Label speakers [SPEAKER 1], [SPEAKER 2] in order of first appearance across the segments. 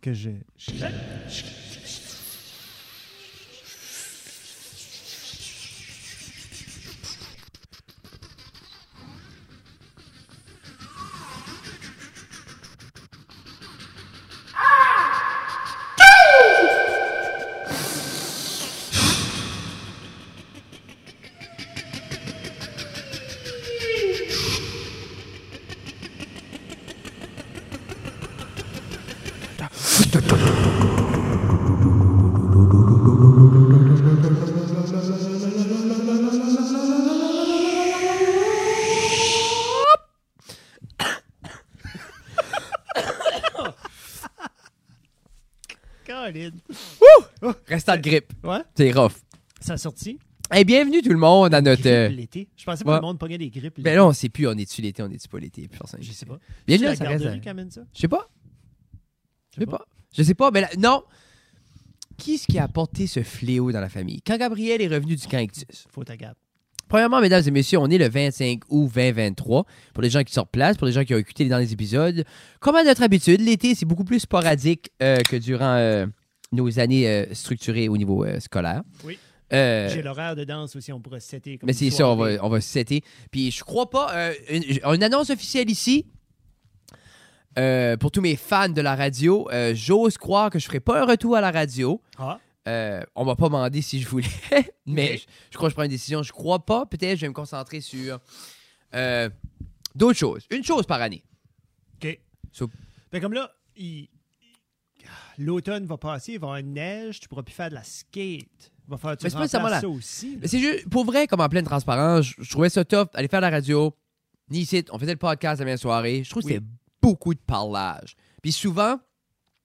[SPEAKER 1] que j'ai.
[SPEAKER 2] Restant de grippe.
[SPEAKER 3] Ouais.
[SPEAKER 2] C'est rough.
[SPEAKER 3] Ça sorti.
[SPEAKER 2] Hey, bienvenue tout le monde à notre. euh,
[SPEAKER 3] L'été. Je pensais pas
[SPEAKER 2] ouais.
[SPEAKER 3] que le monde pognait des grippes.
[SPEAKER 2] Ben
[SPEAKER 3] l'été.
[SPEAKER 2] là, on sait plus, on est-tu l'été, on est-tu pas l'été. personne.
[SPEAKER 3] Je sais pas.
[SPEAKER 2] Bienvenue
[SPEAKER 3] C'est
[SPEAKER 2] à
[SPEAKER 3] la
[SPEAKER 2] ça reste.
[SPEAKER 3] garderie
[SPEAKER 2] à-
[SPEAKER 3] qui amène ça?
[SPEAKER 2] Je sais pas. Je sais pas. Je sais pas, mais là, non. Qui est-ce qui a apporté ce fléau dans la famille? Quand Gabriel est revenu du cactus.
[SPEAKER 3] Faut ta garde.
[SPEAKER 2] Premièrement, mesdames et messieurs, on est le 25 août 2023. Pour les gens qui sortent place, pour les gens qui ont écouté les derniers épisodes, comme à notre habitude, l'été, c'est beaucoup plus sporadique euh, que durant euh, nos années euh, structurées au niveau euh, scolaire.
[SPEAKER 3] Oui.
[SPEAKER 2] Euh,
[SPEAKER 3] J'ai l'horaire de danse aussi, on pourra se setter comme
[SPEAKER 2] mais
[SPEAKER 3] une
[SPEAKER 2] c'est ça, on va,
[SPEAKER 3] soirée.
[SPEAKER 2] on va se setter. Puis je crois pas. euh, une, une annonce officielle ici. euh, pour tous mes fans de la radio, euh, j'ose croire que je ferai pas un retour à la radio.
[SPEAKER 3] Ah,
[SPEAKER 2] Euh, on m'a pas demandé si je voulais, mais
[SPEAKER 3] Ok.
[SPEAKER 2] je, je crois que je prends une décision. Je crois pas. Peut-être je vais me concentrer sur euh, d'autres choses. Une chose par année.
[SPEAKER 3] OK.
[SPEAKER 2] So-
[SPEAKER 3] Fait comme là, il- il- l'automne va passer, il va y avoir une neige, tu pourras plus faire de la skate. Va faire tu
[SPEAKER 2] Mais c'est pas nécessairement
[SPEAKER 3] remplaces
[SPEAKER 2] la-
[SPEAKER 3] ça aussi. là.
[SPEAKER 2] Mais c'est juste, pour vrai, comme en pleine transparence, je, je trouvais ça top, aller faire la radio, ni ici, on faisait le podcast la même soirée. Je trouve que
[SPEAKER 3] Oui.
[SPEAKER 2] c'était beaucoup de parlage. Puis souvent,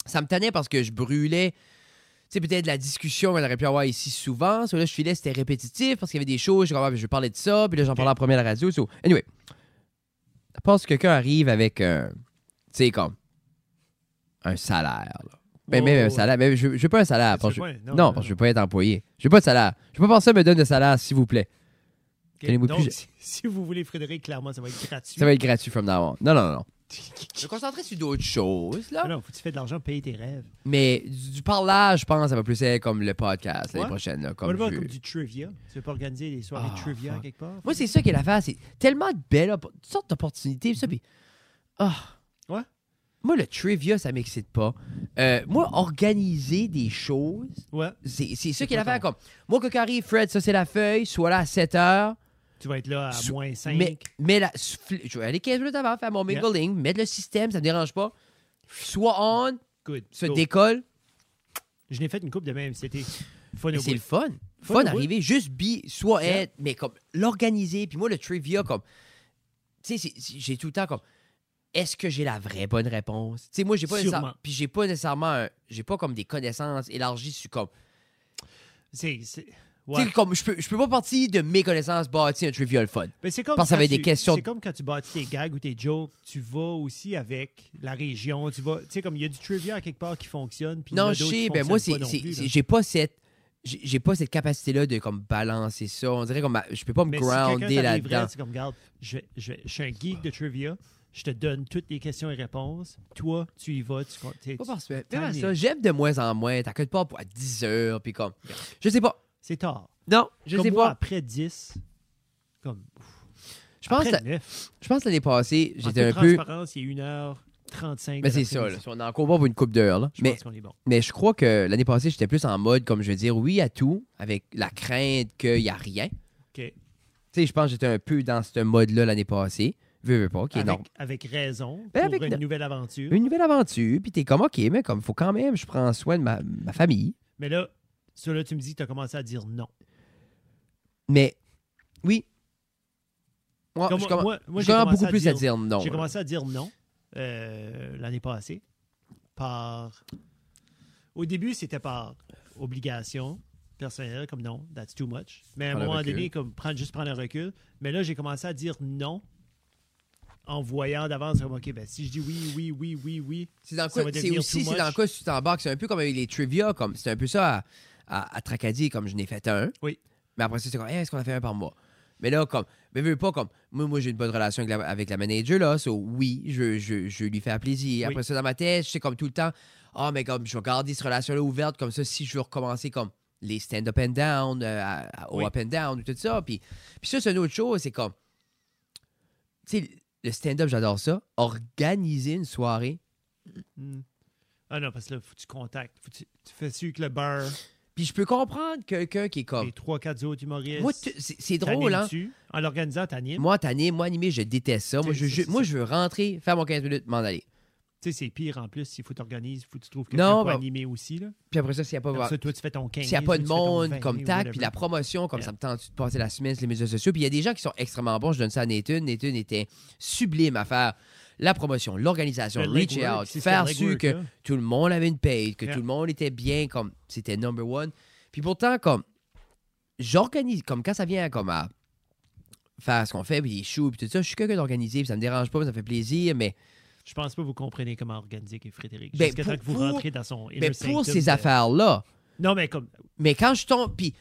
[SPEAKER 2] ça me tannait parce que je brûlais, tu sais, peut-être la discussion qu'on aurait pu avoir ici souvent. So, là, je filais, c'était répétitif parce qu'il y avait des choses, je, Ah, je parlais de ça, puis là, j'en parlais en premier à la radio. So, anyway, je pense que quelqu'un arrive avec un, tu sais, comme, un salaire, là. Mais
[SPEAKER 3] Oh,
[SPEAKER 2] même un
[SPEAKER 3] ouais.
[SPEAKER 2] salaire, mais je, je veux pas un salaire.
[SPEAKER 3] Tu
[SPEAKER 2] parce
[SPEAKER 3] veux
[SPEAKER 2] que je-
[SPEAKER 3] pas un-
[SPEAKER 2] non,
[SPEAKER 3] non, non,
[SPEAKER 2] parce que je
[SPEAKER 3] non.
[SPEAKER 2] veux pas être employé. Je veux pas de salaire. Je veux pas penser à me donner de salaire, s'il vous plaît.
[SPEAKER 3] OK.
[SPEAKER 2] Tenez-vous
[SPEAKER 3] Donc,
[SPEAKER 2] plus-
[SPEAKER 3] si, si vous voulez Frédéric, clairement, ça va être gratuit.
[SPEAKER 2] Ça va être gratuit from now on. Non, non, non, non. Je vais me concentrer sur d'autres choses, là.
[SPEAKER 3] Non, non, faut que tu fais de l'argent, payer tes rêves.
[SPEAKER 2] Mais du, du parlage, je pense, ça va plus être comme le podcast l'année
[SPEAKER 3] Ouais.
[SPEAKER 2] prochaine. Là,
[SPEAKER 3] On va
[SPEAKER 2] comme
[SPEAKER 3] le voir
[SPEAKER 2] je-
[SPEAKER 3] comme du trivia. Tu veux pas organiser des soirées
[SPEAKER 2] Ah,
[SPEAKER 3] trivia
[SPEAKER 2] fuck.
[SPEAKER 3] quelque part?
[SPEAKER 2] Moi, c'est ça qui est l'affaire. C'est tellement de belles oppo- toutes sortes d'opportunités. pis ça, puis- Ah.
[SPEAKER 3] Ouais.
[SPEAKER 2] Moi, le trivia, ça m'excite pas. Euh, moi, organiser des choses,
[SPEAKER 3] Ouais,
[SPEAKER 2] c'est c'est ça qui est
[SPEAKER 3] pas
[SPEAKER 2] l'affaire. Comme, moi, quand arrive, Fred, ça, c'est la feuille. Sois là à 7 heures.
[SPEAKER 3] tu vas être là à
[SPEAKER 2] Sou-
[SPEAKER 3] moins 5.
[SPEAKER 2] Mais, mais la, souffle- je vais aller 15 minutes avant, faire mon
[SPEAKER 3] Yeah.
[SPEAKER 2] mingling, mettre le système, ça me dérange pas. Soit on,
[SPEAKER 3] Good.
[SPEAKER 2] se
[SPEAKER 3] Go.
[SPEAKER 2] décolle.
[SPEAKER 3] Je n'ai fait une coupe de même. C'était fun
[SPEAKER 2] mais
[SPEAKER 3] au
[SPEAKER 2] C'est
[SPEAKER 3] bout.
[SPEAKER 2] le fun.
[SPEAKER 3] Fun
[SPEAKER 2] Fun
[SPEAKER 3] au bout.
[SPEAKER 2] d'arriver juste bi, soit
[SPEAKER 3] Yeah.
[SPEAKER 2] être, mais comme l'organiser. Puis moi, le trivia, comme. Tu sais, c'est- c'est- j'ai tout le temps comme. Est-ce que j'ai la vraie bonne réponse? Tu sais, moi, j'ai pas
[SPEAKER 3] Sûrement.
[SPEAKER 2] nécessairement. Puis j'ai pas nécessairement. un- J'ai pas comme des connaissances élargies sur comme.
[SPEAKER 3] C'est- c'est-
[SPEAKER 2] Tu
[SPEAKER 3] ouais.
[SPEAKER 2] sais, comme je peux, je peux pas partir de mes connaissances bâtir un trivia le fun.
[SPEAKER 3] Mais c'est comme
[SPEAKER 2] Parce que ça
[SPEAKER 3] quand
[SPEAKER 2] va être des
[SPEAKER 3] tu-
[SPEAKER 2] questions-
[SPEAKER 3] C'est comme quand tu bâtis tes gags ou tes jokes, tu vas aussi avec la région. Tu vas, tu sais, comme il y a du trivia à quelque part qui fonctionne. Puis il y en
[SPEAKER 2] Non,
[SPEAKER 3] a
[SPEAKER 2] je
[SPEAKER 3] d'autres qui
[SPEAKER 2] sais, ben moi, c'est,
[SPEAKER 3] fonctionnent pas non
[SPEAKER 2] c'est-
[SPEAKER 3] plus,
[SPEAKER 2] c'est-
[SPEAKER 3] là.
[SPEAKER 2] j'ai pas cette. J'ai j'ai pas cette capacité-là de comme balancer ça. On dirait que je peux pas me
[SPEAKER 3] Mais si
[SPEAKER 2] grounder
[SPEAKER 3] quelqu'un t'arriverait,
[SPEAKER 2] là-dedans.
[SPEAKER 3] C'est comme, regarde, je, je, je suis un geek de trivia. Je te donne toutes les questions et réponses. Toi, tu y vas. Tu, con- tu-
[SPEAKER 2] Pas
[SPEAKER 3] tu-
[SPEAKER 2] parce que- même
[SPEAKER 3] T'en
[SPEAKER 2] à
[SPEAKER 3] es.
[SPEAKER 2] ça, j'aime de moins en moins. T'inquiète pas pour à 10 heures, puis comme. Je sais pas.
[SPEAKER 3] c'est tard.
[SPEAKER 2] Non, je
[SPEAKER 3] comme
[SPEAKER 2] sais
[SPEAKER 3] moi,
[SPEAKER 2] pas.
[SPEAKER 3] après 10, comme,
[SPEAKER 2] Je pense,
[SPEAKER 3] après
[SPEAKER 2] que-
[SPEAKER 3] 9,
[SPEAKER 2] je pense que l'année passée,
[SPEAKER 3] en
[SPEAKER 2] j'étais un
[SPEAKER 3] toute
[SPEAKER 2] peu.
[SPEAKER 3] transparence, il est 1h35.
[SPEAKER 2] Mais c'est ça, là. On est encore bon pour une coupe d'heure, là.
[SPEAKER 3] Je
[SPEAKER 2] Mais,
[SPEAKER 3] pense qu'on est bon.
[SPEAKER 2] mais je crois que l'année passée, j'étais plus en mode, comme je veux dire, oui à tout, avec la crainte qu'il y a rien.
[SPEAKER 3] OK.
[SPEAKER 2] Tu sais, je pense que j'étais un peu dans ce mode-là l'année passée. Veux, veux pas, qui est normal.
[SPEAKER 3] avec, avec raison, pour
[SPEAKER 2] Ben, avec
[SPEAKER 3] une
[SPEAKER 2] no-
[SPEAKER 3] nouvelle aventure.
[SPEAKER 2] une nouvelle aventure, puis t'es comme, OK, mais comme, faut quand même, je prends soin de ma, ma famille.
[SPEAKER 3] Mais là, ça, là, tu me dis que tu as commencé à dire non.
[SPEAKER 2] Mais, oui. Moi,
[SPEAKER 3] Comme
[SPEAKER 2] Ah, je
[SPEAKER 3] moi-
[SPEAKER 2] commence,
[SPEAKER 3] moi- moi,
[SPEAKER 2] je
[SPEAKER 3] j'ai
[SPEAKER 2] commence
[SPEAKER 3] commencé
[SPEAKER 2] beaucoup
[SPEAKER 3] à
[SPEAKER 2] plus à
[SPEAKER 3] dire-
[SPEAKER 2] dire non.
[SPEAKER 3] J'ai
[SPEAKER 2] là.
[SPEAKER 3] commencé à dire non euh, l'année passée par. Au début, c'était par obligation personnelle, comme non, that's too much. Mais à un
[SPEAKER 2] Prends le
[SPEAKER 3] moment
[SPEAKER 2] recul.
[SPEAKER 3] donné, comme prendre, juste prendre un recul. Mais là, j'ai commencé à dire non en voyant d'avance, comme, OK, ben, si je dis oui, oui, oui, oui, oui,
[SPEAKER 2] C'est dans
[SPEAKER 3] Ça
[SPEAKER 2] quoi
[SPEAKER 3] va
[SPEAKER 2] C'est
[SPEAKER 3] devenir
[SPEAKER 2] aussi
[SPEAKER 3] too
[SPEAKER 2] c'est dans
[SPEAKER 3] much.
[SPEAKER 2] quoi si tu t'embarques. C'est un peu comme avec les trivia, comme c'est un peu ça à, à, à Tracadie, comme je n'ai fait un.
[SPEAKER 3] Oui.
[SPEAKER 2] Mais après ça, c'est comme hey, est-ce qu'on a fait un par mois Mais là, comme, mais veux pas comme moi, moi j'ai une bonne relation avec la, avec la manager là, so oui, je, je, je lui fais plaisir.
[SPEAKER 3] Oui.
[SPEAKER 2] Après ça, dans ma tête, c'est comme tout le temps. Ah, mais comme je vais garder cette relation-là ouverte, comme ça, si je veux recommencer comme les stand-up and down, euh, à- à- au
[SPEAKER 3] Oui.
[SPEAKER 2] up and down, ou tout ça. Puis, puis ça, c'est une autre chose, c'est comme. Tu sais, le stand-up, j'adore ça. Organiser une soirée.
[SPEAKER 3] Hmm. Ah non, parce que là, faut que tu contactes. Faut que tu, tu fais sûr que le beurre,
[SPEAKER 2] Puis je peux comprendre quelqu'un qui est comme.
[SPEAKER 3] les trois, quatre autres humoristes.
[SPEAKER 2] Ah. Moi, tu- c'est c'est drôle, hein?
[SPEAKER 3] t'animes-tu? En l'organisant, t'animes.
[SPEAKER 2] Moi, t'animes, moi, animé, je déteste ça. Moi,
[SPEAKER 3] C'est-
[SPEAKER 2] je,
[SPEAKER 3] c'est-
[SPEAKER 2] je- moi, je veux rentrer, faire mon 15 minutes, m'en aller.
[SPEAKER 3] Tu sais, c'est pire en plus. Il faut t'organiser, il faut que tu trouves
[SPEAKER 2] Non,
[SPEAKER 3] quelqu'un pour
[SPEAKER 2] ben-
[SPEAKER 3] animer aussi. Là.
[SPEAKER 2] Puis après ça, s'il n'y a
[SPEAKER 3] Comme
[SPEAKER 2] pas,
[SPEAKER 3] ça, toi, tu fais ton 15.
[SPEAKER 2] s'il y a pas
[SPEAKER 3] toi, tu
[SPEAKER 2] de
[SPEAKER 3] fais ton
[SPEAKER 2] monde
[SPEAKER 3] 20,
[SPEAKER 2] comme
[SPEAKER 3] ou
[SPEAKER 2] tac,
[SPEAKER 3] whatever.
[SPEAKER 2] puis la promotion, comme
[SPEAKER 3] Yeah.
[SPEAKER 2] ça me tente de passer la semaine sur les médias sociaux. Puis il y a des gens qui sont extrêmement bons. Je donne ça à Nathan. Nathan était sublime à faire la promotion, l'organisation,
[SPEAKER 3] Le
[SPEAKER 2] reach
[SPEAKER 3] legwork,
[SPEAKER 2] out,
[SPEAKER 3] c'est ce
[SPEAKER 2] faire
[SPEAKER 3] le
[SPEAKER 2] su
[SPEAKER 3] legwork,
[SPEAKER 2] que
[SPEAKER 3] là.
[SPEAKER 2] tout le monde avait une page, que
[SPEAKER 3] Yeah.
[SPEAKER 2] tout le monde était bien, comme c'était number one. Puis pourtant, comme j'organise, comme quand ça vient comme à faire ce qu'on fait, puis les shows, puis tout ça, je suis quelqu'un d'organisé, puis ça me dérange pas, puis ça me fait plaisir, mais
[SPEAKER 3] Je pense pas que vous comprenez comment organiser qu'est Frédéric.
[SPEAKER 2] Ben,
[SPEAKER 3] Jusqu'à
[SPEAKER 2] pour-
[SPEAKER 3] temps que vous
[SPEAKER 2] pour-
[SPEAKER 3] rentrez dans son. inner
[SPEAKER 2] mais pour
[SPEAKER 3] sanctum
[SPEAKER 2] ces
[SPEAKER 3] de-
[SPEAKER 2] affaires-là,
[SPEAKER 3] Non, mais comme.
[SPEAKER 2] mais quand je tombe, puis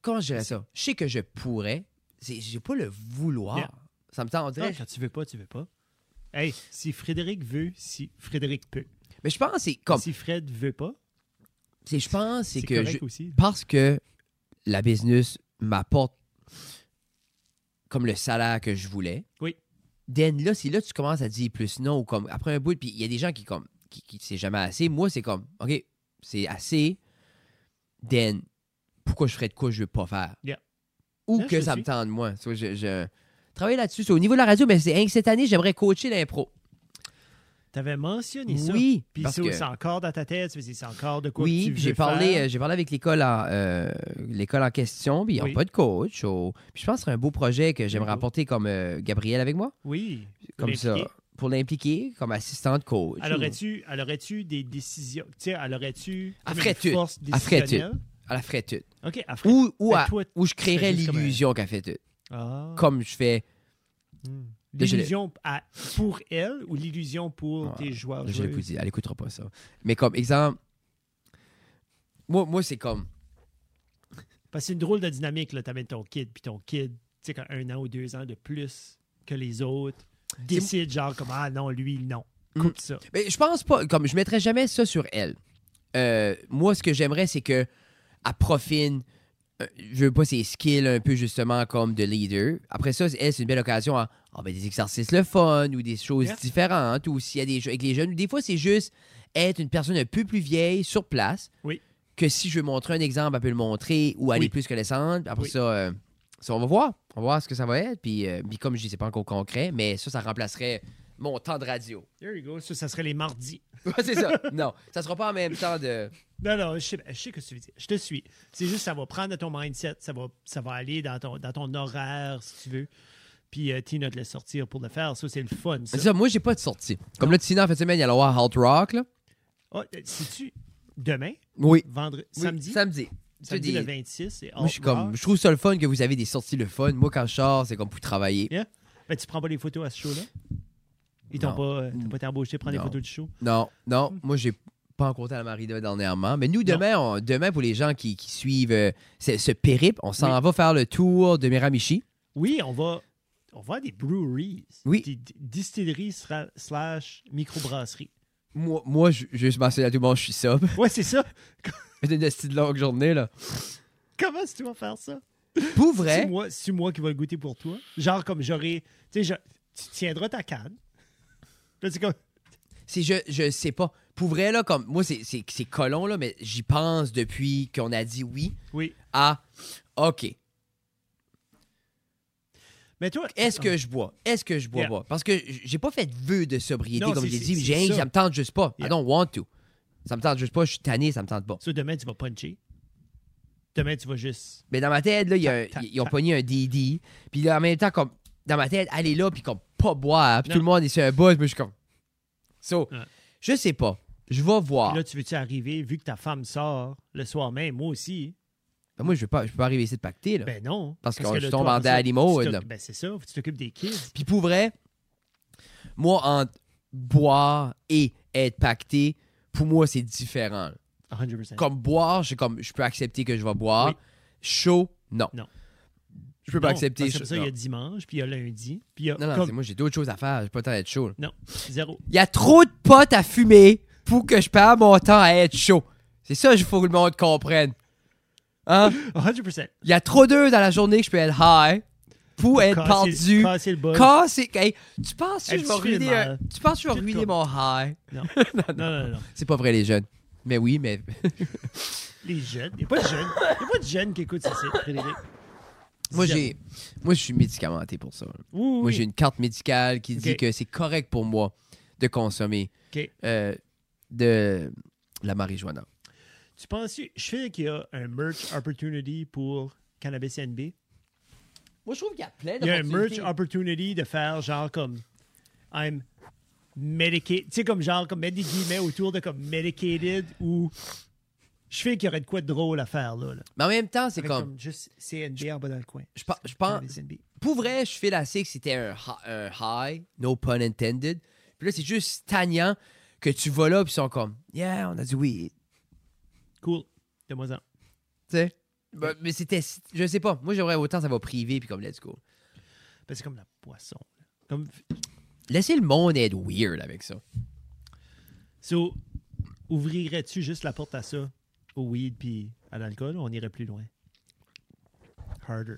[SPEAKER 2] comment je dirais ça? Je sais que je pourrais, c'est- j'ai pas le vouloir.
[SPEAKER 3] Yeah.
[SPEAKER 2] Ça me tente, on
[SPEAKER 3] Non,
[SPEAKER 2] dirait-
[SPEAKER 3] quand tu veux pas, tu veux pas. Hey, si Frédéric veut, si Frédéric peut.
[SPEAKER 2] Mais je pense que c'est comme,
[SPEAKER 3] Si Fred veut pas,
[SPEAKER 2] c'est- je pense c'est
[SPEAKER 3] c'est
[SPEAKER 2] que
[SPEAKER 3] correct
[SPEAKER 2] je-
[SPEAKER 3] aussi.
[SPEAKER 2] parce que la business m'apporte comme le salaire que je voulais.
[SPEAKER 3] Oui.
[SPEAKER 2] Then là, c'est là que tu commences à dire plus non ou comme après un bout, puis il y a des gens qui comme qui, qui c'est jamais assez. Moi, c'est comme ok, c'est assez. Then pourquoi je ferais de quoi je veux pas faire.
[SPEAKER 3] Yeah.
[SPEAKER 2] Ou
[SPEAKER 3] Yeah, je
[SPEAKER 2] que
[SPEAKER 3] te
[SPEAKER 2] ça me
[SPEAKER 3] suis.
[SPEAKER 2] tente moi. So, je, je travaille là-dessus. So, au niveau de la radio, mais c'est hein, que cette année, j'aimerais coacher l'impro.
[SPEAKER 3] T'avais mentionné ça.
[SPEAKER 2] Oui.
[SPEAKER 3] Puis
[SPEAKER 2] parce
[SPEAKER 3] ça,
[SPEAKER 2] que-
[SPEAKER 3] c'est encore dans ta tête. tu veux dire, C'est encore de quoi que
[SPEAKER 2] Oui,
[SPEAKER 3] tu
[SPEAKER 2] puis j'ai
[SPEAKER 3] veux
[SPEAKER 2] parlé,
[SPEAKER 3] faire.
[SPEAKER 2] euh, j'ai parlé avec l'école en, euh, l'école en question, puis ils n'ont
[SPEAKER 3] Oui.
[SPEAKER 2] pas de coach. oh. Puis je pense que c'est un beau projet que j'aimerais
[SPEAKER 3] Beau.
[SPEAKER 2] apporter comme euh, Gabriel avec moi,
[SPEAKER 3] Oui.
[SPEAKER 2] comme ça,
[SPEAKER 3] l'impliquer.
[SPEAKER 2] pour l'impliquer comme assistante coach.
[SPEAKER 3] Elle
[SPEAKER 2] ou-
[SPEAKER 3] aurait-tu, elle aurait-tu des décisions? Tu sais, elle aurait-tu
[SPEAKER 2] Elle
[SPEAKER 3] comme
[SPEAKER 2] ferait
[SPEAKER 3] une
[SPEAKER 2] tout.
[SPEAKER 3] force
[SPEAKER 2] Elle ferait tout.
[SPEAKER 3] décisionnelle?
[SPEAKER 2] Elle la ferait toute.
[SPEAKER 3] OK, elle ferait
[SPEAKER 2] Ou, ou,
[SPEAKER 3] Fait
[SPEAKER 2] à-
[SPEAKER 3] Ben, toi,
[SPEAKER 2] ou je créerais
[SPEAKER 3] juste comme un-
[SPEAKER 2] l'illusion qu'elle fait toute.
[SPEAKER 3] Ah.
[SPEAKER 2] Comme je fais,
[SPEAKER 3] Hmm.
[SPEAKER 2] Là, je l'ai-
[SPEAKER 3] L'illusion à- pour elle ou l'illusion pour
[SPEAKER 2] Ouais,
[SPEAKER 3] tes joueurs?
[SPEAKER 2] je
[SPEAKER 3] joueuses?
[SPEAKER 2] l'écoute, elle n'écoutera pas ça. Mais comme exemple, moi, moi c'est comme,
[SPEAKER 3] Parce que c'est une drôle de dynamique, là. T'amènes ton kid, puis ton kid, tu sais, quand un an ou deux ans de plus que les autres, décide genre comme, ah non, lui, non.
[SPEAKER 2] Mm.
[SPEAKER 3] Coupe ça.
[SPEAKER 2] Mais je pense pas, comme je mettrais jamais ça sur elle. Euh, moi, ce que j'aimerais, c'est que elle profine, euh, je veux pas ses skills un peu justement comme de leader. Après ça, elle, c'est une belle occasion à ah, ben, des exercices le fun ou des choses
[SPEAKER 3] Yeah.
[SPEAKER 2] différentes ou s'il y a des jeux avec les jeunes. Ou des fois, c'est juste être une personne un peu plus vieille sur place.
[SPEAKER 3] Oui.
[SPEAKER 2] Que si je veux montrer un exemple, elle peut le montrer ou aller
[SPEAKER 3] Oui.
[SPEAKER 2] plus connaissante. Après
[SPEAKER 3] Oui.
[SPEAKER 2] ça, euh, ça, on va voir. On va voir ce que ça va être. Puis, euh, puis comme je dis, c'est pas encore concret, mais ça, ça remplacerait mon temps de radio.
[SPEAKER 3] There you go. Ça, ça serait les mardis.
[SPEAKER 2] Ouais, c'est ça. Non, ça sera pas en même temps de.
[SPEAKER 3] Non, non, je sais, je sais que tu veux dire. Je te suis. C'est juste, ça va prendre de ton mindset, ça va, ça va aller dans ton, dans ton horaire, si tu veux. Puis euh, Tina te laisse sortir pour le faire. Ça, c'est le fun. Ça.
[SPEAKER 2] C'est ça, moi, j'ai pas de sortie. Comme là, Tina, en fait, semaine, il y a la voir Hard Rock, là.
[SPEAKER 3] Ah, euh, si tu demain,
[SPEAKER 2] Oui.
[SPEAKER 3] vendredi,
[SPEAKER 2] Oui,
[SPEAKER 3] samedi,
[SPEAKER 2] Samedi.
[SPEAKER 3] samedi
[SPEAKER 2] Je
[SPEAKER 3] le
[SPEAKER 2] dis-
[SPEAKER 3] 26, et
[SPEAKER 2] Moi, je suis comme. Je trouve ça le fun que vous avez des sorties le fun. Moi, quand je sors, c'est comme pour travailler.
[SPEAKER 3] Ben, tu prends pas les photos à ce show-là? Ils t'ont
[SPEAKER 2] Non.
[SPEAKER 3] pas, euh, t'as pas été embauché pour prendre
[SPEAKER 2] Non.
[SPEAKER 3] des photos du show?
[SPEAKER 2] Non, non, moi, j'ai pas rencontré la Marina dernièrement. Mais nous, demain, on- demain pour les gens qui, qui suivent euh, ce, ce périple, on s'en va faire le tour de Miramichi.
[SPEAKER 3] Oui, on va, on va à des breweries.
[SPEAKER 2] Oui.
[SPEAKER 3] Des d- distilleries sra- slash microbrasseries.
[SPEAKER 2] Moi, moi je, je mentionne à tout le monde, je suis sub.
[SPEAKER 3] Ouais, c'est ça.
[SPEAKER 2] C'est une petite longue journée, là.
[SPEAKER 3] Comment est-ce que tu vas faire ça?
[SPEAKER 2] Pour
[SPEAKER 3] C'est
[SPEAKER 2] vrai,
[SPEAKER 3] moi, c'est moi qui va le goûter pour toi. Genre comme j'aurais, tu sais, je- tu tiendras ta canne. Là, c'est comme,
[SPEAKER 2] C'est je, je sais pas. Pour vrai, là, comme moi, c'est, c'est, c'est colon, là, mais j'y pense depuis qu'on a dit oui
[SPEAKER 3] oui.
[SPEAKER 2] à OK.
[SPEAKER 3] Mais toi,
[SPEAKER 2] Est-ce que je bois? Est-ce que je bois
[SPEAKER 3] Yeah.
[SPEAKER 2] pas? Parce que j'ai pas fait de vœu de sobriété,
[SPEAKER 3] Non,
[SPEAKER 2] comme
[SPEAKER 3] c'est-
[SPEAKER 2] j'ai
[SPEAKER 3] c'est-
[SPEAKER 2] dit.
[SPEAKER 3] c'est
[SPEAKER 2] J'ai ça.
[SPEAKER 3] ça.
[SPEAKER 2] ça me tente juste pas. I
[SPEAKER 3] Yeah.
[SPEAKER 2] don't want to. Ça me tente juste pas, je suis tanné, ça me tente pas.
[SPEAKER 3] Ah, Ça, demain tu vas puncher. Demain tu vas juste.
[SPEAKER 2] Mais dans ma tête, là, il y a un-
[SPEAKER 3] Tac, tac,
[SPEAKER 2] ils ont
[SPEAKER 3] tac.
[SPEAKER 2] pogné un DD. Puis là, en même temps, comme dans ma tête, elle est là, puis comme pas boire. Puis
[SPEAKER 3] Non.
[SPEAKER 2] tout le monde est sur un buzz, mais je suis comme. So,
[SPEAKER 3] Ouais.
[SPEAKER 2] je sais pas. Je vais voir.
[SPEAKER 3] Puis Là, tu veux-tu arriver, vu que ta femme sort le soir même, moi aussi?
[SPEAKER 2] Ben, moi, je veux pas, je peux pas arriver ici de pacter, là.
[SPEAKER 3] Ben non.
[SPEAKER 2] Parce qu'on
[SPEAKER 3] là,
[SPEAKER 2] se
[SPEAKER 3] toi,
[SPEAKER 2] tombe en
[SPEAKER 3] après ça,
[SPEAKER 2] daddy mode,
[SPEAKER 3] tu t'oc-
[SPEAKER 2] là.
[SPEAKER 3] Ben c'est ça, faut que tu t'occupes des kids.
[SPEAKER 2] Puis pour vrai, moi, entre boire et être pacté, pour moi, c'est différent.
[SPEAKER 3] 100%.
[SPEAKER 2] Comme boire, je, comme, je peux accepter que je vais boire.
[SPEAKER 3] Oui.
[SPEAKER 2] Chaud, non.
[SPEAKER 3] Non.
[SPEAKER 2] Je peux pas
[SPEAKER 3] Non,
[SPEAKER 2] accepter.
[SPEAKER 3] parce que
[SPEAKER 2] chaud.
[SPEAKER 3] après ça, il y a dimanche, puis il y a lundi, puis il y a
[SPEAKER 2] Non, non, c'est
[SPEAKER 3] comme...
[SPEAKER 2] moi, j'ai d'autres choses à faire. J'ai pas le temps d'être chaud. là.
[SPEAKER 3] Non, zéro.
[SPEAKER 2] Il y a trop de potes à fumer pour que je perde mon temps à être chaud. C'est ça qu'il faut que le monde comprenne. Hein?
[SPEAKER 3] 100%.
[SPEAKER 2] Il y a trop d'heures dans la journée que je peux être high pour être pendu.
[SPEAKER 3] Casser le bol.
[SPEAKER 2] Cassé. Hey, tu penses que
[SPEAKER 3] Hey,
[SPEAKER 2] je
[SPEAKER 3] tu
[SPEAKER 2] vais
[SPEAKER 3] te fais
[SPEAKER 2] ruiner,
[SPEAKER 3] mal.
[SPEAKER 2] un- tu penses que je vais
[SPEAKER 3] Tu te
[SPEAKER 2] ruiner
[SPEAKER 3] coupes.
[SPEAKER 2] mon high?
[SPEAKER 3] Non. non, non, non, non.
[SPEAKER 2] C'est pas vrai, les jeunes. Mais oui, mais.
[SPEAKER 3] Les jeunes. Il n'y a pas de jeunes. Il n'y a pas de jeunes qui écoutent ça, c'est Frédéric.
[SPEAKER 2] Moi,
[SPEAKER 3] Zéro.
[SPEAKER 2] j'ai. Moi, je suis médicamenté pour ça.
[SPEAKER 3] Oui, oui,
[SPEAKER 2] Moi,
[SPEAKER 3] oui.
[SPEAKER 2] j'ai une carte médicale qui dit
[SPEAKER 3] Ok.
[SPEAKER 2] que c'est correct pour moi de consommer
[SPEAKER 3] Ok.
[SPEAKER 2] euh, de la marijuana.
[SPEAKER 3] Tu penses, je fais qu'il y a un merch opportunity pour Cannabis NB.
[SPEAKER 2] Moi, je trouve qu'il y a plein
[SPEAKER 3] Il y a un merch opportunity de faire genre comme I'm medicated. Tu sais, comme genre, comme mettre des guillemets autour de comme medicated ou je fais qu'il y aurait de quoi de drôle à faire là. là.
[SPEAKER 2] Mais en même temps, c'est
[SPEAKER 3] Avec
[SPEAKER 2] comme.
[SPEAKER 3] juste CNB en bas dans le coin.
[SPEAKER 2] Je, pa- je pense.
[SPEAKER 3] Cannabis NB.
[SPEAKER 2] Pour vrai, je fais la que c'était un, hi- un high, no pun intended. Puis là, c'est juste stagnant que tu vas là, puis ils sont comme, yeah, on a du weed.
[SPEAKER 3] Cool. De moi en.
[SPEAKER 2] Tu sais?
[SPEAKER 3] Bah,
[SPEAKER 2] Ben, mais c'était. Je sais pas. Moi, j'aimerais autant ça va privé, puis comme, let's go.
[SPEAKER 3] Ben, c'est comme la poisson. là. Comme,
[SPEAKER 2] Laissez le monde être weird avec ça.
[SPEAKER 3] so, ouvrirais-tu juste la porte à ça, au weed puis à l'alcool, ou on irait plus loin? Harder.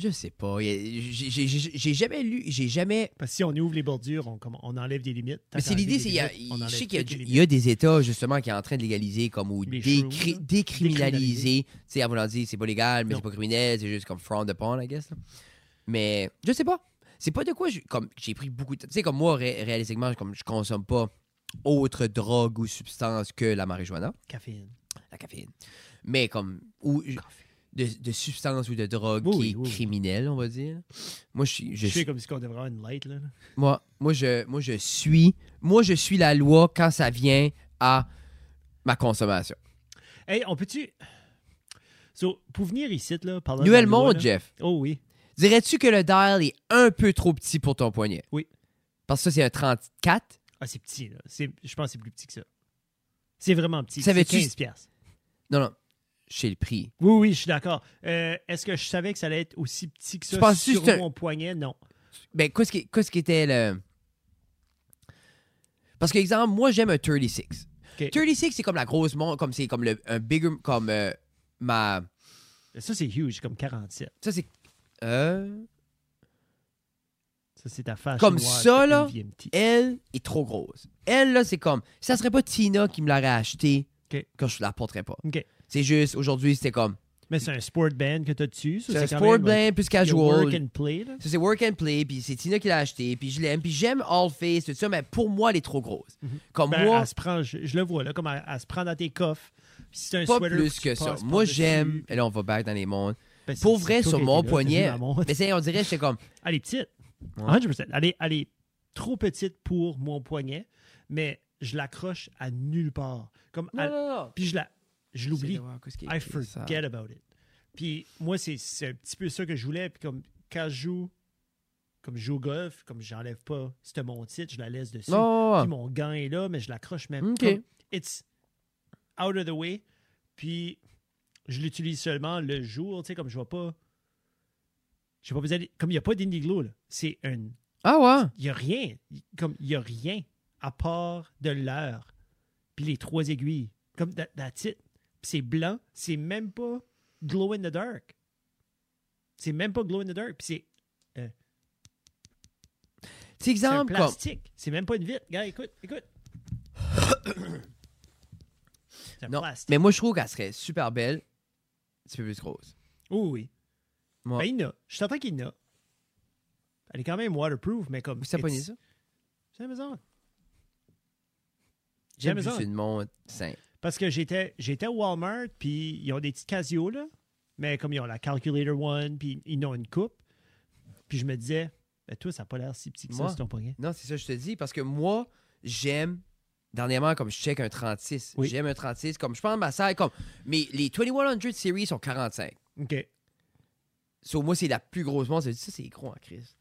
[SPEAKER 2] Je sais pas. Il y a- J'ai j'ai- j'ai- j'ai jamais lu. J'ai jamais.
[SPEAKER 3] Parce que si on ouvre les bordures, on, comme, on enlève des limites. Tant
[SPEAKER 2] Mais c'est
[SPEAKER 3] qu'à
[SPEAKER 2] l'idée,
[SPEAKER 3] enlever
[SPEAKER 2] c'est.
[SPEAKER 3] des
[SPEAKER 2] il y a-
[SPEAKER 3] limites, on
[SPEAKER 2] Je
[SPEAKER 3] enlève
[SPEAKER 2] sais qu'il y, a
[SPEAKER 3] toutes les
[SPEAKER 2] du- il
[SPEAKER 3] limites.
[SPEAKER 2] y a des États, justement, qui sont en train de légaliser, comme, ou
[SPEAKER 3] Les
[SPEAKER 2] décri-
[SPEAKER 3] shrooms, là.
[SPEAKER 2] décriminaliser. Tu sais, en voulant dire, c'est pas légal, mais
[SPEAKER 3] Non.
[SPEAKER 2] c'est pas criminel, c'est juste comme frowned upon, I guess. là. Mais je sais pas. C'est pas de quoi. je- Comme, j'ai pris beaucoup de. Tu sais, comme moi, ré- réalistiquement, comme je consomme pas autre drogue ou substance que la marijuana,
[SPEAKER 3] Caféine.
[SPEAKER 2] la caféine. Mais comme. Ou, je- de, de substance ou de drogue
[SPEAKER 3] Oui,
[SPEAKER 2] qui
[SPEAKER 3] oui,
[SPEAKER 2] est
[SPEAKER 3] oui, oui.
[SPEAKER 2] criminelle, on va dire. Moi, je suis.
[SPEAKER 3] Je
[SPEAKER 2] je suis-
[SPEAKER 3] fais comme si on devrait avoir une light, là.
[SPEAKER 2] Moi, moi, je, moi, je suis, moi, je suis la loi quand ça vient à ma consommation.
[SPEAKER 3] Hey, on peut-tu. So, pour venir ici, là, parlant de la
[SPEAKER 2] Nouvelle
[SPEAKER 3] loi,
[SPEAKER 2] monde,
[SPEAKER 3] là-
[SPEAKER 2] Jeff.
[SPEAKER 3] Oh oui.
[SPEAKER 2] Dirais-tu que le dial est un peu trop petit pour ton poignet?
[SPEAKER 3] Oui.
[SPEAKER 2] Parce que ça, c'est un 34.
[SPEAKER 3] Ah, c'est petit, là. C'est- Je pense que c'est plus petit que ça. C'est vraiment petit. C'est
[SPEAKER 2] Savais-tu-
[SPEAKER 3] 15$. piastres.
[SPEAKER 2] Non, non, chez le prix.
[SPEAKER 3] Oui, oui, je suis d'accord. Euh, Est-ce que je savais que ça allait être aussi petit que
[SPEAKER 2] Tu
[SPEAKER 3] ça
[SPEAKER 2] penses-tu
[SPEAKER 3] sur
[SPEAKER 2] que c'est un-
[SPEAKER 3] mon poignet? Non.
[SPEAKER 2] Ben, qu'est-ce qui, qu'est-ce qui était le... Parce que, exemple, moi, j'aime un 36.
[SPEAKER 3] Ok.
[SPEAKER 2] 36, c'est comme la grosse montre, comme c'est comme le, un bigger, comme euh, ma...
[SPEAKER 3] Ça, c'est huge, comme 47.
[SPEAKER 2] Ça, c'est... Euh,
[SPEAKER 3] Ça, c'est ta face.
[SPEAKER 2] Comme
[SPEAKER 3] noire
[SPEAKER 2] ça,
[SPEAKER 3] de
[SPEAKER 2] là?
[SPEAKER 3] LVMT.
[SPEAKER 2] elle est trop grosse. Elle, là, c'est comme, ça serait pas Tina qui me l'aurait acheté
[SPEAKER 3] Ok.
[SPEAKER 2] quand je la porterais pas.
[SPEAKER 3] Ok.
[SPEAKER 2] C'est juste, aujourd'hui, c'était comme,
[SPEAKER 3] Mais c'est un sport band que t'as dessus. ça,
[SPEAKER 2] c'est un
[SPEAKER 3] quand
[SPEAKER 2] sport
[SPEAKER 3] même,
[SPEAKER 2] blanc
[SPEAKER 3] like,
[SPEAKER 2] plus
[SPEAKER 3] il y a Work
[SPEAKER 2] casual.
[SPEAKER 3] and play, là.
[SPEAKER 2] Ça, c'est work and play, puis c'est Tina qui l'a acheté, puis je l'aime, puis j'aime All Face, tout ça, mais pour moi, elle est trop grosse. Comme
[SPEAKER 3] Ben,
[SPEAKER 2] moi,
[SPEAKER 3] elle se prend, je, je le vois, là, comme elle, elle se prend dans tes coffres. Puis si c'est un
[SPEAKER 2] pas
[SPEAKER 3] sweater
[SPEAKER 2] plus
[SPEAKER 3] tu
[SPEAKER 2] que ça.
[SPEAKER 3] passes
[SPEAKER 2] Moi,
[SPEAKER 3] par-dessus,
[SPEAKER 2] j'aime, et là, on va back dans les mondes.
[SPEAKER 3] ben, c'est-
[SPEAKER 2] Pour
[SPEAKER 3] c'est
[SPEAKER 2] vrai,
[SPEAKER 3] toi
[SPEAKER 2] sur
[SPEAKER 3] qui étais là,
[SPEAKER 2] mon
[SPEAKER 3] t'as vu
[SPEAKER 2] poignet,
[SPEAKER 3] ma montre.
[SPEAKER 2] mais c'est, on dirait, j'étais comme,
[SPEAKER 3] Elle est petite.
[SPEAKER 2] Ouais.
[SPEAKER 3] 100%. Elle est, elle est trop petite pour mon poignet, mais je l'accroche à nulle part. Comme
[SPEAKER 2] non,
[SPEAKER 3] elle-
[SPEAKER 2] non, non.
[SPEAKER 3] Puis je la, je l'oublie. I
[SPEAKER 2] forget.
[SPEAKER 3] forget about it. Puis moi, c'est c'est un petit peu ça que je voulais. Puis comme quand je joue, comme je joue au golf, comme j'enlève pas c'était mon titre, je la laisse dessus.
[SPEAKER 2] Non,
[SPEAKER 3] Puis mon gant est là, mais je l'accroche même.
[SPEAKER 2] Ok.
[SPEAKER 3] Comme, it's out of the way. Puis je l'utilise seulement le jour, tu sais, comme je vois pas. J'ai pas besoin. de- Comme il n'y a pas d'indiglo, là. C'est une
[SPEAKER 2] ah ouais.
[SPEAKER 3] il n'y a rien. Y- Comme il n'y a rien à part de l'heure. Puis les trois aiguilles. Comme that- that's it. Puis c'est blanc. C'est même pas glow in the dark. C'est même pas glow in the dark. Puis c'est-
[SPEAKER 2] C'est
[SPEAKER 3] c'est un
[SPEAKER 2] exemple, comme,
[SPEAKER 3] plastique. C'est même pas une vitre. Gars, écoute, écoute. c'est un
[SPEAKER 2] non,
[SPEAKER 3] plastique.
[SPEAKER 2] mais moi, je trouve qu'elle serait super belle, un petit peu plus grosse.
[SPEAKER 3] Oui, Oh oui.
[SPEAKER 2] Moi-
[SPEAKER 3] Ben, il y en a. Je t'entends qu'il y en a. Elle est quand même waterproof, mais comme.
[SPEAKER 2] Vous savez
[SPEAKER 3] it's-
[SPEAKER 2] ça?
[SPEAKER 3] C'est la maison.
[SPEAKER 2] J'aime
[SPEAKER 3] J'aime
[SPEAKER 2] juste
[SPEAKER 3] ça.
[SPEAKER 2] une montre simple.
[SPEAKER 3] Parce que j'étais j'étais au Walmart, puis ils ont des petits Casio, là. Mais comme ils ont la Calculator One, puis ils ont une coupe. Puis je me disais, ben toi, ça n'a pas l'air si petit que
[SPEAKER 2] Moi?
[SPEAKER 3] ça, c'est ton poignet.
[SPEAKER 2] Non, c'est ça que je te dis, parce que moi, j'aime, dernièrement, comme je check un 36,
[SPEAKER 3] Oui.
[SPEAKER 2] j'aime un 36, comme je pense ma salle, comme, mais les 2100 Series sont 45.
[SPEAKER 3] OK.
[SPEAKER 2] So, moi, c'est la plus grosse montre, ça, ça, c'est gros en crise.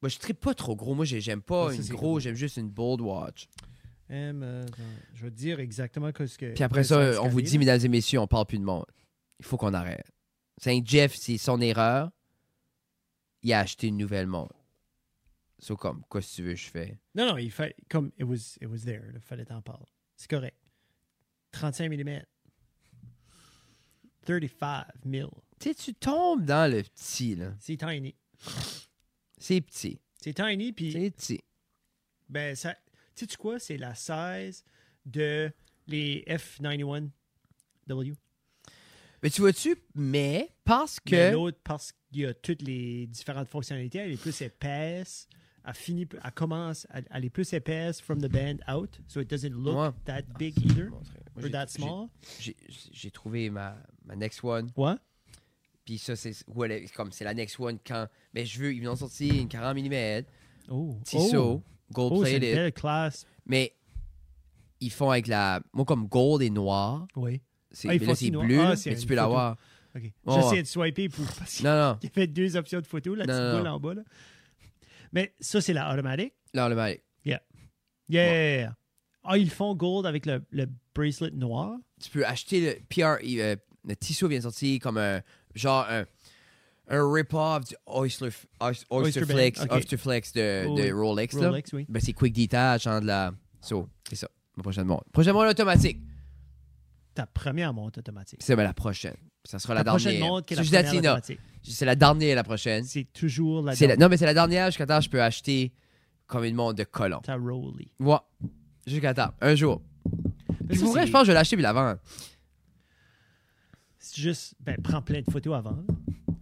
[SPEAKER 2] Moi, je tripe pas trop gros, moi, j'ai- j'aime pas
[SPEAKER 3] Ouais, ça,
[SPEAKER 2] une
[SPEAKER 3] c'est
[SPEAKER 2] grosse,
[SPEAKER 3] gros.
[SPEAKER 2] j'aime juste une bold watch.
[SPEAKER 3] Hum, euh, attends, je vais te dire exactement que ce que.
[SPEAKER 2] Puis après
[SPEAKER 3] que
[SPEAKER 2] ça, on
[SPEAKER 3] escalier,
[SPEAKER 2] vous dit,
[SPEAKER 3] là.
[SPEAKER 2] mesdames et messieurs, on parle plus de montre. Il faut qu'on arrête. Saint Jeff, c'est son erreur, il a acheté une nouvelle montre. So, comme, qu'est-ce que tu veux que je fais?
[SPEAKER 3] Non, non, il fait. Comme, it was, it was there, il fallait t'en parler. c'est correct. 35 mm. 35 mm.
[SPEAKER 2] Tu sais, tu tombes dans le petit, là.
[SPEAKER 3] C'est tiny.
[SPEAKER 2] C'est petit.
[SPEAKER 3] C'est tiny, puis
[SPEAKER 2] C'est petit.
[SPEAKER 3] ben, ça. Tu sais, quoi? C'est la size de les F91W.
[SPEAKER 2] Mais tu vois-tu, mais parce que.
[SPEAKER 3] Mais L'autre, parce qu'il y a toutes les différentes fonctionnalités, elle est plus épaisse. Elle, finit, elle commence, elle, elle est plus épaisse from the band out, so it doesn't look
[SPEAKER 2] Ouais.
[SPEAKER 3] that big either,
[SPEAKER 2] Moi,
[SPEAKER 3] or
[SPEAKER 2] j'ai-
[SPEAKER 3] that
[SPEAKER 2] j'ai-
[SPEAKER 3] small.
[SPEAKER 2] j'ai- J'ai trouvé ma, ma next one.
[SPEAKER 3] Ouais.
[SPEAKER 2] Puis ça, c'est où elle est- comme c'est la next one quand. Mais je veux, ils en ont sorti une 40 mm,
[SPEAKER 3] Oh.
[SPEAKER 2] Tissot,
[SPEAKER 3] Oh,
[SPEAKER 2] gold
[SPEAKER 3] oh c'est une
[SPEAKER 2] plated.
[SPEAKER 3] belle classe.
[SPEAKER 2] Mais ils font avec la. Moi, comme gold et noir,
[SPEAKER 3] Oui.
[SPEAKER 2] c'est
[SPEAKER 3] Ah, ils
[SPEAKER 2] mais
[SPEAKER 3] font
[SPEAKER 2] là, c'est
[SPEAKER 3] aussi noir.
[SPEAKER 2] bleu,
[SPEAKER 3] Ah, c'est
[SPEAKER 2] mais
[SPEAKER 3] une
[SPEAKER 2] tu peux
[SPEAKER 3] photo.
[SPEAKER 2] l'avoir.
[SPEAKER 3] OK.
[SPEAKER 2] Ouais,
[SPEAKER 3] J'essaie
[SPEAKER 2] ouais.
[SPEAKER 3] de swiper pour... parce qu'il
[SPEAKER 2] Non, non,
[SPEAKER 3] y avait deux options de photo, la
[SPEAKER 2] Non,
[SPEAKER 3] petite
[SPEAKER 2] non,
[SPEAKER 3] boule en bas. Là. Mais ça, c'est la automatique.
[SPEAKER 2] non, le mal.
[SPEAKER 3] Yeah! Ah, ils font gold avec le, le bracelet noir.
[SPEAKER 2] Tu peux acheter le PR. euh, le Tissot vient de sortir comme un. Genre un. Un rip-off du Oyster, Oyster,
[SPEAKER 3] Oyster Band,
[SPEAKER 2] Flex,
[SPEAKER 3] ok.
[SPEAKER 2] Oyster Flex de,
[SPEAKER 3] Oh,
[SPEAKER 2] de
[SPEAKER 3] oui.
[SPEAKER 2] Rolex. là.
[SPEAKER 3] Rolex, oui.
[SPEAKER 2] Ben, c'est quick detach en de la. So, c'est ça. Ma prochaine montre. Prochaine montre automatique.
[SPEAKER 3] Ta première montre automatique.
[SPEAKER 2] C'est ben, la prochaine. Ça sera la,
[SPEAKER 3] ta
[SPEAKER 2] dernière.
[SPEAKER 3] prochaine montre qui est
[SPEAKER 2] Ça,
[SPEAKER 3] la
[SPEAKER 2] je
[SPEAKER 3] première
[SPEAKER 2] dis à Tina,
[SPEAKER 3] automatique.
[SPEAKER 2] C'est la dernière, la prochaine.
[SPEAKER 3] C'est toujours la
[SPEAKER 2] C'est la-
[SPEAKER 3] dernière.
[SPEAKER 2] Non, mais c'est la dernière jusqu'à temps que je peux acheter comme une montre de colon.
[SPEAKER 3] Ta Rolly.
[SPEAKER 2] Ouais. Jusqu'à temps. Un jour. Puis
[SPEAKER 3] Ça,
[SPEAKER 2] pour vrai,
[SPEAKER 3] c'est-
[SPEAKER 2] je pense que je vais l'acheter puis la vendre.
[SPEAKER 3] C'est juste, ben, prends plein de photos avant.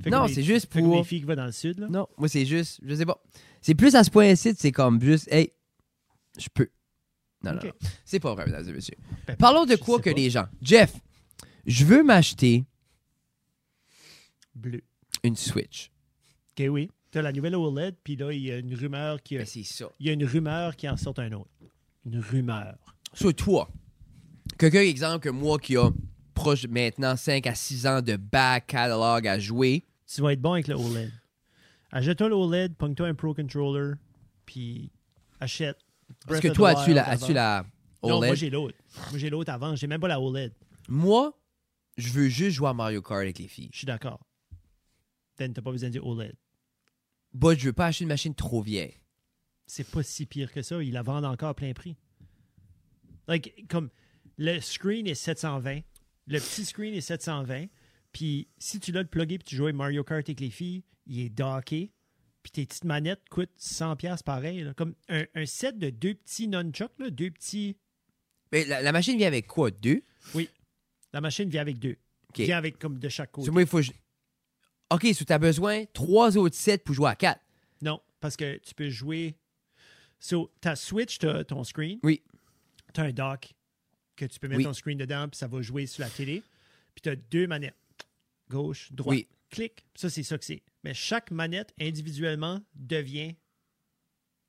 [SPEAKER 3] Fait
[SPEAKER 2] Non,
[SPEAKER 3] comme les-
[SPEAKER 2] c'est juste
[SPEAKER 3] Fait comme
[SPEAKER 2] pour-
[SPEAKER 3] les filles qui vont dans le sud, là.
[SPEAKER 2] Non, moi, c'est juste, je sais pas. C'est plus à ce point-ci, c'est comme juste, hey, je peux. Non, non,
[SPEAKER 3] Ok.
[SPEAKER 2] non. C'est pas vrai, mesdames et messieurs.
[SPEAKER 3] Ben,
[SPEAKER 2] Parlons de
[SPEAKER 3] je
[SPEAKER 2] quoi
[SPEAKER 3] sais
[SPEAKER 2] que
[SPEAKER 3] pas.
[SPEAKER 2] les gens. Jeff, je veux m'acheter
[SPEAKER 3] Bleu.
[SPEAKER 2] une Switch.
[SPEAKER 3] OK, oui. T'as la nouvelle OLED, puis là, il y a une rumeur qui...
[SPEAKER 2] Mais Ben, c'est ça.
[SPEAKER 3] Il y a une rumeur qui en sort un autre. Une rumeur.
[SPEAKER 2] Sur toi, quelqu'un, exemple, que moi qui a proche maintenant 5 à 6 ans de back catalogue à jouer,
[SPEAKER 3] tu vas être bon avec le OLED. Achète-toi le OLED, pogne-toi un Pro Controller, puis achète.
[SPEAKER 2] parce
[SPEAKER 3] Breath
[SPEAKER 2] que
[SPEAKER 3] of the
[SPEAKER 2] toi, as-tu
[SPEAKER 3] Wild
[SPEAKER 2] la, as-tu
[SPEAKER 3] avant.
[SPEAKER 2] la
[SPEAKER 3] Non, moi
[SPEAKER 2] OLED?
[SPEAKER 3] j'ai l'autre. Moi j'ai l'autre avant, j'ai même pas la E OLED.
[SPEAKER 2] moi, je veux juste jouer à Mario Kart avec les filles.
[SPEAKER 3] Je suis d'accord. Then t'as pas besoin du OLED.
[SPEAKER 2] Bah, je veux pas acheter une machine trop vieille.
[SPEAKER 3] C'est pas si pire que ça, ils la vendent encore à plein prix. Like, comme le screen est 720, le petit screen est 720, puis si tu l'as le plugué puis tu jouais Mario Kart avec les filles, il est docké, puis tes petites manettes coûtent 100$ pareil. là. Comme un, un set de deux petits nunchucks, là, deux petits
[SPEAKER 2] Mais la, la machine vient avec quoi? Deux?
[SPEAKER 3] La machine vient avec deux.
[SPEAKER 2] Ok.
[SPEAKER 3] Vient avec comme de chaque côté.
[SPEAKER 2] Sur moi, il faut. que je- Ok, si tu as besoin trois autres sets pour jouer à quatre.
[SPEAKER 3] Non, parce que tu peux jouer. So, ta Switch, t'as ton screen.
[SPEAKER 2] Oui.
[SPEAKER 3] Tu as un dock que tu peux mettre
[SPEAKER 2] Oui.
[SPEAKER 3] ton screen dedans, puis ça va jouer sur la télé. Puis tu as deux manettes. Gauche, droite.
[SPEAKER 2] Oui.
[SPEAKER 3] Clic. Ça, c'est ça que c'est. Mais chaque manette individuellement devient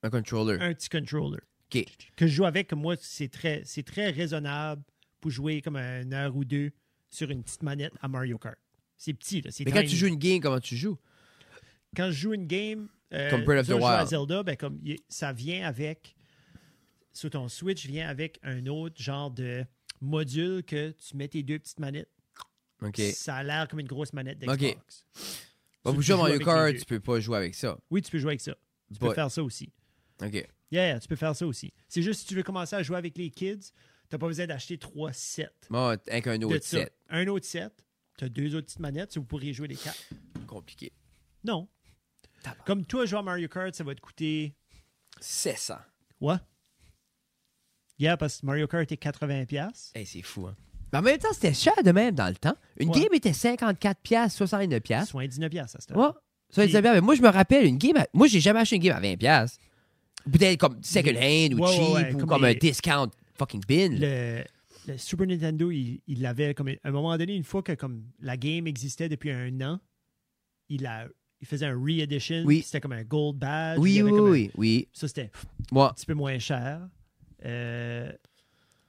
[SPEAKER 2] Un controller.
[SPEAKER 3] un petit controller.
[SPEAKER 2] Ok.
[SPEAKER 3] Que je joue avec, comme moi, c'est très, c'est très raisonnable pour jouer comme une heure ou deux sur une petite manette à Mario Kart. C'est petit, là. C'est
[SPEAKER 2] Mais quand
[SPEAKER 3] tiny.
[SPEAKER 2] tu joues une game, comment tu joues?
[SPEAKER 3] quand je joue une game, euh,
[SPEAKER 2] Comme Breath of
[SPEAKER 3] tu
[SPEAKER 2] the
[SPEAKER 3] vois, je joue à
[SPEAKER 2] Wild.
[SPEAKER 3] Zelda, ben, comme, y- ça vient avec, sur ton Switch, vient avec un autre genre de module que tu mets tes deux petites manettes.
[SPEAKER 2] Ok.
[SPEAKER 3] Ça a l'air comme une grosse manette
[SPEAKER 2] Ok.
[SPEAKER 3] d'Xbox.
[SPEAKER 2] Bah,
[SPEAKER 3] tu
[SPEAKER 2] pour jouer à
[SPEAKER 3] joues
[SPEAKER 2] Mario
[SPEAKER 3] avec les
[SPEAKER 2] Kart,
[SPEAKER 3] deux.
[SPEAKER 2] tu peux pas jouer avec ça.
[SPEAKER 3] Oui, tu peux jouer avec ça. Tu peux
[SPEAKER 2] But-
[SPEAKER 3] faire ça aussi.
[SPEAKER 2] Ok.
[SPEAKER 3] Yeah, tu peux faire ça aussi. C'est juste si tu veux commencer à jouer avec les kids, t'as pas besoin d'acheter trois sets.
[SPEAKER 2] Moi, avec un
[SPEAKER 3] de
[SPEAKER 2] autre
[SPEAKER 3] ça.
[SPEAKER 2] set.
[SPEAKER 3] Un autre set, t'as deux autres petites manettes, so vous pourriez jouer les quatre.
[SPEAKER 2] Compliqué.
[SPEAKER 3] Non.
[SPEAKER 2] Tabarnak.
[SPEAKER 3] Comme toi, jouer à Mario Kart, ça va te coûter
[SPEAKER 2] 700.
[SPEAKER 3] Ouais. Yeah, parce que Mario Kart est 80$. piastres.
[SPEAKER 2] Hey, c'est fou, hein. Mais en même temps, c'était cher de même dans le temps. Une
[SPEAKER 3] Ouais.
[SPEAKER 2] game était 54$, 69$. piastres.
[SPEAKER 3] 79$ piastres à cette
[SPEAKER 2] Hein? Ouais.
[SPEAKER 3] heure.
[SPEAKER 2] Ça, il
[SPEAKER 3] Puis-
[SPEAKER 2] disait bien, mais moi, je me rappelle une game. à- Moi, j'ai jamais acheté une game à 20$. Peut-être comme second hand ou
[SPEAKER 3] Ouais, ouais,
[SPEAKER 2] cheap
[SPEAKER 3] ouais,
[SPEAKER 2] ou
[SPEAKER 3] comme
[SPEAKER 2] comme,
[SPEAKER 3] les-
[SPEAKER 2] un discount fucking bin.
[SPEAKER 3] Le, le Super Nintendo, il il l'avait comme. À un moment donné, une fois que comme la game existait depuis un an, il, a, il faisait un re-edition.
[SPEAKER 2] Oui.
[SPEAKER 3] puis C'était comme un gold badge. il y
[SPEAKER 2] Oui,
[SPEAKER 3] avait comme
[SPEAKER 2] oui,
[SPEAKER 3] un-
[SPEAKER 2] oui, oui.
[SPEAKER 3] Ça, c'était un
[SPEAKER 2] Moi,
[SPEAKER 3] petit peu moins cher. Euh,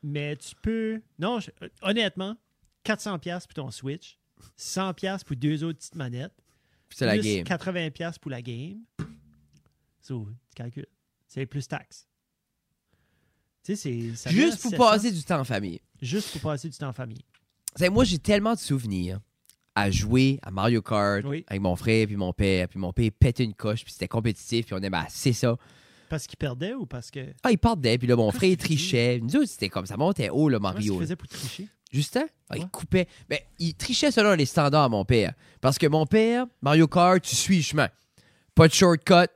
[SPEAKER 3] mais tu peux. Non, je- honnêtement, 400$ piastres pour ton Switch, 100$ piastres pour deux autres petites manettes.
[SPEAKER 2] c'est la
[SPEAKER 3] plus
[SPEAKER 2] game.
[SPEAKER 3] 80 pièces pour la game. So, tu calcules. C'est plus taxe. Tu sais, c'est... ça vient à
[SPEAKER 2] Juste pour
[SPEAKER 3] 700,
[SPEAKER 2] passer du temps en famille.
[SPEAKER 3] Juste pour passer du temps en famille.
[SPEAKER 2] C'est moi, j'ai tellement de souvenirs à jouer à Mario Kart
[SPEAKER 3] Oui.
[SPEAKER 2] avec mon frère puis mon père. Puis mon père pétait une coche, puis c'était compétitif, puis on aimait assez ça.
[SPEAKER 3] Parce qu'il perdait ou parce que.
[SPEAKER 2] Ah, il partait, puis là, mon
[SPEAKER 3] Qu'est-ce
[SPEAKER 2] frère, il
[SPEAKER 3] que tu dis?
[SPEAKER 2] trichait. Nous autres, c'était comme ça montait haut, le
[SPEAKER 3] Comment est-ce qu'il
[SPEAKER 2] Mario. là.
[SPEAKER 3] faisait pour tricher?
[SPEAKER 2] Justin? Ah, Il
[SPEAKER 3] Ouais.
[SPEAKER 2] coupait. Ben, il trichait selon les standards, mon père. Parce que mon père, Mario Kart, tu suis le chemin. Pas de shortcut,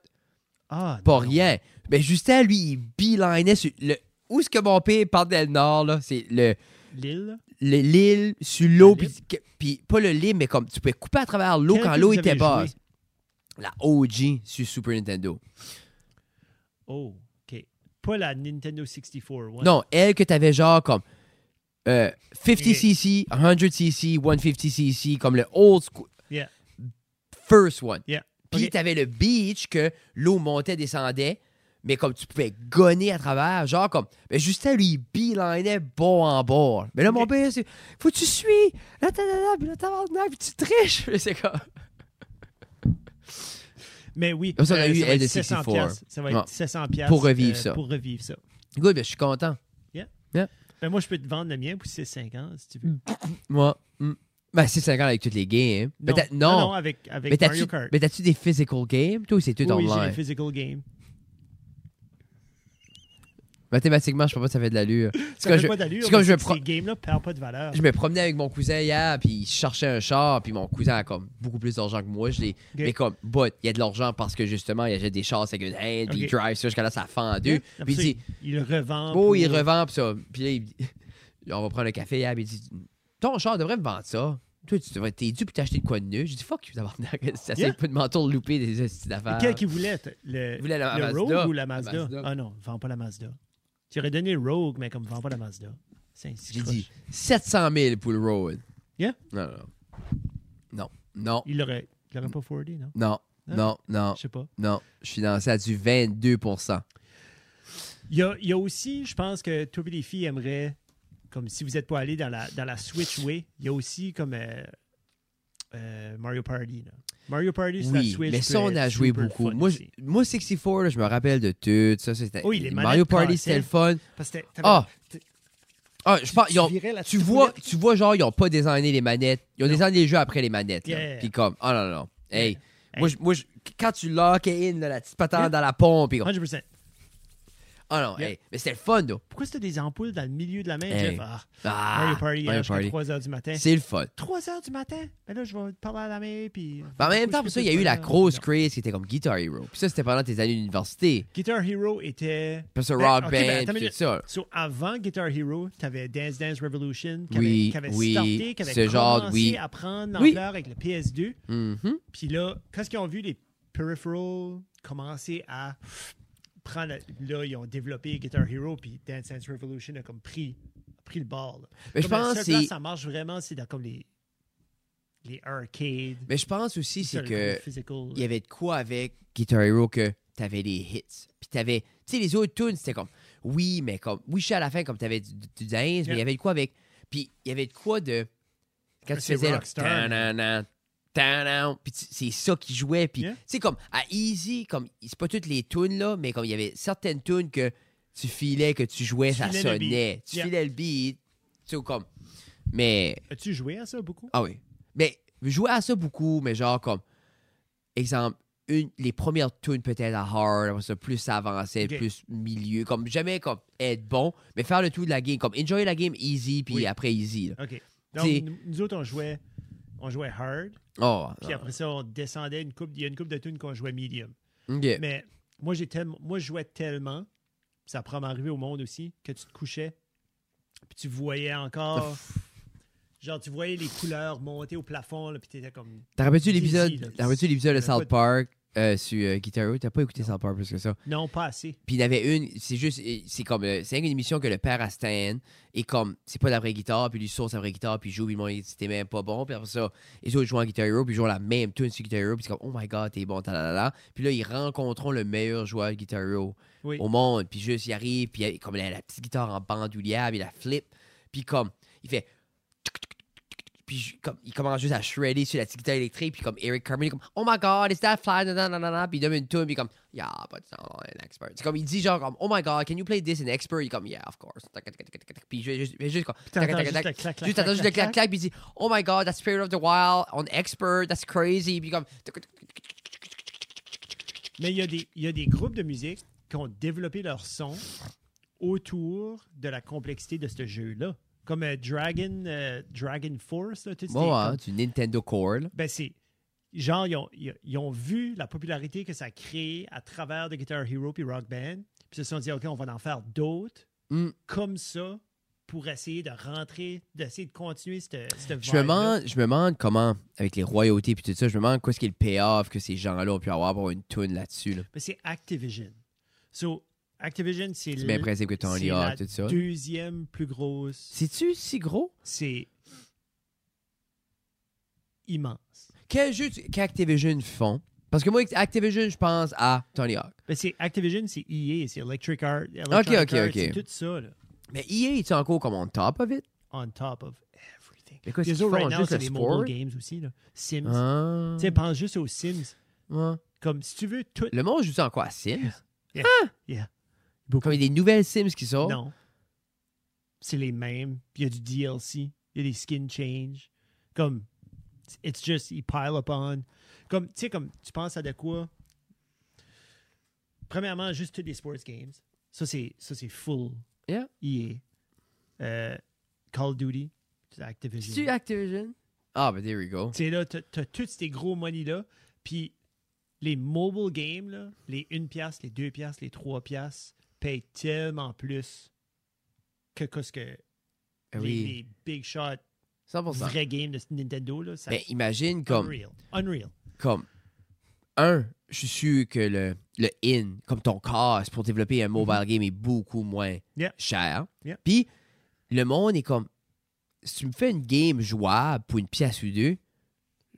[SPEAKER 3] Ah,
[SPEAKER 2] pas
[SPEAKER 3] non.
[SPEAKER 2] rien. Mais Justin, lui, il beelinait sur le. Où est-ce que mon père partait le nord, là? C'est le,
[SPEAKER 3] L'île.
[SPEAKER 2] le- l'île, sur l'eau,
[SPEAKER 3] Le
[SPEAKER 2] puis, que- puis pas le lit, mais comme tu pouvais couper à travers l'eau quand l'eau était basse.
[SPEAKER 3] basse.
[SPEAKER 2] La OG sur Super Nintendo.
[SPEAKER 3] Oh, OK. Pas la Nintendo 64. ouais.
[SPEAKER 2] Non, elle que t'avais genre comme euh,
[SPEAKER 3] Ok.
[SPEAKER 2] 50cc, 100cc, 150cc, comme le old school.
[SPEAKER 3] Yeah.
[SPEAKER 2] First one.
[SPEAKER 3] Yeah.
[SPEAKER 2] Puis
[SPEAKER 3] Ok.
[SPEAKER 2] t'avais le beach que l'eau montait, descendait, mais comme tu pouvais gonner à travers, genre comme. Mais Justin, lui, il beelinait bord en bord. Mais là, mon
[SPEAKER 3] Ok.
[SPEAKER 2] père, c'est. Faut que tu suis! Là, t'as là, puis là, tabarnak, puis tu triches! C'est comme.
[SPEAKER 3] Mais oui. euh,
[SPEAKER 2] Comme ça, on a eu
[SPEAKER 3] va être
[SPEAKER 2] L de
[SPEAKER 3] 700
[SPEAKER 2] 64.
[SPEAKER 3] piastres. Ça va être
[SPEAKER 2] Ouais.
[SPEAKER 3] 700 piastres, euh,
[SPEAKER 2] Pour revivre ça.
[SPEAKER 3] Pour revivre ça.
[SPEAKER 2] Good, ben, je suis content.
[SPEAKER 3] Ben, moi, je peux te vendre le mien pour 650 si tu veux.
[SPEAKER 2] Moi. mm. Ben, c'est 50 avec toutes les games. Mais t'as-
[SPEAKER 3] non, Ah non, avec,
[SPEAKER 2] Mais
[SPEAKER 3] avec
[SPEAKER 2] t'as-tu
[SPEAKER 3] Mario Kart.
[SPEAKER 2] mais t'as-tu des physical games? Toi, ou c'est tout
[SPEAKER 3] oui, j'ai
[SPEAKER 2] online.
[SPEAKER 3] un physical game.
[SPEAKER 2] Mathématiquement, je pense pas que ça fait de l'allure.
[SPEAKER 3] Ça
[SPEAKER 2] quand
[SPEAKER 3] fait
[SPEAKER 2] je-
[SPEAKER 3] pas d'allure,
[SPEAKER 2] c'est quand
[SPEAKER 3] mais
[SPEAKER 2] je
[SPEAKER 3] c'est que
[SPEAKER 2] prends-
[SPEAKER 3] Ces games-là perdent pas de valeur.
[SPEAKER 2] Je me promenais avec mon cousin hier, puis il cherchait un char, puis mon cousin a comme beaucoup plus d'argent que moi. Je l'ai- Mais comme, but, il y a de l'argent parce que justement, il achète des chars avec une haine, puis il
[SPEAKER 3] Ok.
[SPEAKER 2] drive ça jusqu'à là, ça fend en deux.
[SPEAKER 3] Après
[SPEAKER 2] Puis il
[SPEAKER 3] ça,
[SPEAKER 2] dit,
[SPEAKER 3] il le revend.
[SPEAKER 2] oh,
[SPEAKER 3] pour-
[SPEAKER 2] il revend, puis ça. Puis là, il dit, on va prendre un café hier, puis il dit, ton char devrait me vendre ça. Toi, tu devrais, t'es dû, puis t'as acheté de quoi de nœud. J'ai dit, fuck, you, tabarnak. ça
[SPEAKER 3] Yeah.
[SPEAKER 2] c'est pas de menton de louper des petites
[SPEAKER 3] Mais
[SPEAKER 2] d'affaires.
[SPEAKER 3] Quel qui voulait t- Le,
[SPEAKER 2] Il voulait la
[SPEAKER 3] le
[SPEAKER 2] Mazda.
[SPEAKER 3] Rogue ou la
[SPEAKER 2] La
[SPEAKER 3] Mazda?
[SPEAKER 2] Mazda.
[SPEAKER 3] Ah non, vends pas la Mazda. Tu aurais donné le Rogue, mais comme vends pas la Mazda. C'est un petit
[SPEAKER 2] J'ai
[SPEAKER 3] croche.
[SPEAKER 2] dit, 700 000 pour le road.
[SPEAKER 3] Yeah.
[SPEAKER 2] Non, non, non. Non,
[SPEAKER 3] Il l'aurait il l'aurait pas forwardé, non?
[SPEAKER 2] non, non,
[SPEAKER 3] Ah.
[SPEAKER 2] non, non.
[SPEAKER 3] Je sais pas.
[SPEAKER 2] Non, je suis lancé à du 22
[SPEAKER 3] Il y a, il y a aussi, je pense que toi et les filles aimeraient, comme si vous n'êtes pas allé dans la, dans la Switch Way, il y a aussi comme euh, euh, Mario Party. là. Mario Party sur la
[SPEAKER 2] Oui,
[SPEAKER 3] Switch.
[SPEAKER 2] mais ça,
[SPEAKER 3] peut
[SPEAKER 2] on
[SPEAKER 3] être
[SPEAKER 2] a joué
[SPEAKER 3] super
[SPEAKER 2] beaucoup.
[SPEAKER 3] fun
[SPEAKER 2] Moi,
[SPEAKER 3] aussi.
[SPEAKER 2] je- moi 64, là, je me rappelle de tout. Ça, c'était-
[SPEAKER 3] Oui, les
[SPEAKER 2] Mario
[SPEAKER 3] manettes
[SPEAKER 2] Party,
[SPEAKER 3] cassaient.
[SPEAKER 2] c'était le fun.
[SPEAKER 3] Parce que t'avais-
[SPEAKER 2] Ah!
[SPEAKER 3] t'avais-
[SPEAKER 2] Ah, je pense,
[SPEAKER 3] tu
[SPEAKER 2] ils ont-
[SPEAKER 3] virais la
[SPEAKER 2] tu,
[SPEAKER 3] petite
[SPEAKER 2] vois,
[SPEAKER 3] roulette.
[SPEAKER 2] tu vois, genre, ils ont pas designé les manettes. Ils ont
[SPEAKER 3] Non.
[SPEAKER 2] designé les jeux après les manettes. là.
[SPEAKER 3] Yeah.
[SPEAKER 2] Puis comme, oh non, non, non. Hey,
[SPEAKER 3] Yeah.
[SPEAKER 2] Moi, je- moi, je- quand tu lock in là, la petite patente dans la pompe, puis comme,
[SPEAKER 3] 100%.
[SPEAKER 2] oh non,
[SPEAKER 3] Yeah.
[SPEAKER 2] hey, mais c'était le fun, là.
[SPEAKER 3] Pourquoi c'était des ampoules dans le milieu de la main,
[SPEAKER 2] Hey.
[SPEAKER 3] Jeff? Ah,
[SPEAKER 2] Ah,
[SPEAKER 3] Mario Party,
[SPEAKER 2] Mario
[SPEAKER 3] hein, jusqu'à
[SPEAKER 2] Party.
[SPEAKER 3] 3 heures du matin.
[SPEAKER 2] C'est le fun.
[SPEAKER 3] 3 heures du matin? Ben là, je vais parler à la main, puis...
[SPEAKER 2] Mais Bah, en même temps, pour ça, il y a eu la grosse crise qui était comme Guitar Hero. Puis ça, c'était pendant tes années d'université.
[SPEAKER 3] Guitar Hero était...
[SPEAKER 2] Puis ça,
[SPEAKER 3] Ben,
[SPEAKER 2] Rock
[SPEAKER 3] ok, ben, attends
[SPEAKER 2] Band,
[SPEAKER 3] une
[SPEAKER 2] puis tout
[SPEAKER 3] minute.
[SPEAKER 2] ça.
[SPEAKER 3] So, avant Guitar Hero, t'avais Dance Dance Revolution qui
[SPEAKER 2] Oui,
[SPEAKER 3] avait, qui avait
[SPEAKER 2] oui,
[SPEAKER 3] starté, qui avait
[SPEAKER 2] ce
[SPEAKER 3] commencé
[SPEAKER 2] genre, oui.
[SPEAKER 3] à prendre
[SPEAKER 2] Oui.
[SPEAKER 3] l'ampleur avec le PS2.
[SPEAKER 2] Mhm.
[SPEAKER 3] Puis là, quand ils ont vu les peripherals commencer à prendre... Là, ils ont développé Guitar Hero, puis Dance Dance Revolution a comme pris, pris le bord. là.
[SPEAKER 2] Mais je
[SPEAKER 3] Comme la
[SPEAKER 2] pense
[SPEAKER 3] seule
[SPEAKER 2] c'est-
[SPEAKER 3] place où ça marche vraiment, c'est dans comme les, les arcades.
[SPEAKER 2] Mais je pense aussi, c'est
[SPEAKER 3] le
[SPEAKER 2] que
[SPEAKER 3] gros physical.
[SPEAKER 2] il y avait de quoi avec Guitar Hero que t'avais des hits. Puis t'avais. Tu sais, les autres tunes, c'était comme. Oui, mais comme. Oui, je suis à la fin, comme t'avais du, du dance, mais il y avait de quoi avec. Puis il y avait de quoi de. Quand
[SPEAKER 3] Mais Ben,
[SPEAKER 2] tu
[SPEAKER 3] c'est
[SPEAKER 2] faisais. là,
[SPEAKER 3] Rockstar.
[SPEAKER 2] tanan, tanan, Puis tu- c'est ça qui jouait. Puis
[SPEAKER 3] Yeah.
[SPEAKER 2] tu sais, comme à Easy, comme. C'est pas toutes les tunes, là, mais comme il y avait certaines tunes que tu filais, que tu jouais,
[SPEAKER 3] Tu
[SPEAKER 2] ça
[SPEAKER 3] filais le beat.
[SPEAKER 2] sonnait. Tu
[SPEAKER 3] Yeah.
[SPEAKER 2] filais le beat. Tu sais, comme. Mais.
[SPEAKER 3] As-tu joué à ça beaucoup?
[SPEAKER 2] Ah oui. Mais jouer à ça beaucoup, mais genre comme, exemple, une, les premières tunes peut-être à hard, après ça, plus ça avançait,
[SPEAKER 3] Ok.
[SPEAKER 2] plus milieu, comme jamais comme être bon, mais faire le tout de la game, comme enjoy la game easy, puis
[SPEAKER 3] Oui.
[SPEAKER 2] après easy. là.
[SPEAKER 3] OK. Donc,
[SPEAKER 2] C'est-
[SPEAKER 3] nous, nous autres, on jouait, on jouait hard,
[SPEAKER 2] Oh,
[SPEAKER 3] puis après ça, on descendait une coupe. Il y a une coupe de tunes qu'on jouait medium.
[SPEAKER 2] ok.
[SPEAKER 3] Mais moi, j'ai tellement, moi, je jouais tellement, ça prend m'arriver au monde aussi, que tu te couchais, puis tu voyais encore. Genre, tu voyais les couleurs monter au plafond, là, puis t'étais comme.
[SPEAKER 2] T'as rappelé-tu
[SPEAKER 3] Easy,
[SPEAKER 2] l'épisode
[SPEAKER 3] là.
[SPEAKER 2] t'as rappelé-tu l'épisode de
[SPEAKER 3] Même pas
[SPEAKER 2] South
[SPEAKER 3] de-
[SPEAKER 2] Park euh, sur euh, Guitar Hero? T'as pas écouté South Park plus que ça?
[SPEAKER 3] Non, pas assez.
[SPEAKER 2] Puis il y en avait une, c'est juste, c'est comme, euh, c'est une émission que le père à Stan, et comme, c'est pas la vraie guitare, puis lui sort sa vraie guitare, puis il joue, puis le monde, il dit, c'était même pas bon, puis après ça, les autres jouent en Guitar Hero, puis ils jouent la même tune sur Guitar Hero, puis c'est comme, oh my god, t'es bon, talalala. Puis là, ils rencontrent le meilleur joueur de Guitar Hero
[SPEAKER 3] Oui.
[SPEAKER 2] au monde, puis juste, il arrive, puis il- comme, il a la petite guitare en bandoulière, puis il la flip, puis comme, il fait. Puis je- comme, il commence juste à shredder sur la petite guitare électrique. Puis comme Eric Carmen, il est comme Oh my god, is that fly? Non, non, non, non. Puis il donne une tune. Puis comme Yeah, but it's not an expert. C'est comme il dit genre comme, Oh my god, can you play this in expert? Il est comme Yeah, of course. Tac, tac, tac, tac, tac. Puis je- je- je- juste comme
[SPEAKER 3] t'entends
[SPEAKER 2] tac, tac,
[SPEAKER 3] juste
[SPEAKER 2] tac,
[SPEAKER 3] le
[SPEAKER 2] tac.
[SPEAKER 3] clac, clac,
[SPEAKER 2] Juste
[SPEAKER 3] clac,
[SPEAKER 2] t'entends juste le
[SPEAKER 3] clac,
[SPEAKER 2] clac, clac. Puis il dit Oh my god, that's Spirit of the Wild on expert. That's crazy. Puis comme
[SPEAKER 3] Mais il y, a des, il y a des groupes de musique qui ont développé leur son autour de la complexité de ce jeu-là. Comme euh, Dragon, euh, Dragon Force, là, tu sais,
[SPEAKER 2] Bon,
[SPEAKER 3] c'est
[SPEAKER 2] hein,
[SPEAKER 3] comme-
[SPEAKER 2] du Nintendo Core. là.
[SPEAKER 3] ben c'est genre ils ont, ils- ils ont vu la popularité que ça a créé à travers de Guitar Hero puis Rock Band, puis se sont dit ok on va en faire d'autres
[SPEAKER 2] Mm.
[SPEAKER 3] comme ça pour essayer de rentrer, d'essayer de continuer cette, cette
[SPEAKER 2] Je me,
[SPEAKER 3] vibe-là.
[SPEAKER 2] demande, je me demande comment, avec les royautés puis tout ça, je me demande quoi ce qui est le payoff que ces gens-là ont pu avoir pour une toune là-dessus. là.
[SPEAKER 3] Mais c'est Activision. So Activision c'est
[SPEAKER 2] C'est
[SPEAKER 3] le-
[SPEAKER 2] bien le principe que
[SPEAKER 3] c'est
[SPEAKER 2] Tony
[SPEAKER 3] la
[SPEAKER 2] Hawk, tout ça.
[SPEAKER 3] deuxième plus grosse,
[SPEAKER 2] C'est-tu si gros?
[SPEAKER 3] c'est immense.
[SPEAKER 2] Quel jeu tu- qu'Activision font? Parce que moi, Activision, je pense à Tony Hawk.
[SPEAKER 3] Ben, c'est Activision, c'est EA, c'est Electric Art,
[SPEAKER 2] ok, ok.
[SPEAKER 3] c'est tout ça là.
[SPEAKER 2] Mais E EA, est encore comme on top of it?
[SPEAKER 3] on top of everything.
[SPEAKER 2] Mais quoi,
[SPEAKER 3] Les
[SPEAKER 2] c'est
[SPEAKER 3] autres,
[SPEAKER 2] qu'ils
[SPEAKER 3] right
[SPEAKER 2] font
[SPEAKER 3] now,
[SPEAKER 2] juste
[SPEAKER 3] c'est
[SPEAKER 2] le
[SPEAKER 3] des
[SPEAKER 2] sport?
[SPEAKER 3] mobile games aussi. Là. Sims.
[SPEAKER 2] Ah.
[SPEAKER 3] Tu sais, pense juste aux Sims.
[SPEAKER 2] Ouais.
[SPEAKER 3] Comme si tu veux tout.
[SPEAKER 2] Le monde joue encore à Sims?
[SPEAKER 3] Yeah.
[SPEAKER 2] Comme il y a des nouvelles Sims qui sortent?
[SPEAKER 3] Non. C'est les mêmes. Il y a du DLC. Il y a des skin change. Comme, it's just, ils pile up on. Comme, tu sais, comme, tu penses à de quoi? Premièrement, juste tous les sports games. Ça, c'est, ça, c'est full
[SPEAKER 2] Yeah.
[SPEAKER 3] EA. Euh, Call of Duty, c'est Activision.
[SPEAKER 2] C'est-tu Activision? Ah, ben there we go.
[SPEAKER 3] Tu sais, là, t'as t'as tous ces gros money-là, puis les mobile games, là, les 1 piastre, les 2 piastres, les 3 piastres, payent tellement plus que, que ce que
[SPEAKER 2] Ah
[SPEAKER 3] les,
[SPEAKER 2] Oui,
[SPEAKER 3] les big shots,
[SPEAKER 2] 100%.
[SPEAKER 3] vrais games de Nintendo, là, ça
[SPEAKER 2] Mais
[SPEAKER 3] Ah
[SPEAKER 2] imagine comme
[SPEAKER 3] unreal. Unreal.
[SPEAKER 2] comme un, je suis sûr que le, le in, comme ton cost pour développer un mobile game est beaucoup moins
[SPEAKER 3] Mm-hmm. Yeah.
[SPEAKER 2] cher.
[SPEAKER 3] Yeah.
[SPEAKER 2] Puis le monde est comme si tu me fais une game jouable pour une pièce ou deux,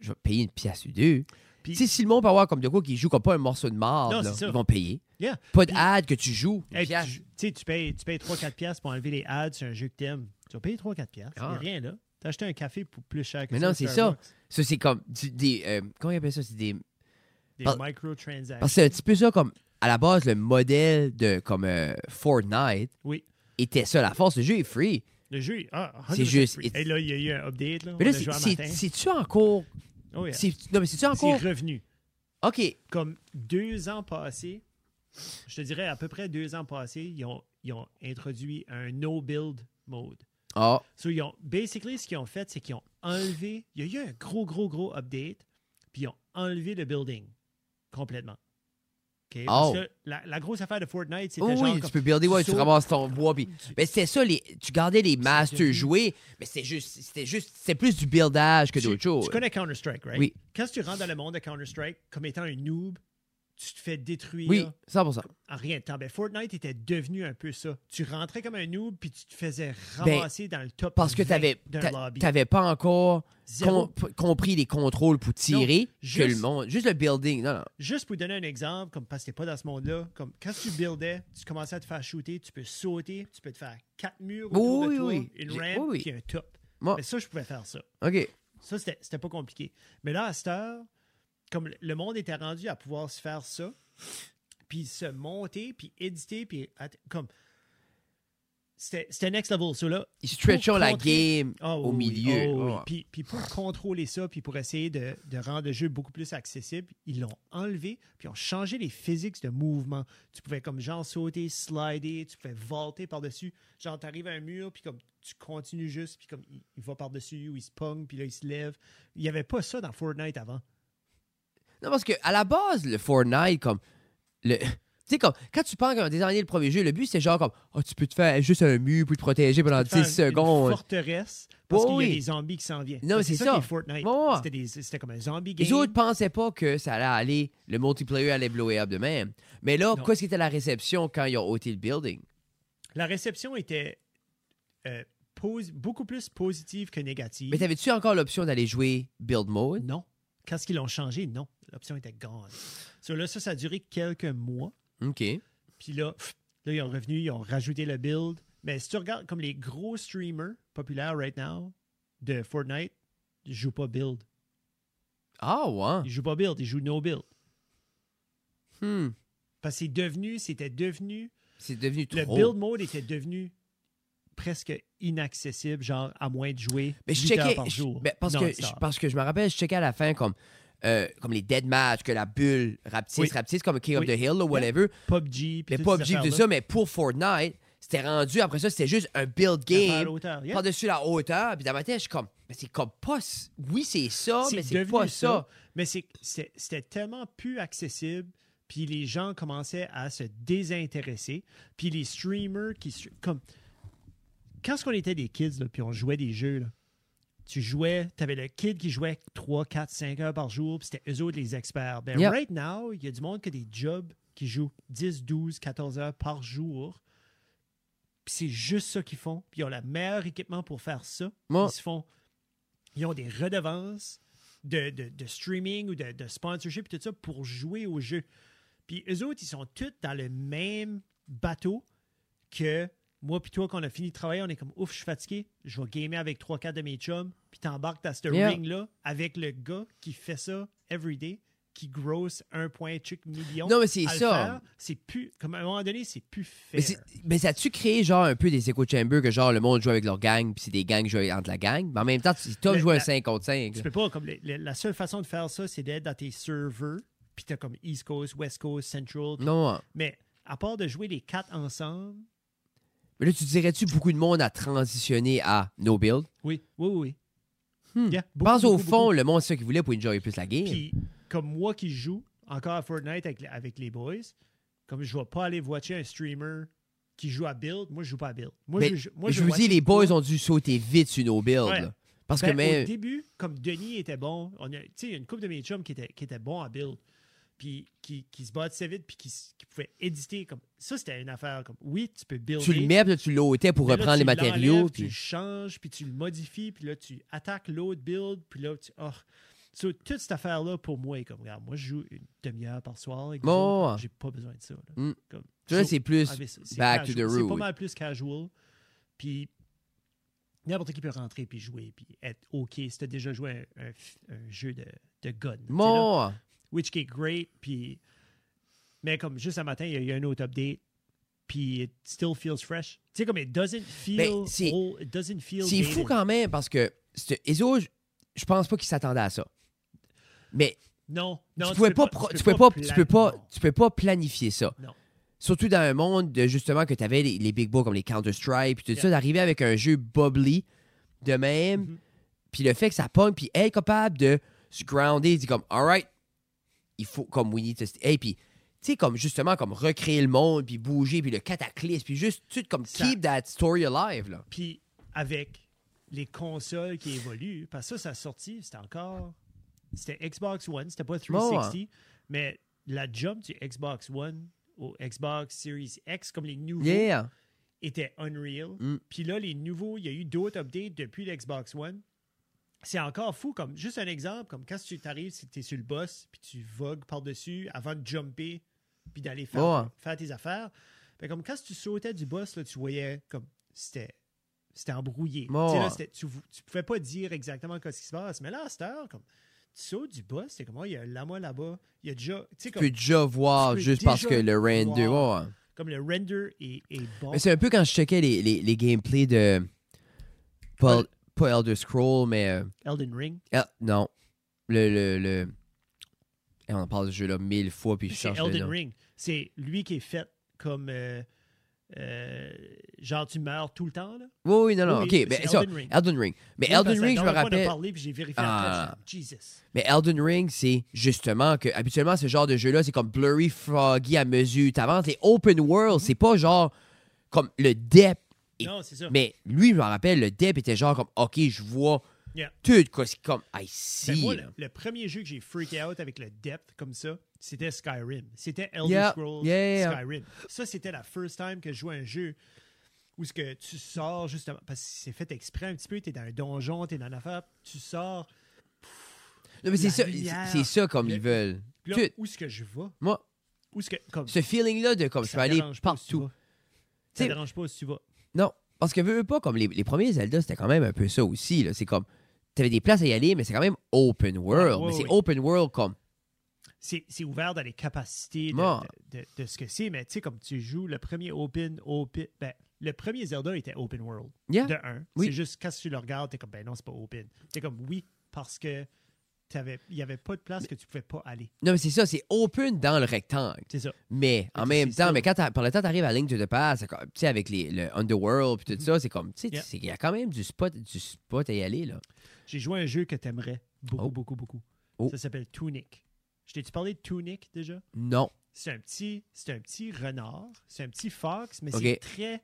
[SPEAKER 2] je vais payer une pièce ou deux.
[SPEAKER 3] Puis-
[SPEAKER 2] Tu sais, si le monde peut avoir comme de quoi qui joue comme pas un morceau de marde,
[SPEAKER 3] Non,
[SPEAKER 2] là,
[SPEAKER 3] c'est ça.
[SPEAKER 2] ils vont payer.
[SPEAKER 3] Yeah.
[SPEAKER 2] Pas de
[SPEAKER 3] Puis-
[SPEAKER 2] ad que tu joues. une
[SPEAKER 3] Hey,
[SPEAKER 2] pièce.
[SPEAKER 3] tu, tu sais, tu payes, tu payes 3-4 piastres pour enlever les ads sur un jeu que t'aimes. Tu vas payer 3-4 piastres.
[SPEAKER 2] Ah.
[SPEAKER 3] Il y a rien, là. T'as acheté un café pour plus cher que
[SPEAKER 2] Mais
[SPEAKER 3] ça.
[SPEAKER 2] non,
[SPEAKER 3] au
[SPEAKER 2] c'est ça.
[SPEAKER 3] Starbucks.
[SPEAKER 2] Ça, c'est comme du- des. euh, comment ils appellent ça? C'est des
[SPEAKER 3] Des
[SPEAKER 2] Par-
[SPEAKER 3] microtransactions.
[SPEAKER 2] Parce que c'est un petit peu ça comme à la base le modèle de comme euh, Fortnite
[SPEAKER 3] Oui.
[SPEAKER 2] était ça la force. Le jeu est free.
[SPEAKER 3] Le jeu, est- ah,
[SPEAKER 2] C'est juste-
[SPEAKER 3] Et là, il y a eu un update, là.
[SPEAKER 2] Mais là,
[SPEAKER 3] on a
[SPEAKER 2] c'est-
[SPEAKER 3] joué un
[SPEAKER 2] c'est-
[SPEAKER 3] matin.
[SPEAKER 2] c'est-tu encore.
[SPEAKER 3] Oh, yeah.
[SPEAKER 2] c'est- Non, mais c'est-tu
[SPEAKER 3] C'est
[SPEAKER 2] encore.
[SPEAKER 3] revenu.
[SPEAKER 2] OK.
[SPEAKER 3] Comme deux ans passés, je te dirais à peu près deux ans passés, ils ont, ils ont introduit un no-build mode.
[SPEAKER 2] Ah,
[SPEAKER 3] So, ils ont, basically, ce qu'ils ont fait, c'est qu'ils ont enlevé, il y a eu un gros, gros, gros update, puis ils ont enlevé le building complètement. OK? Parce
[SPEAKER 2] Oh.
[SPEAKER 3] que la, la grosse affaire de Fortnite, c'était
[SPEAKER 2] oh
[SPEAKER 3] genre...
[SPEAKER 2] oui,
[SPEAKER 3] comme-
[SPEAKER 2] tu peux builder, ouais, tu
[SPEAKER 3] saut-
[SPEAKER 2] ramasses ton bois. Puis... Mais c'était ça, les... tu gardais les masters
[SPEAKER 3] devenu-
[SPEAKER 2] joués, mais c'était juste. C'était juste. C'était plus du buildage que
[SPEAKER 3] tu,
[SPEAKER 2] d'autres choses.
[SPEAKER 3] tu connais Counter-Strike, right?
[SPEAKER 2] Oui.
[SPEAKER 3] Quand tu rentres dans le monde de Counter-Strike, comme étant un noob, tu te fais détruire
[SPEAKER 2] Oui, 100%.
[SPEAKER 3] en rien de temps. Ben, Fortnite était devenu un peu ça. Tu rentrais comme un noob, puis tu te faisais
[SPEAKER 2] Ben,
[SPEAKER 3] ramasser dans le top
[SPEAKER 2] Parce que
[SPEAKER 3] 20
[SPEAKER 2] t'avais
[SPEAKER 3] d'un
[SPEAKER 2] t'a-
[SPEAKER 3] lobby.
[SPEAKER 2] t'avais pas encore
[SPEAKER 3] Zéro.
[SPEAKER 2] comp- compris les contrôles pour tirer que
[SPEAKER 3] juste-
[SPEAKER 2] le monde. Juste le building. Non, non.
[SPEAKER 3] Juste pour donner un exemple, comme parce que t'es pas dans ce monde-là, comme quand tu buildais, tu commençais à te faire shooter, tu peux sauter, tu peux te faire quatre murs autour
[SPEAKER 2] Oui,
[SPEAKER 3] de toi,
[SPEAKER 2] oui.
[SPEAKER 3] une
[SPEAKER 2] J'ai-
[SPEAKER 3] rampe,
[SPEAKER 2] oui, oui.
[SPEAKER 3] puis un top.
[SPEAKER 2] Moi-
[SPEAKER 3] Mais ça, je pouvais faire ça.
[SPEAKER 2] OK.
[SPEAKER 3] Ça, c'était c'était pas compliqué. Mais là, à cette heure, comme le- le monde était rendu à pouvoir se faire ça, puis se monter, puis éditer, puis at- comme... C'était c'était next level, ça là.
[SPEAKER 2] Ils stretchent la
[SPEAKER 3] contrer-
[SPEAKER 2] game
[SPEAKER 3] Ah,
[SPEAKER 2] au
[SPEAKER 3] oui, oui,
[SPEAKER 2] milieu. Ah.
[SPEAKER 3] oh, oui.
[SPEAKER 2] Ouais.
[SPEAKER 3] Puis, puis pour contrôler ça, puis pour essayer de, de rendre le jeu beaucoup plus accessible, ils l'ont enlevé, puis ils ont changé les physiques de mouvement. Tu pouvais comme genre sauter, slider, tu pouvais volter par-dessus. Genre, t'arrives à un mur, puis comme tu continues juste, puis comme il, il va par-dessus, ou il se pogne, puis là, il se lève. Il n'y avait pas ça dans Fortnite avant.
[SPEAKER 2] Non, parce que à la base, le Fortnite, comme. Le... Tu sais, comme, quand tu penses qu'on a designé le premier jeu, le but, c'est genre comme, oh, tu peux te faire juste un mur pour te protéger pendant 10
[SPEAKER 3] Faire une- Une
[SPEAKER 2] Ah, secondes.
[SPEAKER 3] forteresse, parce
[SPEAKER 2] Oui,
[SPEAKER 3] qu'il y
[SPEAKER 2] oui.
[SPEAKER 3] a des zombies qui s'en viennent.
[SPEAKER 2] Non,
[SPEAKER 3] Parce
[SPEAKER 2] c'est
[SPEAKER 3] que
[SPEAKER 2] ça.
[SPEAKER 3] qu'est Fortnite.
[SPEAKER 2] Ouais, ouais.
[SPEAKER 3] C'était des- C'était comme un zombie game.
[SPEAKER 2] Les autres pensaient pas que ça allait aller, le multiplayer allait blower up de même. Mais là,
[SPEAKER 3] Non.
[SPEAKER 2] qu'est-ce qui était la réception quand ils ont ôté le building?
[SPEAKER 3] La réception était euh, posi- beaucoup plus positive que négative.
[SPEAKER 2] Mais t'avais-tu encore l'option d'aller jouer build mode?
[SPEAKER 3] Non. Quand ce qu'ils l'ont changé, non. L'option était gone. So, là, ça, ça a duré quelques mois.
[SPEAKER 2] OK.
[SPEAKER 3] Puis là, pff, là, ils ont revenu, ils ont rajouté le build. Mais si tu regardes comme les gros streamers populaires right now de Fortnite, ils jouent pas build.
[SPEAKER 2] Ah, ouais.
[SPEAKER 3] Ils jouent pas build, ils jouent no build.
[SPEAKER 2] Hmm.
[SPEAKER 3] Parce que c'est devenu, c'était devenu
[SPEAKER 2] C'est devenu
[SPEAKER 3] Le
[SPEAKER 2] trop.
[SPEAKER 3] build mode était devenu presque inaccessible, genre à moins de jouer
[SPEAKER 2] Mais je
[SPEAKER 3] 8 heures
[SPEAKER 2] checkais.
[SPEAKER 3] par
[SPEAKER 2] je-
[SPEAKER 3] jour.
[SPEAKER 2] ben, parce, que,
[SPEAKER 3] non-stop.
[SPEAKER 2] je- parce que je me rappelle, je checkais à la fin comme euh, comme les dead match, que la bulle rapetisse,
[SPEAKER 3] Oui.
[SPEAKER 2] rapetisse, comme King of
[SPEAKER 3] Oui.
[SPEAKER 2] the Hill ou whatever.
[SPEAKER 3] PUBG, puis
[SPEAKER 2] Mais
[SPEAKER 3] toutes
[SPEAKER 2] pas
[SPEAKER 3] ces
[SPEAKER 2] obligé de
[SPEAKER 3] affaires-là.
[SPEAKER 2] ça, mais pour Fortnite, c'était rendu, après ça, c'était juste un build
[SPEAKER 3] Affaire à
[SPEAKER 2] game
[SPEAKER 3] l'auteur, yeah.
[SPEAKER 2] par-dessus la hauteur. Puis dans ma tête, je suis comme, mais c'est comme pas. s- Oui, c'est ça, mais c'est
[SPEAKER 3] Ah, devenu
[SPEAKER 2] pas ça.
[SPEAKER 3] Mais c'est- c'est- c'était tellement plus accessible, puis les gens commençaient à se désintéresser, puis les streamers qui... stre- Comme, quand on était des kids, là, puis on jouait des jeux, là, tu jouais, t'avais le kid qui jouait 3, 4, 5 heures par jour, puis c'était eux autres les experts. Ben,
[SPEAKER 2] Yeah.
[SPEAKER 3] right now, il y a du monde qui a des jobs qui jouent 10, 12, 14 heures par jour, puis c'est juste ça qu'ils font, puis ils ont le meilleur équipement pour faire ça.
[SPEAKER 2] Moi,
[SPEAKER 3] Ils se font. Ils ont des redevances de, de- de streaming ou de, de sponsorship et tout ça pour jouer au jeu. Puis eux autres, ils sont tous dans le même bateau que moi puis toi, quand on a fini de travailler, on est comme ouf, je suis fatigué, je vais gamer avec 3-4 de mes chums, puis t'embarques dans ce
[SPEAKER 2] Yeah.
[SPEAKER 3] ring-là avec le gars qui fait ça everyday, qui grosse 1,5 million.
[SPEAKER 2] Non, mais c'est
[SPEAKER 3] à le
[SPEAKER 2] ça.
[SPEAKER 3] faire. C'est plus. Comme à un moment donné, c'est plus fair.
[SPEAKER 2] Mais, c'est- mais ça a-tu créé genre un peu des echo chambers que genre le monde joue avec leur gang, puis c'est des gangs qui jouent entre la gang? Mais en même temps, si Tom
[SPEAKER 3] Mais
[SPEAKER 2] joue un
[SPEAKER 3] la-
[SPEAKER 2] 5 contre 5.
[SPEAKER 3] Tu peux pas, comme, le- le- la seule façon de faire ça, c'est d'être dans tes serveurs, puis t'as comme East Coast, West Coast, Central. puis-
[SPEAKER 2] Non.
[SPEAKER 3] Mais à part de jouer les quatre ensemble,
[SPEAKER 2] Mais là, tu dirais-tu beaucoup de monde a transitionné à no build?
[SPEAKER 3] oui, oui, oui.
[SPEAKER 2] Hmm.
[SPEAKER 3] Yeah, beaucoup,
[SPEAKER 2] Pense au
[SPEAKER 3] beaucoup,
[SPEAKER 2] fond,
[SPEAKER 3] beaucoup.
[SPEAKER 2] le monde, c'est ça qu'il voulait pour enjoy plus la game.
[SPEAKER 3] Puis, comme moi qui joue encore à Fortnite avec, avec les boys, comme je vais pas aller watcher un streamer qui joue à build, moi je joue pas à build. Moi,
[SPEAKER 2] mais,
[SPEAKER 3] je, moi,
[SPEAKER 2] mais
[SPEAKER 3] je
[SPEAKER 2] je vous
[SPEAKER 3] watch
[SPEAKER 2] dis, les boys
[SPEAKER 3] quoi.
[SPEAKER 2] ont dû sauter vite sur no build.
[SPEAKER 3] Ouais.
[SPEAKER 2] là. Parce
[SPEAKER 3] Ben,
[SPEAKER 2] que même.
[SPEAKER 3] Au début, comme Denis était bon, on a, tu sais, il y a une couple de mes chums qui étaient, qui étaient bons à build, puis qui, qui se battaient vite, puis qui, s- qui pouvaient éditer. Comme, ça, c'était une affaire comme, oui, tu peux builder.
[SPEAKER 2] Tu le mets, puis là, tu l'ôtais pour
[SPEAKER 3] mais là, tu
[SPEAKER 2] reprendre les
[SPEAKER 3] l'enlèves,
[SPEAKER 2] matériaux.
[SPEAKER 3] Tu le
[SPEAKER 2] puis-
[SPEAKER 3] changes, puis tu le modifies, puis là, tu attaques l'autre build, puis là, tu... oh. So, toute cette affaire-là, pour moi, est comme, regarde, moi, je joue une demi-heure par soir. avec vous
[SPEAKER 2] Bon,
[SPEAKER 3] autres,
[SPEAKER 2] ouais.
[SPEAKER 3] J'ai pas besoin de ça. là.
[SPEAKER 2] Mm.
[SPEAKER 3] Comme,
[SPEAKER 2] Tu vois,
[SPEAKER 3] so-
[SPEAKER 2] c'est plus
[SPEAKER 3] ah, mais c'est- c'est
[SPEAKER 2] back to
[SPEAKER 3] casual.
[SPEAKER 2] the
[SPEAKER 3] C'est pas
[SPEAKER 2] root.
[SPEAKER 3] mal plus casual. Puis n'importe qui peut rentrer puis jouer puis être OK si t'as déjà joué un, un f- un jeu de, de gun. tu sais, là.
[SPEAKER 2] Mon.
[SPEAKER 3] Which qui est great. Puis... Mais comme juste ce matin, il y a eu un autre update. Puis it still feels fresh. Tu sais, comme it doesn't feel
[SPEAKER 2] Ben, c'est-
[SPEAKER 3] old, it doesn't feel
[SPEAKER 2] C'est fou
[SPEAKER 3] dated.
[SPEAKER 2] quand même, parce que ce- Ezo, je je pense pas qu'ils s'attendaient à ça. Mais
[SPEAKER 3] Non, non.
[SPEAKER 2] tu pouvais
[SPEAKER 3] peux
[SPEAKER 2] pas, pro- tu pouvais pas, tu peux pas,
[SPEAKER 3] plan-
[SPEAKER 2] tu peux pas planifier ça.
[SPEAKER 3] Non.
[SPEAKER 2] Surtout dans un monde de, justement que tu avais les, les big boys comme les Counter Strike puis tout
[SPEAKER 3] Yeah.
[SPEAKER 2] ça, d'arriver avec un jeu bubbly de même,
[SPEAKER 3] Mhm.
[SPEAKER 2] puis le fait que ça pogne, puis être capable de se grounder, dit comme alright, il faut comme we need to stay. Hey, puis tu sais comme justement comme recréer le monde, puis bouger, puis le cataclysme, puis juste tout comme
[SPEAKER 3] Ça-
[SPEAKER 2] keep that story alive là.
[SPEAKER 3] Puis avec les consoles qui évoluent, parce que ça, ça sortie, c'était encore. C'était Xbox One, c'était pas 360, mais la jump du Xbox One au Xbox Series X, comme les nouveaux,
[SPEAKER 2] Yeah.
[SPEAKER 3] était unreal.
[SPEAKER 2] Mm.
[SPEAKER 3] Puis là, les nouveaux, il y a eu d'autres updates depuis l'Xbox One. C'est encore fou, comme juste un exemple, comme quand tu t'arrives, si tu es sur le boss, puis tu vogues par-dessus avant de jumper, puis d'aller faire,
[SPEAKER 2] Ouais.
[SPEAKER 3] faire tes affaires. Ben, comme quand tu sautais du boss, là, tu voyais comme c'était c'était embrouillé.
[SPEAKER 2] Ouais.
[SPEAKER 3] Tu sais, là, c'était- tu, vou- tu pouvais pas dire exactement ce qui se passe. Mais là, à cette heure, comme tu sautes du boss, c'est comme oh, il y a un lama là-bas, il y a déjà. Tu sais,
[SPEAKER 2] Tu
[SPEAKER 3] comme,
[SPEAKER 2] peux déjà voir
[SPEAKER 3] peux
[SPEAKER 2] juste parce que
[SPEAKER 3] déjà
[SPEAKER 2] le render.
[SPEAKER 3] voir.
[SPEAKER 2] ouais, ouais.
[SPEAKER 3] comme le render est, est bon.
[SPEAKER 2] Mais c'est un peu quand je checkais les, les, les gameplays de. Pas,
[SPEAKER 3] Ouais.
[SPEAKER 2] pas Elder Scroll, mais. euh,
[SPEAKER 3] Elden Ring.
[SPEAKER 2] El- non. Le. le, le... Eh, on en parle de jeu là mille fois, puis je
[SPEAKER 3] C'est
[SPEAKER 2] cherche le
[SPEAKER 3] Elden
[SPEAKER 2] nom.
[SPEAKER 3] Ring. C'est lui qui est fait comme. euh, euh, genre, tu meurs tout le temps, là.
[SPEAKER 2] Oui, oui, non, non.
[SPEAKER 3] Oui,
[SPEAKER 2] ok,
[SPEAKER 3] mais
[SPEAKER 2] mais
[SPEAKER 3] c'est
[SPEAKER 2] ça,
[SPEAKER 3] Elden Ring.
[SPEAKER 2] Elden Ring. Mais
[SPEAKER 3] Oui, parce
[SPEAKER 2] Elden
[SPEAKER 3] que
[SPEAKER 2] Ring,
[SPEAKER 3] la
[SPEAKER 2] je
[SPEAKER 3] dernière fois,
[SPEAKER 2] me
[SPEAKER 3] on en a
[SPEAKER 2] rappelle.
[SPEAKER 3] parlé, puis j'ai vérifié
[SPEAKER 2] Ah.
[SPEAKER 3] après, j'ai dit, Jesus.
[SPEAKER 2] Mais Elden Ring, c'est justement que. Habituellement, ce genre de jeu-là, c'est comme blurry, froggy à mesure. T'avances. Les open world, c'est pas genre. Comme le depth. Et-
[SPEAKER 3] Non, c'est ça.
[SPEAKER 2] Mais lui, je me rappelle, le depth était genre comme. Ok, je vois
[SPEAKER 3] Yeah.
[SPEAKER 2] tout. Quoi, c'est comme. I
[SPEAKER 3] Ben,
[SPEAKER 2] see.
[SPEAKER 3] moi,
[SPEAKER 2] là.
[SPEAKER 3] le, le premier jeu que j'ai freaké out avec le depth comme ça, c'était Skyrim. C'était Elder
[SPEAKER 2] Yeah.
[SPEAKER 3] Scrolls
[SPEAKER 2] Yeah, yeah, yeah.
[SPEAKER 3] Skyrim. Ça, c'était la first time que je jouais à un jeu où ce que tu sors justement, parce que c'est fait exprès un petit peu, t'es dans un donjon, t'es dans une affaire, tu sors,
[SPEAKER 2] Non,
[SPEAKER 3] La
[SPEAKER 2] mais c'est ça,
[SPEAKER 3] lumière.
[SPEAKER 2] c'est ça comme
[SPEAKER 3] Le-
[SPEAKER 2] ils veulent.
[SPEAKER 3] puis là,
[SPEAKER 2] Tout.
[SPEAKER 3] où est-ce que je vais?
[SPEAKER 2] Moi,
[SPEAKER 3] Où est-ce que, comme,
[SPEAKER 2] ce feeling-là de comme je
[SPEAKER 3] ça
[SPEAKER 2] peux aller
[SPEAKER 3] dérange pas si tu
[SPEAKER 2] partout.
[SPEAKER 3] vas. Ça
[SPEAKER 2] T'sais-
[SPEAKER 3] dérange pas si tu vas.
[SPEAKER 2] Non, parce que veux, veux pas, comme les, les premiers Zelda, c'était quand même un peu ça aussi. là. C'est comme, t'avais des places à y aller, mais c'est quand même open world.
[SPEAKER 3] Ouais,
[SPEAKER 2] mais
[SPEAKER 3] ouais,
[SPEAKER 2] c'est
[SPEAKER 3] ouais.
[SPEAKER 2] open world comme.
[SPEAKER 3] c'est c'est ouvert dans les capacités de,
[SPEAKER 2] Bon.
[SPEAKER 3] de- de- de ce que c'est, mais tu sais, comme tu joues le premier open, open, ben, le premier Zelda était open world,
[SPEAKER 2] Yeah.
[SPEAKER 3] de un.
[SPEAKER 2] Oui.
[SPEAKER 3] C'est juste, quand tu le regardes, t'es comme, ben non, c'est pas open. T'es comme, oui, parce que t'avais- il n'y avait pas de place que tu pouvais pas aller.
[SPEAKER 2] Non, mais c'est ça, c'est open dans le rectangle.
[SPEAKER 3] C'est ça.
[SPEAKER 2] Mais en
[SPEAKER 3] Mais
[SPEAKER 2] même
[SPEAKER 3] c'est ça.
[SPEAKER 2] temps, mais quand t'as- par le temps t'arrives à la ligne de passe, c'est comme- tu sais, avec les, le Underworld puis tout ça, c'est comme, tu sais,
[SPEAKER 3] Mm-hmm. Yeah.
[SPEAKER 2] c'est- il y a quand même du spot, du spot à y aller, là.
[SPEAKER 3] J'ai joué à un jeu que t'aimerais beaucoup,
[SPEAKER 2] Oh.
[SPEAKER 3] beaucoup, beaucoup.
[SPEAKER 2] Oh.
[SPEAKER 3] Ça s'appelle Tunic. Je t'ai-tu parlé de Tunic déjà?
[SPEAKER 2] Non.
[SPEAKER 3] C'est un petit, c'est un petit renard, c'est un petit fox, mais
[SPEAKER 2] Ok.
[SPEAKER 3] c'est très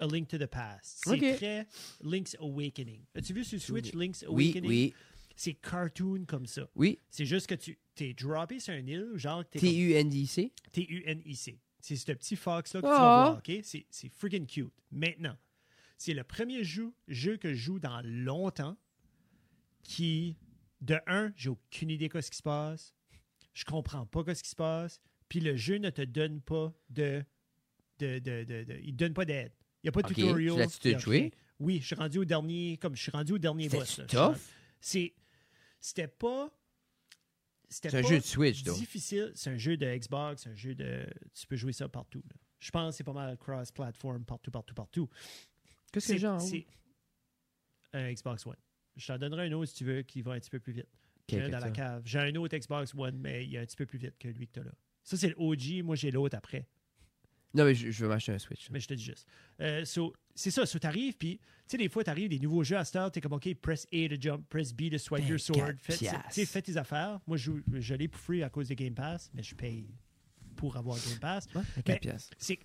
[SPEAKER 3] A Link to the Past. C'est
[SPEAKER 2] Ok.
[SPEAKER 3] très Link's Awakening. As-tu vu sur Switch Link's
[SPEAKER 2] Oui,
[SPEAKER 3] Awakening?
[SPEAKER 2] oui,
[SPEAKER 3] C'est cartoon comme ça.
[SPEAKER 2] oui.
[SPEAKER 3] C'est juste que tu t'es droppé sur une île, genre t'es comme-
[SPEAKER 2] T-U-N-D-I-C.
[SPEAKER 3] T-U-N-I-C. C'est ce petit fox-là que tu
[SPEAKER 2] Ah.
[SPEAKER 3] vas voir, OK? C'est, c'est freaking cute. Maintenant, c'est le premier jeu, jeu que je joue dans longtemps qui, de un, j'ai aucune idée de ce qui se passe. Je comprends pas ce qui se passe. Puis le jeu ne te donne pas de... de, de, de, de- il te donne pas d'aide. Il n'y a pas de
[SPEAKER 2] Ok.
[SPEAKER 3] tutoriel.
[SPEAKER 2] Tu l'as-tu
[SPEAKER 3] il y a
[SPEAKER 2] joué?
[SPEAKER 3] rien. Oui, je suis rendu au dernier... Comme je suis rendu au dernier
[SPEAKER 2] C'était
[SPEAKER 3] boss. là. Je suis rendu-
[SPEAKER 2] tough.
[SPEAKER 3] C'est... C'était pas... C'était
[SPEAKER 2] C'est un
[SPEAKER 3] pas
[SPEAKER 2] jeu de Switch, donc.
[SPEAKER 3] difficile. C'est un jeu de Xbox, un jeu de. Tu peux jouer ça partout. là. Je pense que c'est pas mal cross-platform, partout, partout, partout.
[SPEAKER 2] Qu'est-ce que genre?
[SPEAKER 3] c'est- Un Xbox One. Je t'en donnerai un autre si tu veux qui va un petit peu plus vite. J'ai un
[SPEAKER 2] fait
[SPEAKER 3] dans la
[SPEAKER 2] ça.
[SPEAKER 3] cave. J'ai un autre Xbox One, mais il est un petit peu plus vite que lui que t'as là. Ça, c'est le OG. Moi, j'ai l'autre après.
[SPEAKER 2] Non, mais je, je veux m'acheter un Switch. là.
[SPEAKER 3] Mais je te dis juste. Euh, so, c'est ça. So, t'arrives, puis, tu sais, des fois, t'arrives des nouveaux jeux à cette heure, t'es comme, OK, press A to jump, press B to swipe
[SPEAKER 2] Ben,
[SPEAKER 3] your sword.
[SPEAKER 2] quatre
[SPEAKER 3] Fais, tu sais,
[SPEAKER 2] piastres.
[SPEAKER 3] tu sais, fais tes affaires. Moi, je, joue- je l'ai pour free à cause de Game Pass, mais je paye pour avoir Game Pass.
[SPEAKER 2] Ouais, à
[SPEAKER 3] Mais-
[SPEAKER 2] quatre piastres.
[SPEAKER 3] C'est que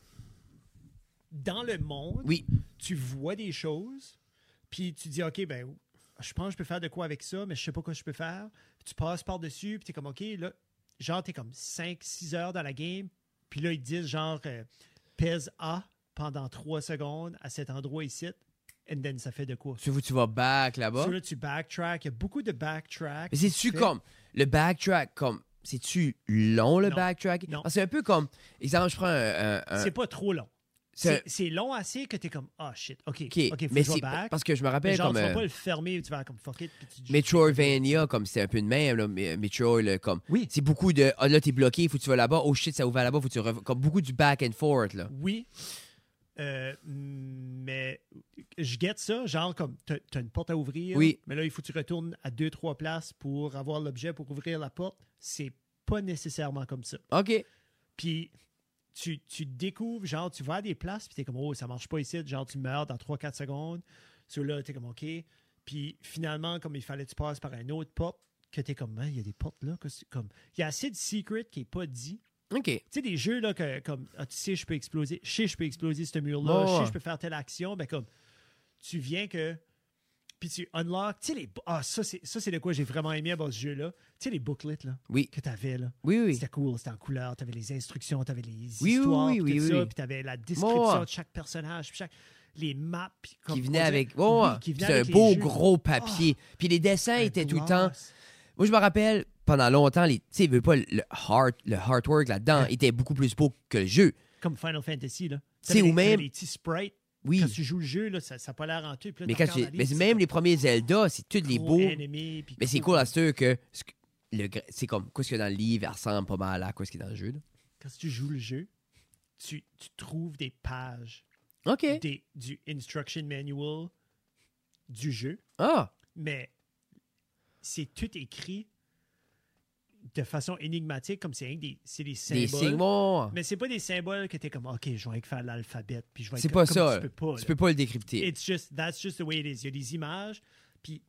[SPEAKER 3] dans le monde,
[SPEAKER 2] Oui.
[SPEAKER 3] tu vois des choses, puis tu dis, OK, ben, je pense que je peux faire de quoi avec ça, mais je sais pas quoi je peux faire. Puis tu passes par-dessus, puis t'es comme, OK, là, genre, t'es comme 5-6 heures dans la game, puis là, ils te disent, genre, euh, pèse A pendant 3 secondes à cet endroit ici, and then ça fait de quoi.
[SPEAKER 2] Tu, tu vas back là-bas.
[SPEAKER 3] So, là, tu backtrack, il y a beaucoup de backtrack.
[SPEAKER 2] Mais c'est-tu
[SPEAKER 3] Fait-
[SPEAKER 2] comme le backtrack, comme c'est-tu long le
[SPEAKER 3] Non.
[SPEAKER 2] backtrack?
[SPEAKER 3] Non.
[SPEAKER 2] Parce que C'est un peu comme, exemple, je prends un. un- un-
[SPEAKER 3] C'est pas trop long.
[SPEAKER 2] euh, c'est un-
[SPEAKER 3] C'est c'est long assez que t'es comme, ah shit, OK, OK,
[SPEAKER 2] ok,
[SPEAKER 3] faut
[SPEAKER 2] mais
[SPEAKER 3] que je
[SPEAKER 2] c'est
[SPEAKER 3] back.
[SPEAKER 2] parce que je me
[SPEAKER 3] Mais
[SPEAKER 2] rappelle
[SPEAKER 3] genre,
[SPEAKER 2] comme
[SPEAKER 3] tu vas
[SPEAKER 2] euh,
[SPEAKER 3] pas le fermer, tu vas comme fuck it. Puis tu...
[SPEAKER 2] Metroidvania, comme c'était un peu de même, là, mais- euh, Metroid, là, comme
[SPEAKER 3] Oui.
[SPEAKER 2] c'est beaucoup de ah là t'es bloqué, faut que tu vas là-bas, oh shit ça ouvre là-bas, faut que tu rev- comme beaucoup du back and forth là.
[SPEAKER 3] Oui. Euh, mais je guette ça, genre comme t'as t'as une porte à ouvrir,
[SPEAKER 2] Oui.
[SPEAKER 3] mais là il faut que tu retournes à deux, trois places pour avoir l'objet pour ouvrir la porte. C'est pas nécessairement comme ça.
[SPEAKER 2] Ok,
[SPEAKER 3] Puis tu, tu découvres, genre tu vas à des places, puis t'es comme oh ça marche pas ici, genre tu meurs dans 3-4 secondes. So là t'es comme ok. Puis finalement, comme il fallait que tu passes par une autre porte, que t'es comme Hein, il y a des portes là, qu'est-ce que- comme il y a assez de secret qui est pas dit
[SPEAKER 2] ok,
[SPEAKER 3] tu sais, des jeux là, que, comme, ah, tu sais, je peux exploser, je sais, je peux exploser ce mur-là,
[SPEAKER 2] Ouais,
[SPEAKER 3] je sais,
[SPEAKER 2] ouais.
[SPEAKER 3] je peux faire telle action, ben comme, tu viens que, puis tu unlock, tu sais, les, ah, ça, c'est, ça, c'est de quoi j'ai vraiment aimé à ce jeu-là, tu sais, les booklets, là,
[SPEAKER 2] oui,
[SPEAKER 3] que t'avais, là,
[SPEAKER 2] oui, oui,
[SPEAKER 3] c'était cool, c'était en couleur, t'avais les instructions, t'avais les
[SPEAKER 2] oui,
[SPEAKER 3] histoires, puis
[SPEAKER 2] oui, oui,
[SPEAKER 3] tout
[SPEAKER 2] oui,
[SPEAKER 3] ça,
[SPEAKER 2] oui.
[SPEAKER 3] puis t'avais la description
[SPEAKER 2] Ouais, ouais.
[SPEAKER 3] de chaque personnage, puis chaque, les maps, puis comme,
[SPEAKER 2] qui
[SPEAKER 3] on
[SPEAKER 2] venait
[SPEAKER 3] dirait-
[SPEAKER 2] avec, ouais,
[SPEAKER 3] oui,
[SPEAKER 2] ouais.
[SPEAKER 3] qui venait
[SPEAKER 2] c'est un
[SPEAKER 3] avec les
[SPEAKER 2] beau
[SPEAKER 3] jeux. Ah,
[SPEAKER 2] gros papier, puis les dessins
[SPEAKER 3] Un
[SPEAKER 2] étaient tout le temps
[SPEAKER 3] gloss.
[SPEAKER 2] Moi, je me rappelle, pendant longtemps, les, tu sais, veux pas, le hard, le hardwork là-dedans
[SPEAKER 3] Ouais.
[SPEAKER 2] était beaucoup plus beau que le jeu.
[SPEAKER 3] Comme Final Fantasy, là.
[SPEAKER 2] C'est
[SPEAKER 3] T'avais
[SPEAKER 2] ou
[SPEAKER 3] les- t'avais
[SPEAKER 2] même-
[SPEAKER 3] Les petits sprites,
[SPEAKER 2] Oui.
[SPEAKER 3] quand tu joues le jeu, là, ça n'a pas l'air rentable. puis là,
[SPEAKER 2] mais
[SPEAKER 3] t'en
[SPEAKER 2] quand tu-
[SPEAKER 3] regardes aller,
[SPEAKER 2] mais
[SPEAKER 3] puis
[SPEAKER 2] c'est
[SPEAKER 3] tu
[SPEAKER 2] même les premiers Zelda, c'est tous les
[SPEAKER 3] gros E
[SPEAKER 2] beaux.
[SPEAKER 3] ennemis, puis
[SPEAKER 2] Mais c'est
[SPEAKER 3] gros-
[SPEAKER 2] cool à ce que ce que- le gra- c'est comme quoi ce qu'il y a dans le livre, elle ressemble pas mal à quoi ce qui est dans le jeu. là.
[SPEAKER 3] Quand tu joues le jeu, tu, tu trouves des pages
[SPEAKER 2] OK.
[SPEAKER 3] des, du instruction manual du jeu,
[SPEAKER 2] Ah,
[SPEAKER 3] mais c'est tout écrit de façon énigmatique, comme c'est rien que des, c'est des symboles.
[SPEAKER 2] des signes. ouais.
[SPEAKER 3] Mais c'est pas des symboles que t'es comme, OK, je vais faire l'alphabet, puis je vais être
[SPEAKER 2] C'est
[SPEAKER 3] comme-
[SPEAKER 2] pas
[SPEAKER 3] comme
[SPEAKER 2] ça.
[SPEAKER 3] Tu
[SPEAKER 2] là.
[SPEAKER 3] peux pas. là.
[SPEAKER 2] le décrypter.
[SPEAKER 3] It's just, that's just the way it is. Il y a des images, puis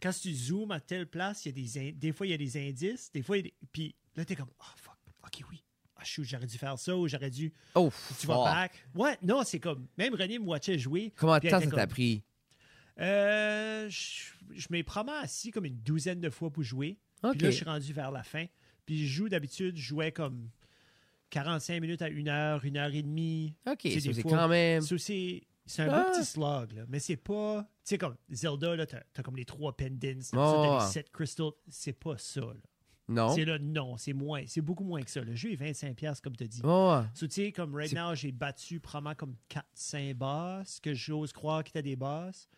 [SPEAKER 3] quand tu zoomes à telle place, il y a des, in- des fois, il y a des indices, des fois, il y a des- puis là, t'es comme, oh fuck, ok, oui. Ah, shoot, j'aurais dû faire ça ou j'aurais dû.
[SPEAKER 2] Oh,
[SPEAKER 3] Tu vas
[SPEAKER 2] fort.
[SPEAKER 3] back. Ouais, non, c'est comme. Même René me watchait jouer.
[SPEAKER 2] Comment de
[SPEAKER 3] puis elle
[SPEAKER 2] temps
[SPEAKER 3] était
[SPEAKER 2] ça t'a
[SPEAKER 3] comme,
[SPEAKER 2] pris?
[SPEAKER 3] Euh, je je m'ai probablement assis comme une douzaine de fois pour jouer.
[SPEAKER 2] OK.
[SPEAKER 3] Puis là, je suis rendu vers la fin. Puis je joue d'habitude, je jouais comme 45 minutes à 1 heure, 1 heure et demie.
[SPEAKER 2] OK,
[SPEAKER 3] tu sais,
[SPEAKER 2] ça,
[SPEAKER 3] des
[SPEAKER 2] c'est
[SPEAKER 3] fois-
[SPEAKER 2] quand même...
[SPEAKER 3] ça, c'est c'est un
[SPEAKER 2] Ah.
[SPEAKER 3] beau petit slog, là, mais c'est pas. Tu sais, comme Zelda, là, t'as t'as comme les trois pendants, t'as
[SPEAKER 2] Oh.
[SPEAKER 3] ça, t'as les sept crystals. C'est pas ça, là.
[SPEAKER 2] Non?
[SPEAKER 3] C'est là, non, c'est moins. C'est beaucoup moins que ça. Le jeu est 25$, comme t'as dit.
[SPEAKER 2] Ouais.
[SPEAKER 3] So, tu sais, comme right
[SPEAKER 2] C'est-
[SPEAKER 3] now, j'ai battu probablement comme 4-5 boss, que j'ose croire qu'il était des boss.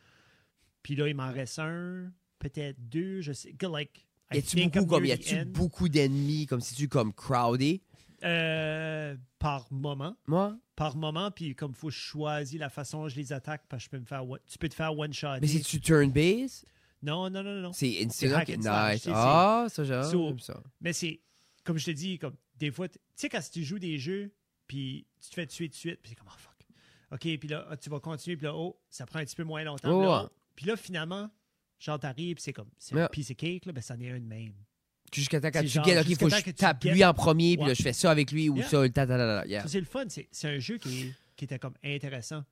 [SPEAKER 3] Puis là, il m'en reste un, peut-être deux, je sais. que, Like, I
[SPEAKER 2] Y a-tu
[SPEAKER 3] think
[SPEAKER 2] beaucoup,
[SPEAKER 3] I'm
[SPEAKER 2] comme, y
[SPEAKER 3] near the
[SPEAKER 2] a-tu
[SPEAKER 3] end.
[SPEAKER 2] beaucoup d'ennemis, comme si tu comme crowdé?
[SPEAKER 3] Euh, par moment.
[SPEAKER 2] Moi?
[SPEAKER 3] Par moment, puis comme faut choisir la façon dont je les attaque, parce que je peux me faire. one- Tu peux te faire one-shot.
[SPEAKER 2] Mais c'est-tu turn-based?
[SPEAKER 3] Non, non, non, non. non.
[SPEAKER 2] C'est Incident
[SPEAKER 3] hack
[SPEAKER 2] qui
[SPEAKER 3] and slash,
[SPEAKER 2] nice.
[SPEAKER 3] c'est-
[SPEAKER 2] Ah, ça, j'aime
[SPEAKER 3] So-
[SPEAKER 2] j'aime ça.
[SPEAKER 3] Mais c'est, comme je te dis, comme des fois, t- tu sais, quand tu joues des jeux, puis tu te fais tuer de suite, puis c'est comme, oh fuck. OK, puis là, ah, tu vas continuer, puis là, oh, ça prend un petit peu moins longtemps. puis là,
[SPEAKER 2] Ouais.
[SPEAKER 3] oh. Puis là, finalement, genre, t'arrives, puis c'est comme, c'est
[SPEAKER 2] Ouais.
[SPEAKER 3] un piece of cake, là, ben, ça en est un de même.
[SPEAKER 2] Jusqu'à temps quand
[SPEAKER 3] C'est
[SPEAKER 2] tu
[SPEAKER 3] genre,
[SPEAKER 2] guettes, ok,
[SPEAKER 3] jusqu'à
[SPEAKER 2] faut que
[SPEAKER 3] temps
[SPEAKER 2] je
[SPEAKER 3] que tu
[SPEAKER 2] tape lui
[SPEAKER 3] guettes.
[SPEAKER 2] en premier, puis
[SPEAKER 3] Ouais.
[SPEAKER 2] là, je fais ça avec lui ou
[SPEAKER 3] Yeah.
[SPEAKER 2] ça, le ta ta ta ta. yeah.
[SPEAKER 3] Ça, C'est le fun, c'est c'est un jeu qui, qui était comme intéressant.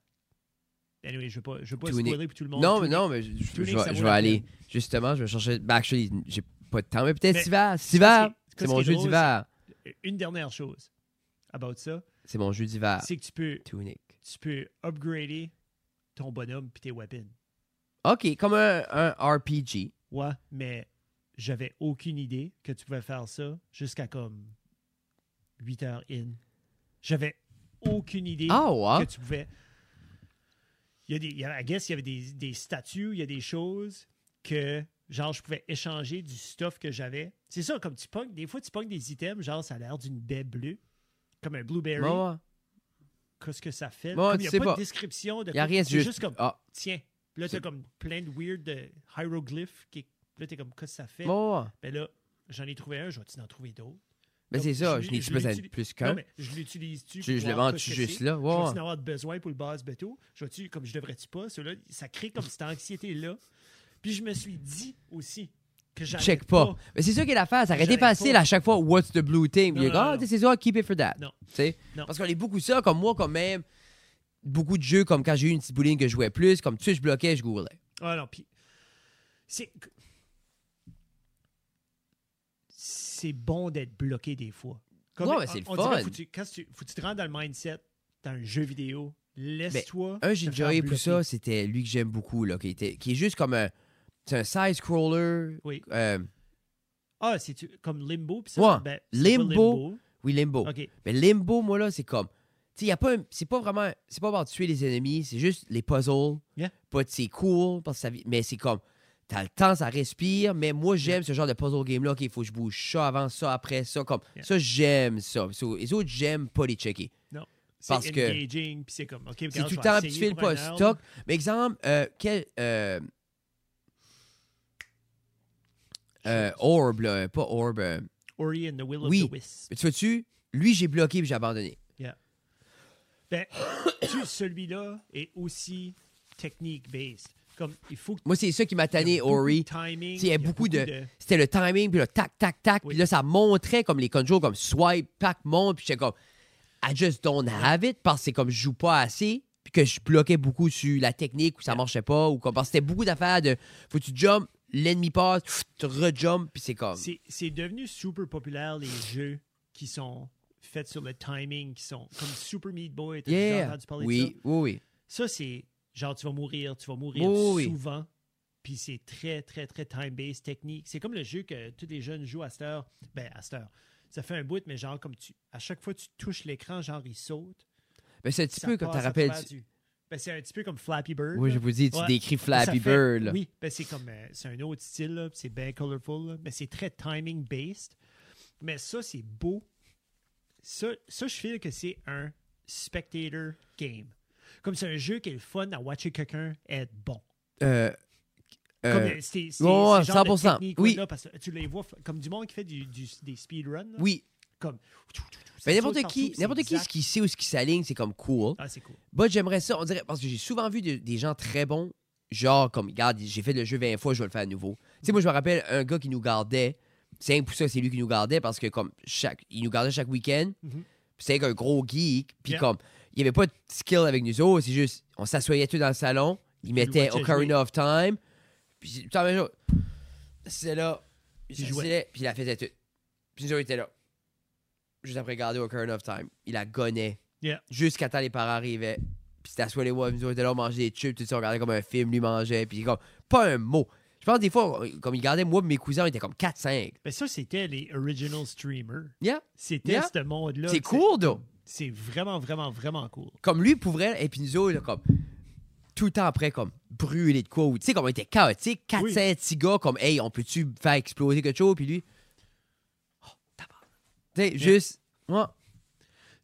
[SPEAKER 3] Anyway, je veux pas, je veux pas
[SPEAKER 2] Tuning.
[SPEAKER 3] spoiler pour tout le monde.
[SPEAKER 2] Non, mais
[SPEAKER 3] Tuning.
[SPEAKER 2] non, mais je, je- je
[SPEAKER 3] Tuning,
[SPEAKER 2] vais-
[SPEAKER 3] ça
[SPEAKER 2] je
[SPEAKER 3] vaut
[SPEAKER 2] vais
[SPEAKER 3] la
[SPEAKER 2] aller.
[SPEAKER 3] peine.
[SPEAKER 2] Justement, je vais chercher. Ben, actually, j'ai pas de temps, mais peut-être
[SPEAKER 3] Mais-
[SPEAKER 2] d'hiver.
[SPEAKER 3] Parce
[SPEAKER 2] D'hiver,
[SPEAKER 3] que-
[SPEAKER 2] c'est
[SPEAKER 3] parce
[SPEAKER 2] mon
[SPEAKER 3] qui est
[SPEAKER 2] jeu
[SPEAKER 3] drôle,
[SPEAKER 2] d'hiver.
[SPEAKER 3] c'est- Une dernière chose about ça,
[SPEAKER 2] C'est mon jeu d'hiver.
[SPEAKER 3] c'est que tu peux,
[SPEAKER 2] Tunic.
[SPEAKER 3] tu peux upgrader ton bonhomme puis tes weapons.
[SPEAKER 2] Ok, comme un, un RPG.
[SPEAKER 3] Ouais, mais j'avais aucune idée que tu pouvais faire ça jusqu'à comme 8 heures in. J'avais aucune idée
[SPEAKER 2] Ah ouais.
[SPEAKER 3] que tu pouvais. Il y a des, il y a- I guess, il y avait des, des statues, il y a des choses que, genre, je pouvais échanger du stuff que j'avais. C'est ça, comme tu pognes, des fois, tu pognes des items, genre, ça a l'air d'une baie bleue, comme un blueberry.
[SPEAKER 2] Ouais, ouais.
[SPEAKER 3] Qu'est-ce que ça fait?
[SPEAKER 2] Moi,
[SPEAKER 3] Comme
[SPEAKER 2] tu
[SPEAKER 3] il n'y a
[SPEAKER 2] sais
[SPEAKER 3] pas,
[SPEAKER 2] pas.
[SPEAKER 3] de description. De
[SPEAKER 2] Y a rien,
[SPEAKER 3] c'est
[SPEAKER 2] c'est
[SPEAKER 3] juste...
[SPEAKER 2] juste-
[SPEAKER 3] comme,
[SPEAKER 2] Ah,
[SPEAKER 3] tiens. Puis là,
[SPEAKER 2] C'est-
[SPEAKER 3] t'as comme plein de weird euh, hiéroglyphes. Qui... Là, t'es comme, qu'est-ce que ça fait?
[SPEAKER 2] ouais, ouais.
[SPEAKER 3] Ben là, j'en ai trouvé un, je vais-tu en trouver d'autres?
[SPEAKER 2] Ben, c'est ça,
[SPEAKER 3] Je
[SPEAKER 2] je
[SPEAKER 3] l'ai-
[SPEAKER 2] n'ai
[SPEAKER 3] je
[SPEAKER 2] pas besoin de
[SPEAKER 3] l'utilise-
[SPEAKER 2] plus
[SPEAKER 3] Non,
[SPEAKER 2] qu'un.
[SPEAKER 3] mais je l'utilise-tu?
[SPEAKER 2] Je,
[SPEAKER 3] pour
[SPEAKER 2] je le
[SPEAKER 3] voir
[SPEAKER 2] vends-tu
[SPEAKER 3] qu'est-ce que
[SPEAKER 2] juste
[SPEAKER 3] c'est?
[SPEAKER 2] là?
[SPEAKER 3] Je vais-tu en
[SPEAKER 2] Ouais, ouais.
[SPEAKER 3] avoir besoin pour le base bateau? Je vais-tu, comme je devrais-tu pas? Ceux-là, ça crée comme cette anxiété-là. Puis je me suis dit aussi que j'arrête
[SPEAKER 2] Check pas. Mais c'est ça qui est l'affaire. Ça aurait été
[SPEAKER 3] J'arrête pas.
[SPEAKER 2] facile à chaque fois. What's the blue team?
[SPEAKER 3] Non,
[SPEAKER 2] Il est
[SPEAKER 3] non,
[SPEAKER 2] comme,
[SPEAKER 3] non,
[SPEAKER 2] ah,
[SPEAKER 3] non.
[SPEAKER 2] tu sais, c'est ça, keep it for that.
[SPEAKER 3] Non.
[SPEAKER 2] Tu sais?
[SPEAKER 3] Non.
[SPEAKER 2] Parce qu'on est beaucoup ça, comme moi, quand même. Beaucoup de jeux, comme quand j'ai eu une petite bouline que je jouais plus, comme tu sais, je bloquais, je googlais.
[SPEAKER 3] Ah non, puis c'est c'est bon d'être bloqué des fois.
[SPEAKER 2] Non, mais c'est le
[SPEAKER 3] on dirait,
[SPEAKER 2] fun.
[SPEAKER 3] Faut que tu, quand tu, faut que tu te rentres dans le mindset dans un jeu vidéo, laisse-toi.
[SPEAKER 2] Ben, Un
[SPEAKER 3] te
[SPEAKER 2] j'ai
[SPEAKER 3] faire
[SPEAKER 2] déjà eu
[SPEAKER 3] bloquer.
[SPEAKER 2] pour ça, c'était lui que j'aime beaucoup, là, qui, était, qui est juste comme un. C'est un side-scroller.
[SPEAKER 3] Oui.
[SPEAKER 2] euh,
[SPEAKER 3] Ah, c'est tu- comme Limbo puis ça.
[SPEAKER 2] Ouais,
[SPEAKER 3] ben, c'est pas
[SPEAKER 2] Limbo. oui, Limbo.
[SPEAKER 3] OK.
[SPEAKER 2] Mais Limbo, moi, là, c'est comme. Tu sais, y a pas un- c'est pas vraiment. C'est pas avoir tuer les ennemis, c'est juste les puzzles.
[SPEAKER 3] Yeah.
[SPEAKER 2] Pas de- c'est cool, parce que ça, vi- mais c'est comme. T'as le temps, ça respire, mais moi, j'aime ce genre de puzzle game-là. OK, il faut que je bouge ça avant, ça après, ça. Comme,
[SPEAKER 3] Yeah.
[SPEAKER 2] Ça, j'aime ça. So, les autres, j'aime pas les checker. Parce
[SPEAKER 3] Parce
[SPEAKER 2] que-
[SPEAKER 3] que engaging, puis c'est comme OK,
[SPEAKER 2] C'est tout le temps, puis tu fais le pas stock. Mais exemple, euh, quel. euh, euh, orb, là, pas orb. euh,
[SPEAKER 3] Ori and the Will
[SPEAKER 2] Oui.
[SPEAKER 3] of the Wisp.
[SPEAKER 2] tu vois-tu? Lui, j'ai bloqué puis j'ai abandonné.
[SPEAKER 3] Ben, tu- celui-là est aussi technique based. Comme il faut que
[SPEAKER 2] Moi, c'est ça qui m'a
[SPEAKER 3] il y
[SPEAKER 2] tanné,
[SPEAKER 3] a beaucoup de
[SPEAKER 2] Ori.
[SPEAKER 3] timing,
[SPEAKER 2] Tu sais, il y a beaucoup de-
[SPEAKER 3] de
[SPEAKER 2] C'était le timing, puis le tac, tac, tac.
[SPEAKER 3] Oui.
[SPEAKER 2] Puis là, ça montrait comme les controls, comme swipe, pack, monte. Puis j'étais comme, I just don't have it parce que c'est comme je joue pas assez. Puis que je bloquais beaucoup sur la technique ou ça marchait pas. Ou comme, parce que c'était beaucoup d'affaires de faut que tu jump, l'ennemi passe, pff, tu rejump, puis c'est comme.
[SPEAKER 3] C'est- C'est devenu super populaire les jeux qui sont faits sur le timing, qui sont comme Super Meat Boy. T'as déjà
[SPEAKER 2] Yeah.
[SPEAKER 3] entendu parler de
[SPEAKER 2] Oui, oui, oui.
[SPEAKER 3] ça? Ça, c'est genre tu vas mourir, tu vas mourir
[SPEAKER 2] Oh oui.
[SPEAKER 3] souvent. Puis c'est très, très, très time-based technique. C'est comme le jeu que tous les jeunes jouent à cette heure. Ben, à cette heure. Ça fait un bout, mais genre, comme tu. À chaque fois que tu touches l'écran, genre, il saute.
[SPEAKER 2] Mais c'est un petit
[SPEAKER 3] ça
[SPEAKER 2] peu comme
[SPEAKER 3] passe
[SPEAKER 2] t'as
[SPEAKER 3] à
[SPEAKER 2] rappelles.
[SPEAKER 3] travers du- Ben, c'est un petit peu comme Flappy Bird.
[SPEAKER 2] Oui,
[SPEAKER 3] là.
[SPEAKER 2] je vous dis, tu
[SPEAKER 3] Ouais.
[SPEAKER 2] décris
[SPEAKER 3] Ça
[SPEAKER 2] Flappy
[SPEAKER 3] fait-
[SPEAKER 2] Bird. là.
[SPEAKER 3] Oui, ben c'est comme euh, c'est un autre style, là, puis c'est bien colorful, là, mais c'est très timing based. Mais ça, c'est beau. Ça, ça, je feel que c'est un spectator game. Comme c'est un jeu qui est le fun à watcher quelqu'un être bon.
[SPEAKER 2] Euh, euh,
[SPEAKER 3] Comme euh, c'est c'est-
[SPEAKER 2] ouais,
[SPEAKER 3] c'est
[SPEAKER 2] ouais,
[SPEAKER 3] genre de
[SPEAKER 2] 100%,
[SPEAKER 3] technique,
[SPEAKER 2] oui.
[SPEAKER 3] là, parce que tu les vois f- comme du monde qui fait du, du- des speedruns. là,
[SPEAKER 2] oui,
[SPEAKER 3] Comme.
[SPEAKER 2] mais
[SPEAKER 3] ça
[SPEAKER 2] n'importe
[SPEAKER 3] saute
[SPEAKER 2] qui,
[SPEAKER 3] partout, c'est
[SPEAKER 2] n'importe qui, ce
[SPEAKER 3] exact.
[SPEAKER 2] qui sait ou ce qui s'aligne, c'est comme cool.
[SPEAKER 3] Ah, c'est cool.
[SPEAKER 2] Bah, j'aimerais ça, on dirait, parce que j'ai souvent vu de- des gens très bons, genre comme, regarde, j'ai fait le jeu 20 fois, je vais le faire à nouveau. Tu sais, moi, je me rappelle un gars qui nous gardait, c'est un pour ça que c'est lui qui nous gardait, parce que comme, chaque, il nous gardait chaque week-end,
[SPEAKER 3] Mhm.
[SPEAKER 2] Puis c'est un gros geek, puis
[SPEAKER 3] Yeah.
[SPEAKER 2] comme, il n'y avait pas de skill avec nous autres, c'est juste, on s'assoyait tous dans le salon, il mettait
[SPEAKER 3] watchait
[SPEAKER 2] Ocarina of Time, puis tout le même jour, c'est là,
[SPEAKER 3] Il
[SPEAKER 2] il
[SPEAKER 3] jouait.
[SPEAKER 2] jouait, puis il la faisait toute. Puis nous autres, on était là, juste après regarder Ocarina of Time, il la gonnait
[SPEAKER 3] Yeah.
[SPEAKER 2] jusqu'à temps les parents arrivaient. Puis c'était à soi les oies, nous on était là, on mangeait des chips, tout ça, on regardait comme un film, lui mangeait, puis comme, pas un mot. Je pense des fois, on- comme il gardait moi et mes cousins, on était comme 4-5.
[SPEAKER 3] Ben, ça, c'était les original streamers.
[SPEAKER 2] Yeah.
[SPEAKER 3] C'était
[SPEAKER 2] Yeah.
[SPEAKER 3] ce monde-là.
[SPEAKER 2] C'est
[SPEAKER 3] tu sais.
[SPEAKER 2] cool, donc.
[SPEAKER 3] C'est vraiment, vraiment, vraiment cool.
[SPEAKER 2] Comme lui pourrait, et puis nous autres, là, comme, tout le temps après, comme, brûler de quoi, ou tu sais, comme on était chaotique, 4-5
[SPEAKER 3] Oui.
[SPEAKER 2] petits gars, comme, hey, on peut-tu faire exploser quelque chose, puis lui, oh, tabarnak. Tu sais, juste, ouais.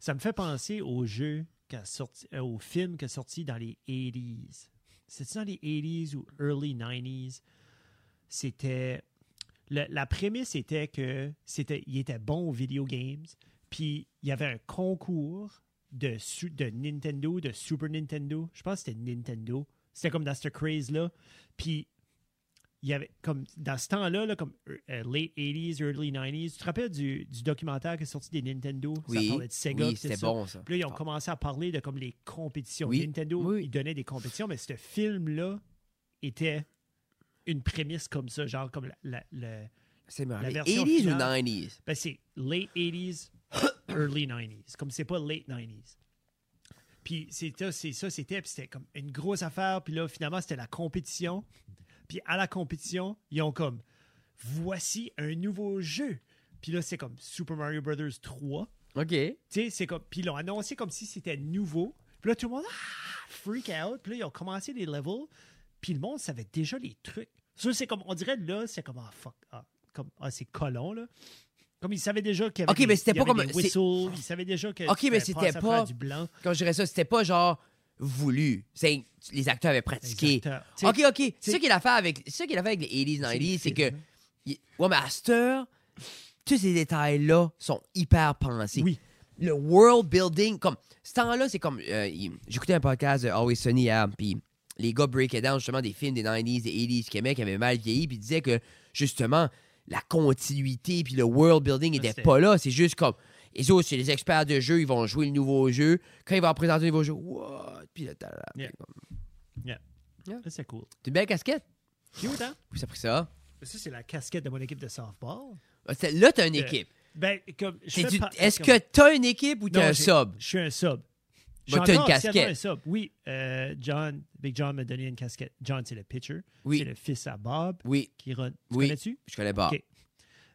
[SPEAKER 3] Ça me fait penser au jeu, qui a sorti, euh, au film qui a sorti dans les 80s. C'est-tu dans les 80s ou early 90s? c'était. le- la prémisse était que c'était, il était bon aux video games, puis il y avait un concours de, su- de Nintendo, de Super Nintendo. Je pense que c'était Nintendo. C'était comme dans ce craze-là. Puis il y avait comme dans ce temps-là, là, comme euh, late 80s, early 90s, tu te rappelles du, du documentaire qui est sorti des Nintendo? ça
[SPEAKER 2] Oui,
[SPEAKER 3] parlait de Sega.
[SPEAKER 2] oui,
[SPEAKER 3] puis
[SPEAKER 2] c'était
[SPEAKER 3] ça.
[SPEAKER 2] bon ça.
[SPEAKER 3] Puis là, ils ont commencé à parler de comme les compétitions.
[SPEAKER 2] Ah. Oui,
[SPEAKER 3] Nintendo,
[SPEAKER 2] oui, oui.
[SPEAKER 3] ils donnaient des compétitions, mais ce film-là était une prémisse comme ça, genre comme la, la- le-
[SPEAKER 2] C'est me rappelle.
[SPEAKER 3] version
[SPEAKER 2] 80s ou
[SPEAKER 3] finale.
[SPEAKER 2] 90s?
[SPEAKER 3] ben, c'est late 80s, early 90s. Comme c'est pas late 90s. Puis c'était c'est ça, c'était, puis c'était comme une grosse affaire. Puis là, finalement, c'était la compétition. Puis à la compétition, ils ont comme voici un nouveau jeu. Puis là, c'est comme Super Mario Brothers 3.
[SPEAKER 2] OK.
[SPEAKER 3] Tu sais, c'est comme. Puis ils l'ont annoncé comme si c'était nouveau. Puis là, tout le monde, ah, freak out. Puis là, ils ont commencé les levels. Puis le monde savait déjà les trucs. Ça, c'est comme, on dirait là, c'est comme, ah, fuck. Ah, comme, ah, c'est colon, là. Comme ils savaient déjà qu'il y avait
[SPEAKER 2] Ok, mais c'était
[SPEAKER 3] il y avait
[SPEAKER 2] pas comme-
[SPEAKER 3] des
[SPEAKER 2] c'est-
[SPEAKER 3] whistles. Ils savaient déjà que.
[SPEAKER 2] Ok,
[SPEAKER 3] tu
[SPEAKER 2] mais
[SPEAKER 3] fais
[SPEAKER 2] c'était
[SPEAKER 3] à
[SPEAKER 2] pas-
[SPEAKER 3] faire du blanc.
[SPEAKER 2] Quand je dirais ça, c'était pas genre voulu. C'est les acteurs avaient pratiqué.
[SPEAKER 3] Exacteur. Tu sais,
[SPEAKER 2] OK, OK. C'est ça qu'il a fait avec, c'est ça qu'il a fait avec les 80s, 90s, c'est que.
[SPEAKER 3] films.
[SPEAKER 2] y- Ouais, mais à cette heure, tous ces détails-là sont hyper pensés.
[SPEAKER 3] Oui.
[SPEAKER 2] Le world building, comme. Ce temps-là, c'est comme. euh, il- J'écoutais un podcast de Always Sunny hier, puis les gars breakaient down justement des films des 90s, des 80s du Québec qui avaient mal vieilli, puis ils disaient que justement, la continuité, puis le world building
[SPEAKER 3] Ça,
[SPEAKER 2] était
[SPEAKER 3] c'était-
[SPEAKER 2] pas là. C'est juste comme. Les autres, c'est les experts de jeu, ils vont jouer le nouveau jeu. Quand ils vont présenter le nouveau jeu, what? Puis là, t'as-
[SPEAKER 3] Yeah. Ça, C'est cool.
[SPEAKER 2] C'est une belle casquette.
[SPEAKER 3] Cute, hein?
[SPEAKER 2] Puis ça pris ça.
[SPEAKER 3] Mais Ça, c'est la casquette de mon équipe de softball.
[SPEAKER 2] Ah, c'est- Là, t'as une équipe.
[SPEAKER 3] Ben, comme. je
[SPEAKER 2] C'est
[SPEAKER 3] fais
[SPEAKER 2] du-
[SPEAKER 3] pas-
[SPEAKER 2] Est-ce
[SPEAKER 3] comme-
[SPEAKER 2] que t'as une équipe ou
[SPEAKER 3] Non,
[SPEAKER 2] t'as un
[SPEAKER 3] j'ai-
[SPEAKER 2] sub?
[SPEAKER 3] Je suis un sub. Je
[SPEAKER 2] Bah,
[SPEAKER 3] suis
[SPEAKER 2] t'as une
[SPEAKER 3] encore officiellement
[SPEAKER 2] casquette.
[SPEAKER 3] un sub. Oui, euh, John, Big John m'a donné une casquette. John, c'est le pitcher.
[SPEAKER 2] Oui.
[SPEAKER 3] C'est le fils à Bob
[SPEAKER 2] Oui,
[SPEAKER 3] qui run. Tu
[SPEAKER 2] Oui.
[SPEAKER 3] connais-tu?
[SPEAKER 2] je connais pas.
[SPEAKER 3] Ok.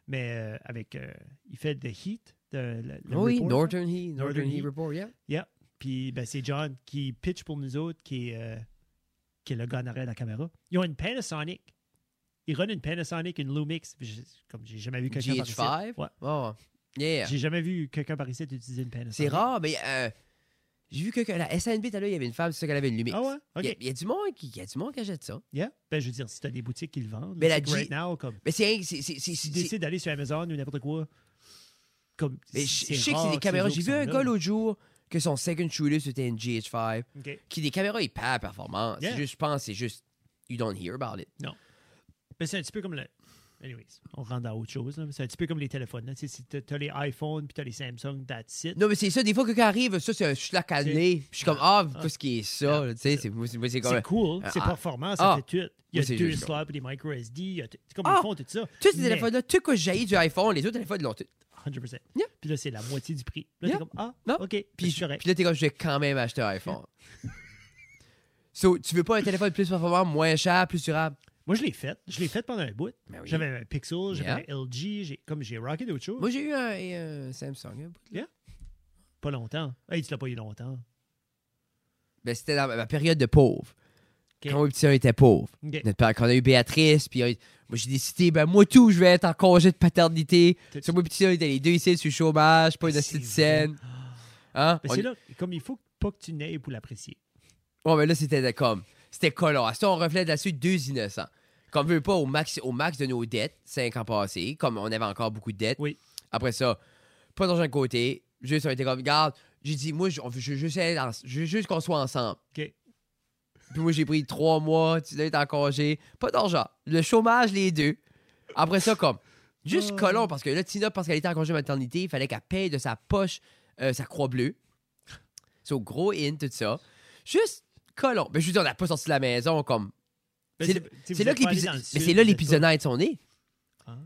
[SPEAKER 3] Mais euh, avec, euh, il fait The Heat, de, le, le
[SPEAKER 2] oui,
[SPEAKER 3] report.
[SPEAKER 2] Northern Heat, Northern,
[SPEAKER 3] Northern
[SPEAKER 2] Heat
[SPEAKER 3] Heat.
[SPEAKER 2] Report, yeah.
[SPEAKER 3] Yeah. Puis ben, c'est John qui pitch pour nous autres, qui est, euh, qui est le gars en arrière de la caméra. Ils ont une Panasonic. Ils run une Panasonic, une Lumix. Puis je- Comme j'ai jamais vu quelqu'un par ici.
[SPEAKER 2] GH5?
[SPEAKER 3] Ouais.
[SPEAKER 2] Oh, yeah.
[SPEAKER 3] J'ai jamais vu quelqu'un par ici utiliser une Panasonic.
[SPEAKER 2] C'est rare, mais euh, j'ai vu que que la SNB, tout à l'heure, il y avait une femme, c'est ça qu'elle avait une Lumix.
[SPEAKER 3] Ah ouais?
[SPEAKER 2] Il y a-
[SPEAKER 3] OK.
[SPEAKER 2] il y, a du monde qui, il y a du monde qui achète ça.
[SPEAKER 3] Yeah. Ben, je veux dire, si t'as des boutiques qui le vendent,
[SPEAKER 2] Mais la
[SPEAKER 3] c'est que
[SPEAKER 2] G-
[SPEAKER 3] right now, comme,
[SPEAKER 2] Mais c'est... c'est- c'est- c'est-
[SPEAKER 3] tu
[SPEAKER 2] c'est-
[SPEAKER 3] décides d'aller sur Amazon ou n'importe quoi, comme,
[SPEAKER 2] mais Je je sais que c'est des caméras. J'ai vu un gars l'autre jour que son second shooter, c'était une GH5. Qui des caméras hyper performantes. C'est
[SPEAKER 3] Yeah.
[SPEAKER 2] juste, je pense, c'est juste... You don't hear about it.
[SPEAKER 3] Mais Ben, c'est un petit peu comme le... Anyways, on rentre dans autre chose, là, mais c'est un petit peu comme les téléphones. là. Tu sais, si t'as t'as les iPhones puis t'as les Samsung, that's it.
[SPEAKER 2] Non, mais c'est ça, des fois, quelqu'un arrive, ça, c'est un schlac à
[SPEAKER 3] C'est-
[SPEAKER 2] nez. Puis Je suis comme, ah, qu'est-ce qui est ça?
[SPEAKER 3] Ah,
[SPEAKER 2] là, Tu sais, c'est moi, c'est- moi, c'est comme.
[SPEAKER 3] C'est cool,
[SPEAKER 2] Ah,
[SPEAKER 3] c'est
[SPEAKER 2] ah,
[SPEAKER 3] performant, ça
[SPEAKER 2] ah.
[SPEAKER 3] fait tout. Il y
[SPEAKER 2] Oui, c'est
[SPEAKER 3] a deux
[SPEAKER 2] juste-
[SPEAKER 3] slots, puis des micro SD, il y a tout- c'est comme
[SPEAKER 2] Ah.
[SPEAKER 3] ils font tout ça.
[SPEAKER 2] Tous ces
[SPEAKER 3] mais-
[SPEAKER 2] téléphones-là, tout quoi jaillit du iPhone, les autres téléphones, ils l'ont tout.
[SPEAKER 3] 100%.
[SPEAKER 2] Yeah.
[SPEAKER 3] Puis là, c'est la moitié du prix. Là,
[SPEAKER 2] Yeah.
[SPEAKER 3] t'es comme, ah,
[SPEAKER 2] Non.
[SPEAKER 3] OK,
[SPEAKER 2] Puis,
[SPEAKER 3] puis
[SPEAKER 2] je-
[SPEAKER 3] je
[SPEAKER 2] puis là, t'es comme, je vais quand même acheter un iPhone. so, tu veux pas un téléphone plus performant, moins cher, plus durable?
[SPEAKER 3] Moi, je l'ai fait. Je l'ai fait pendant un bout.
[SPEAKER 2] Ben oui.
[SPEAKER 3] J'avais un Pixel, j'avais un LG, j'ai- comme j'ai rocké d'autres choses.
[SPEAKER 2] Moi, j'ai eu un, et un Samsung. hein.
[SPEAKER 3] Pas longtemps. Hey, tu l'as pas eu longtemps.
[SPEAKER 2] Ben, c'était dans ma ma période de pauvre.
[SPEAKER 3] Ok.
[SPEAKER 2] Quand mon petit on était pauvre.
[SPEAKER 3] Ok.
[SPEAKER 2] Notre père, quand on a eu Béatrice, puis on- moi, j'ai décidé, ben, moi, tout, je vais être en congé de paternité.
[SPEAKER 3] T'as-
[SPEAKER 2] Sur moi, petit on était les deux ici, sur le chômage, pas une
[SPEAKER 3] C'est
[SPEAKER 2] esthéticienne. Hein?
[SPEAKER 3] Mais
[SPEAKER 2] On-
[SPEAKER 3] c'est là, comme il faut pas que tu n'aies pour l'apprécier.
[SPEAKER 2] Ouais, mais là, c'était de- comme. C'était collant. À ça, on reflète là-dessus deux innocents. Comme veut pas au max, au max de nos dettes, cinq ans passés, comme on avait encore beaucoup de dettes.
[SPEAKER 3] Oui.
[SPEAKER 2] Après ça, pas dans un côté, juste on était comme, regarde, j'ai dit, moi, je on veut- je veux juste, aller dans- je veux juste qu'on soit ensemble.
[SPEAKER 3] OK.
[SPEAKER 2] Puis moi, j'ai pris trois mois, tu l'as été en congé, pas d'argent. Le chômage, les deux. Après ça, comme, juste
[SPEAKER 3] Oh.
[SPEAKER 2] collant, parce que là, Tina, parce qu'elle était en congé maternité, il fallait qu'elle paye de sa poche euh, sa croix bleue. So, gros in, tout ça. Juste collant. Mais je veux dire, on n'a pas sorti de la maison, comme.
[SPEAKER 3] Ben,
[SPEAKER 2] C'est
[SPEAKER 3] tu
[SPEAKER 2] le-
[SPEAKER 3] sais, vous
[SPEAKER 2] C'est là
[SPEAKER 3] êtes
[SPEAKER 2] que
[SPEAKER 3] pas allé
[SPEAKER 2] l'épiso-
[SPEAKER 3] dans le
[SPEAKER 2] mais
[SPEAKER 3] sud,
[SPEAKER 2] c'est là
[SPEAKER 3] vous êtes pas-
[SPEAKER 2] l'épisonaire de son nez.
[SPEAKER 3] Ah.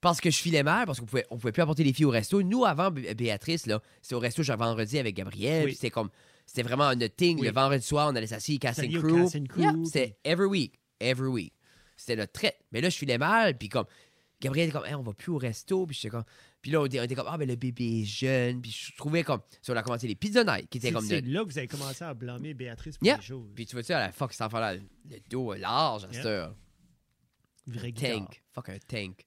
[SPEAKER 2] Parce que je filais mal, parce qu'on pouvait, on pouvait plus apporter les filles au resto. Nous, avant, Bé- Béatrice, là, c'était au resto, genre vendredi avec Gabriel.
[SPEAKER 3] Oui.
[SPEAKER 2] puis C'était comme. C'était vraiment notre thing.
[SPEAKER 3] Oui.
[SPEAKER 2] Le vendredi soir, on allait s'asseoir, casting
[SPEAKER 3] Salut au
[SPEAKER 2] crew.
[SPEAKER 3] Cast and Crew,
[SPEAKER 2] Yeah,
[SPEAKER 3] puis-
[SPEAKER 2] c'était every week. Every week. C'était notre traite. Mais là, je filais mal, puis comme. Gabriel était comme, Hey, on va plus au resto. Puis j'étais comme. Puis là, on était, on était comme, ah, ben le bébé est jeune. Puis je trouvais comme. Ça, on a commencé les pizza night, qui étaient
[SPEAKER 3] C'est
[SPEAKER 2] comme.
[SPEAKER 3] c'est
[SPEAKER 2] notre-
[SPEAKER 3] là que vous avez commencé à blâmer Béatrice pour
[SPEAKER 2] Yeah.
[SPEAKER 3] les choses.
[SPEAKER 2] Puis tu vois, tu sais, à la fuck, cet enfant-là, le dos est large à cette
[SPEAKER 3] Yeah.
[SPEAKER 2] heure.
[SPEAKER 3] Vraie guitare.
[SPEAKER 2] Tank. Fuck un tank.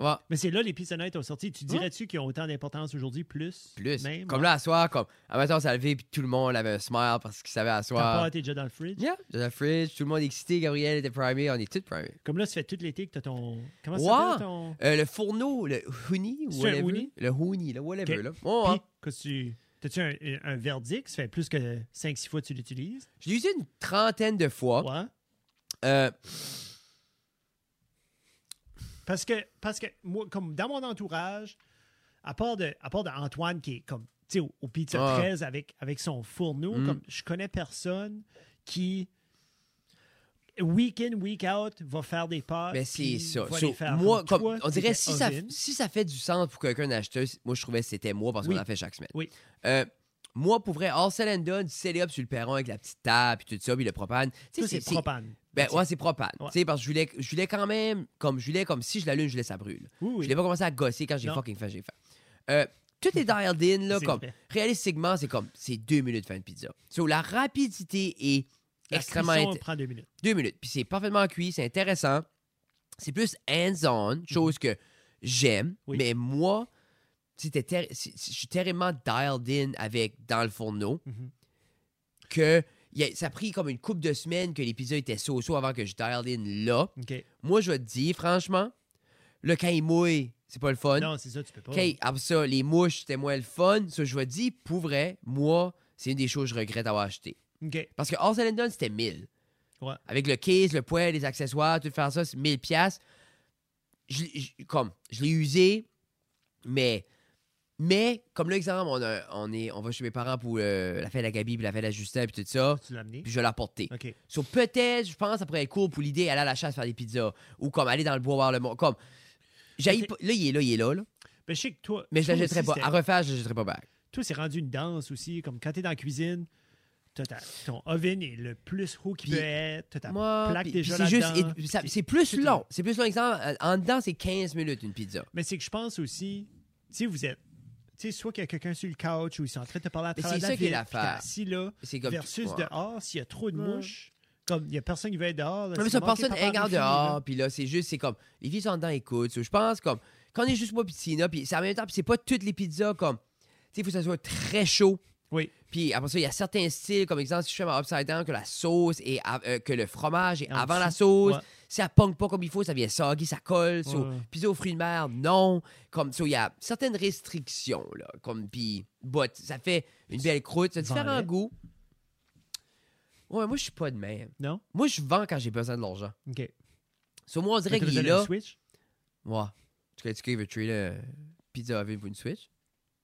[SPEAKER 2] Ouais.
[SPEAKER 3] Mais c'est là les Pizza Night ont sorti. Tu dirais-tu qu'ils ont autant d'importance aujourd'hui plus
[SPEAKER 2] Plus.
[SPEAKER 3] Même,
[SPEAKER 2] comme
[SPEAKER 3] ouais.
[SPEAKER 2] là, à soir, comme. À matin, on s'est levé, puis tout le monde avait un smile parce qu'il savait à
[SPEAKER 3] T'as pas
[SPEAKER 2] soir.
[SPEAKER 3] hâte, t'es déjà dans le fridge.
[SPEAKER 2] Yeah. Dans le fridge, tout le monde est excité. Gabriel était primé, on est tous primés.
[SPEAKER 3] Comme là, ça fait tout l'été que t'as ton. Comment
[SPEAKER 2] Ouais.
[SPEAKER 3] ça s'appelle ton.
[SPEAKER 2] Euh, le fourneau, le houni,
[SPEAKER 3] C'est
[SPEAKER 2] ou
[SPEAKER 3] un
[SPEAKER 2] whatever.
[SPEAKER 3] houni?
[SPEAKER 2] Le houni, le whatever,
[SPEAKER 3] Ok.
[SPEAKER 2] là. Ouais, ouais.
[SPEAKER 3] Puis, qu'est-ce que tu. T'as-tu un, un verdict? Ça fait plus que 5-6 fois que tu l'utilises.
[SPEAKER 2] Je l'ai usé une trentaine de fois.
[SPEAKER 3] Ouais.
[SPEAKER 2] Euh,
[SPEAKER 3] Parce que, parce que moi, comme dans mon entourage, à part de, à part de Antoine qui est comme, tu sais, au, au Pizza
[SPEAKER 2] Ah.
[SPEAKER 3] 13 avec, avec son fourneau,
[SPEAKER 2] Mm.
[SPEAKER 3] comme, je connais personne qui, week in, week out, va faire des pâtes.
[SPEAKER 2] Mais
[SPEAKER 3] Ah,
[SPEAKER 2] c'est
[SPEAKER 3] puis
[SPEAKER 2] ça.
[SPEAKER 3] va
[SPEAKER 2] So,
[SPEAKER 3] les faire.
[SPEAKER 2] moi,
[SPEAKER 3] Toi,
[SPEAKER 2] comme, on
[SPEAKER 3] t'étais
[SPEAKER 2] dirait si ça,
[SPEAKER 3] oven.
[SPEAKER 2] si ça fait du sens pour quelqu'un d'acheteur, moi je trouvais que c'était moi parce
[SPEAKER 3] Oui.
[SPEAKER 2] qu'on en fait chaque semaine.
[SPEAKER 3] Oui.
[SPEAKER 2] Euh, moi, pour vrai, all said and done, du célèbre sur le perron avec la petite table puis tout ça, puis le propane. Tu
[SPEAKER 3] Toi,
[SPEAKER 2] sais,
[SPEAKER 3] c'est propane.
[SPEAKER 2] Ben ouais, c'est propane.
[SPEAKER 3] Ouais.
[SPEAKER 2] Tu sais, parce que je voulais, je voulais quand même, comme je voulais, comme si je l'allume, je laisse ça brûle.
[SPEAKER 3] Oui, oui.
[SPEAKER 2] Je l'ai pas commencé à gosser quand j'ai
[SPEAKER 3] Non.
[SPEAKER 2] fucking faim, j'ai faim. Euh, tout est dialed in, là,
[SPEAKER 3] C'est
[SPEAKER 2] comme.
[SPEAKER 3] vrai.
[SPEAKER 2] Réalistiquement, c'est comme, c'est deux minutes de fin de pizza. So, la rapidité est
[SPEAKER 3] La
[SPEAKER 2] extrêmement.
[SPEAKER 3] cuisson
[SPEAKER 2] int-
[SPEAKER 3] prend deux minutes.
[SPEAKER 2] deux minutes. Puis c'est parfaitement cuit, c'est intéressant. C'est plus hands-on, chose que j'aime.
[SPEAKER 3] Mhm. Oui.
[SPEAKER 2] Mais moi, c'était terri- si- si- je suis terriblement dialed in avec dans le fourneau
[SPEAKER 3] Mhm.
[SPEAKER 2] que y a- ça a pris comme une couple de semaines que l'épisode était so-so avant que je dialed in là.
[SPEAKER 3] OK.
[SPEAKER 2] Moi, je vais te dire, franchement, le quand il mouille, c'est pas le fun.
[SPEAKER 3] Non, c'est ça, tu peux pas.
[SPEAKER 2] OK, après ça, les mouches, c'était moins le fun. Ça, je vais te dire, pour vrai, moi, c'est une des choses que je regrette d'avoir acheté.
[SPEAKER 3] OK.
[SPEAKER 2] Parce que All said and done, c'était 1000.
[SPEAKER 3] Ouais.
[SPEAKER 2] Avec le case, le poêle, les accessoires, tout faire ça, c'est 1000 piastres. Je, je- comme, je l'ai usé, mais, mais comme l'exemple, on, a- on, est, on va chez mes parents pour euh, la fête à Gabi, puis la fête à Justin, puis tout ça,
[SPEAKER 3] Tu l'as amené.
[SPEAKER 2] puis je vais la porter.
[SPEAKER 3] OK.
[SPEAKER 2] So, peut-être, je pense, ça pourrait être cool pour l'idée aller à la chasse faire des pizzas, ou comme aller dans le bois voir le monde, comme... j'haïs
[SPEAKER 3] Ok.
[SPEAKER 2] pas- là, il est là, il est là, là,
[SPEAKER 3] Ben, je sais que toi.
[SPEAKER 2] mais je
[SPEAKER 3] toi
[SPEAKER 2] la jetterai
[SPEAKER 3] aussi,
[SPEAKER 2] pas.
[SPEAKER 3] c'était-
[SPEAKER 2] À refaire, je la jetterai pas back.
[SPEAKER 3] Tout c'est rendu une danse aussi. Comme quand t'es dans la cuisine, t'as ta- ton oven est le plus haut qu'il
[SPEAKER 2] Puis
[SPEAKER 3] peut être. T'as ta
[SPEAKER 2] Moi,
[SPEAKER 3] plaque
[SPEAKER 2] puis-
[SPEAKER 3] déjà
[SPEAKER 2] puis c'est juste,
[SPEAKER 3] là-dedans,
[SPEAKER 2] et- ça-
[SPEAKER 3] puis
[SPEAKER 2] c'est plus
[SPEAKER 3] c'est tout.
[SPEAKER 2] long. C'est plus long. Exemple, en- en dedans, c'est 15 minutes une pizza.
[SPEAKER 3] Mais c'est que je pense aussi, tu sais, vous êtes, tu sais, soit qu'il y a quelqu'un sur le couch ou ils sont en train de te parler à
[SPEAKER 2] Mais
[SPEAKER 3] travers
[SPEAKER 2] c'est
[SPEAKER 3] la
[SPEAKER 2] ça qui est
[SPEAKER 3] vitre,
[SPEAKER 2] l'affaire.
[SPEAKER 3] puis t'es assis là,
[SPEAKER 2] C'est comme
[SPEAKER 3] versus
[SPEAKER 2] Ouais.
[SPEAKER 3] dehors, s'il y a trop de
[SPEAKER 2] Ouais.
[SPEAKER 3] mouches, comme il y a personne qui veut être dehors. là,
[SPEAKER 2] Non, mais
[SPEAKER 3] c'est
[SPEAKER 2] ça,
[SPEAKER 3] comme,
[SPEAKER 2] personne
[SPEAKER 3] OK, papa, on
[SPEAKER 2] regarde
[SPEAKER 3] est fini, là.
[SPEAKER 2] dehors, puis là, c'est juste, c'est comme, les filles sont en dedans, écoutent. So, Je pense, comme, quand on est juste moi, puis Tina, puis c'est en même temps, puis c'est pas toutes les pizzas, comme, tu sais, il faut que ça soit très chaud.
[SPEAKER 3] Oui.
[SPEAKER 2] Puis après ça, il y a certains styles, comme exemple, si je fais ma upside down, que la sauce et que le fromage est
[SPEAKER 3] En
[SPEAKER 2] avant la
[SPEAKER 3] dessous,
[SPEAKER 2] sauce,
[SPEAKER 3] ouais.
[SPEAKER 2] si ça pogne pas comme il faut, ça vient soggy, ça colle. So,
[SPEAKER 3] Ouais, ouais.
[SPEAKER 2] Pizza aux fruits de mer, non. Comme, so, il y a certaines restrictions, là. Comme, puis, but, ça fait une belle croûte, ça a différents
[SPEAKER 3] Vendrais.
[SPEAKER 2] goûts. Ouais, moi, je suis pas de même.
[SPEAKER 3] Non?
[SPEAKER 2] Moi, je vends quand j'ai besoin de l'argent.
[SPEAKER 3] OK.
[SPEAKER 2] Sur moi, on dirait
[SPEAKER 3] Mais t'as
[SPEAKER 2] qu'il est
[SPEAKER 3] besoin
[SPEAKER 2] là.
[SPEAKER 3] d'un Switch?
[SPEAKER 2] Ouais. Tu connais-tu qui veut trader euh, Pizza Oven pour une Switch?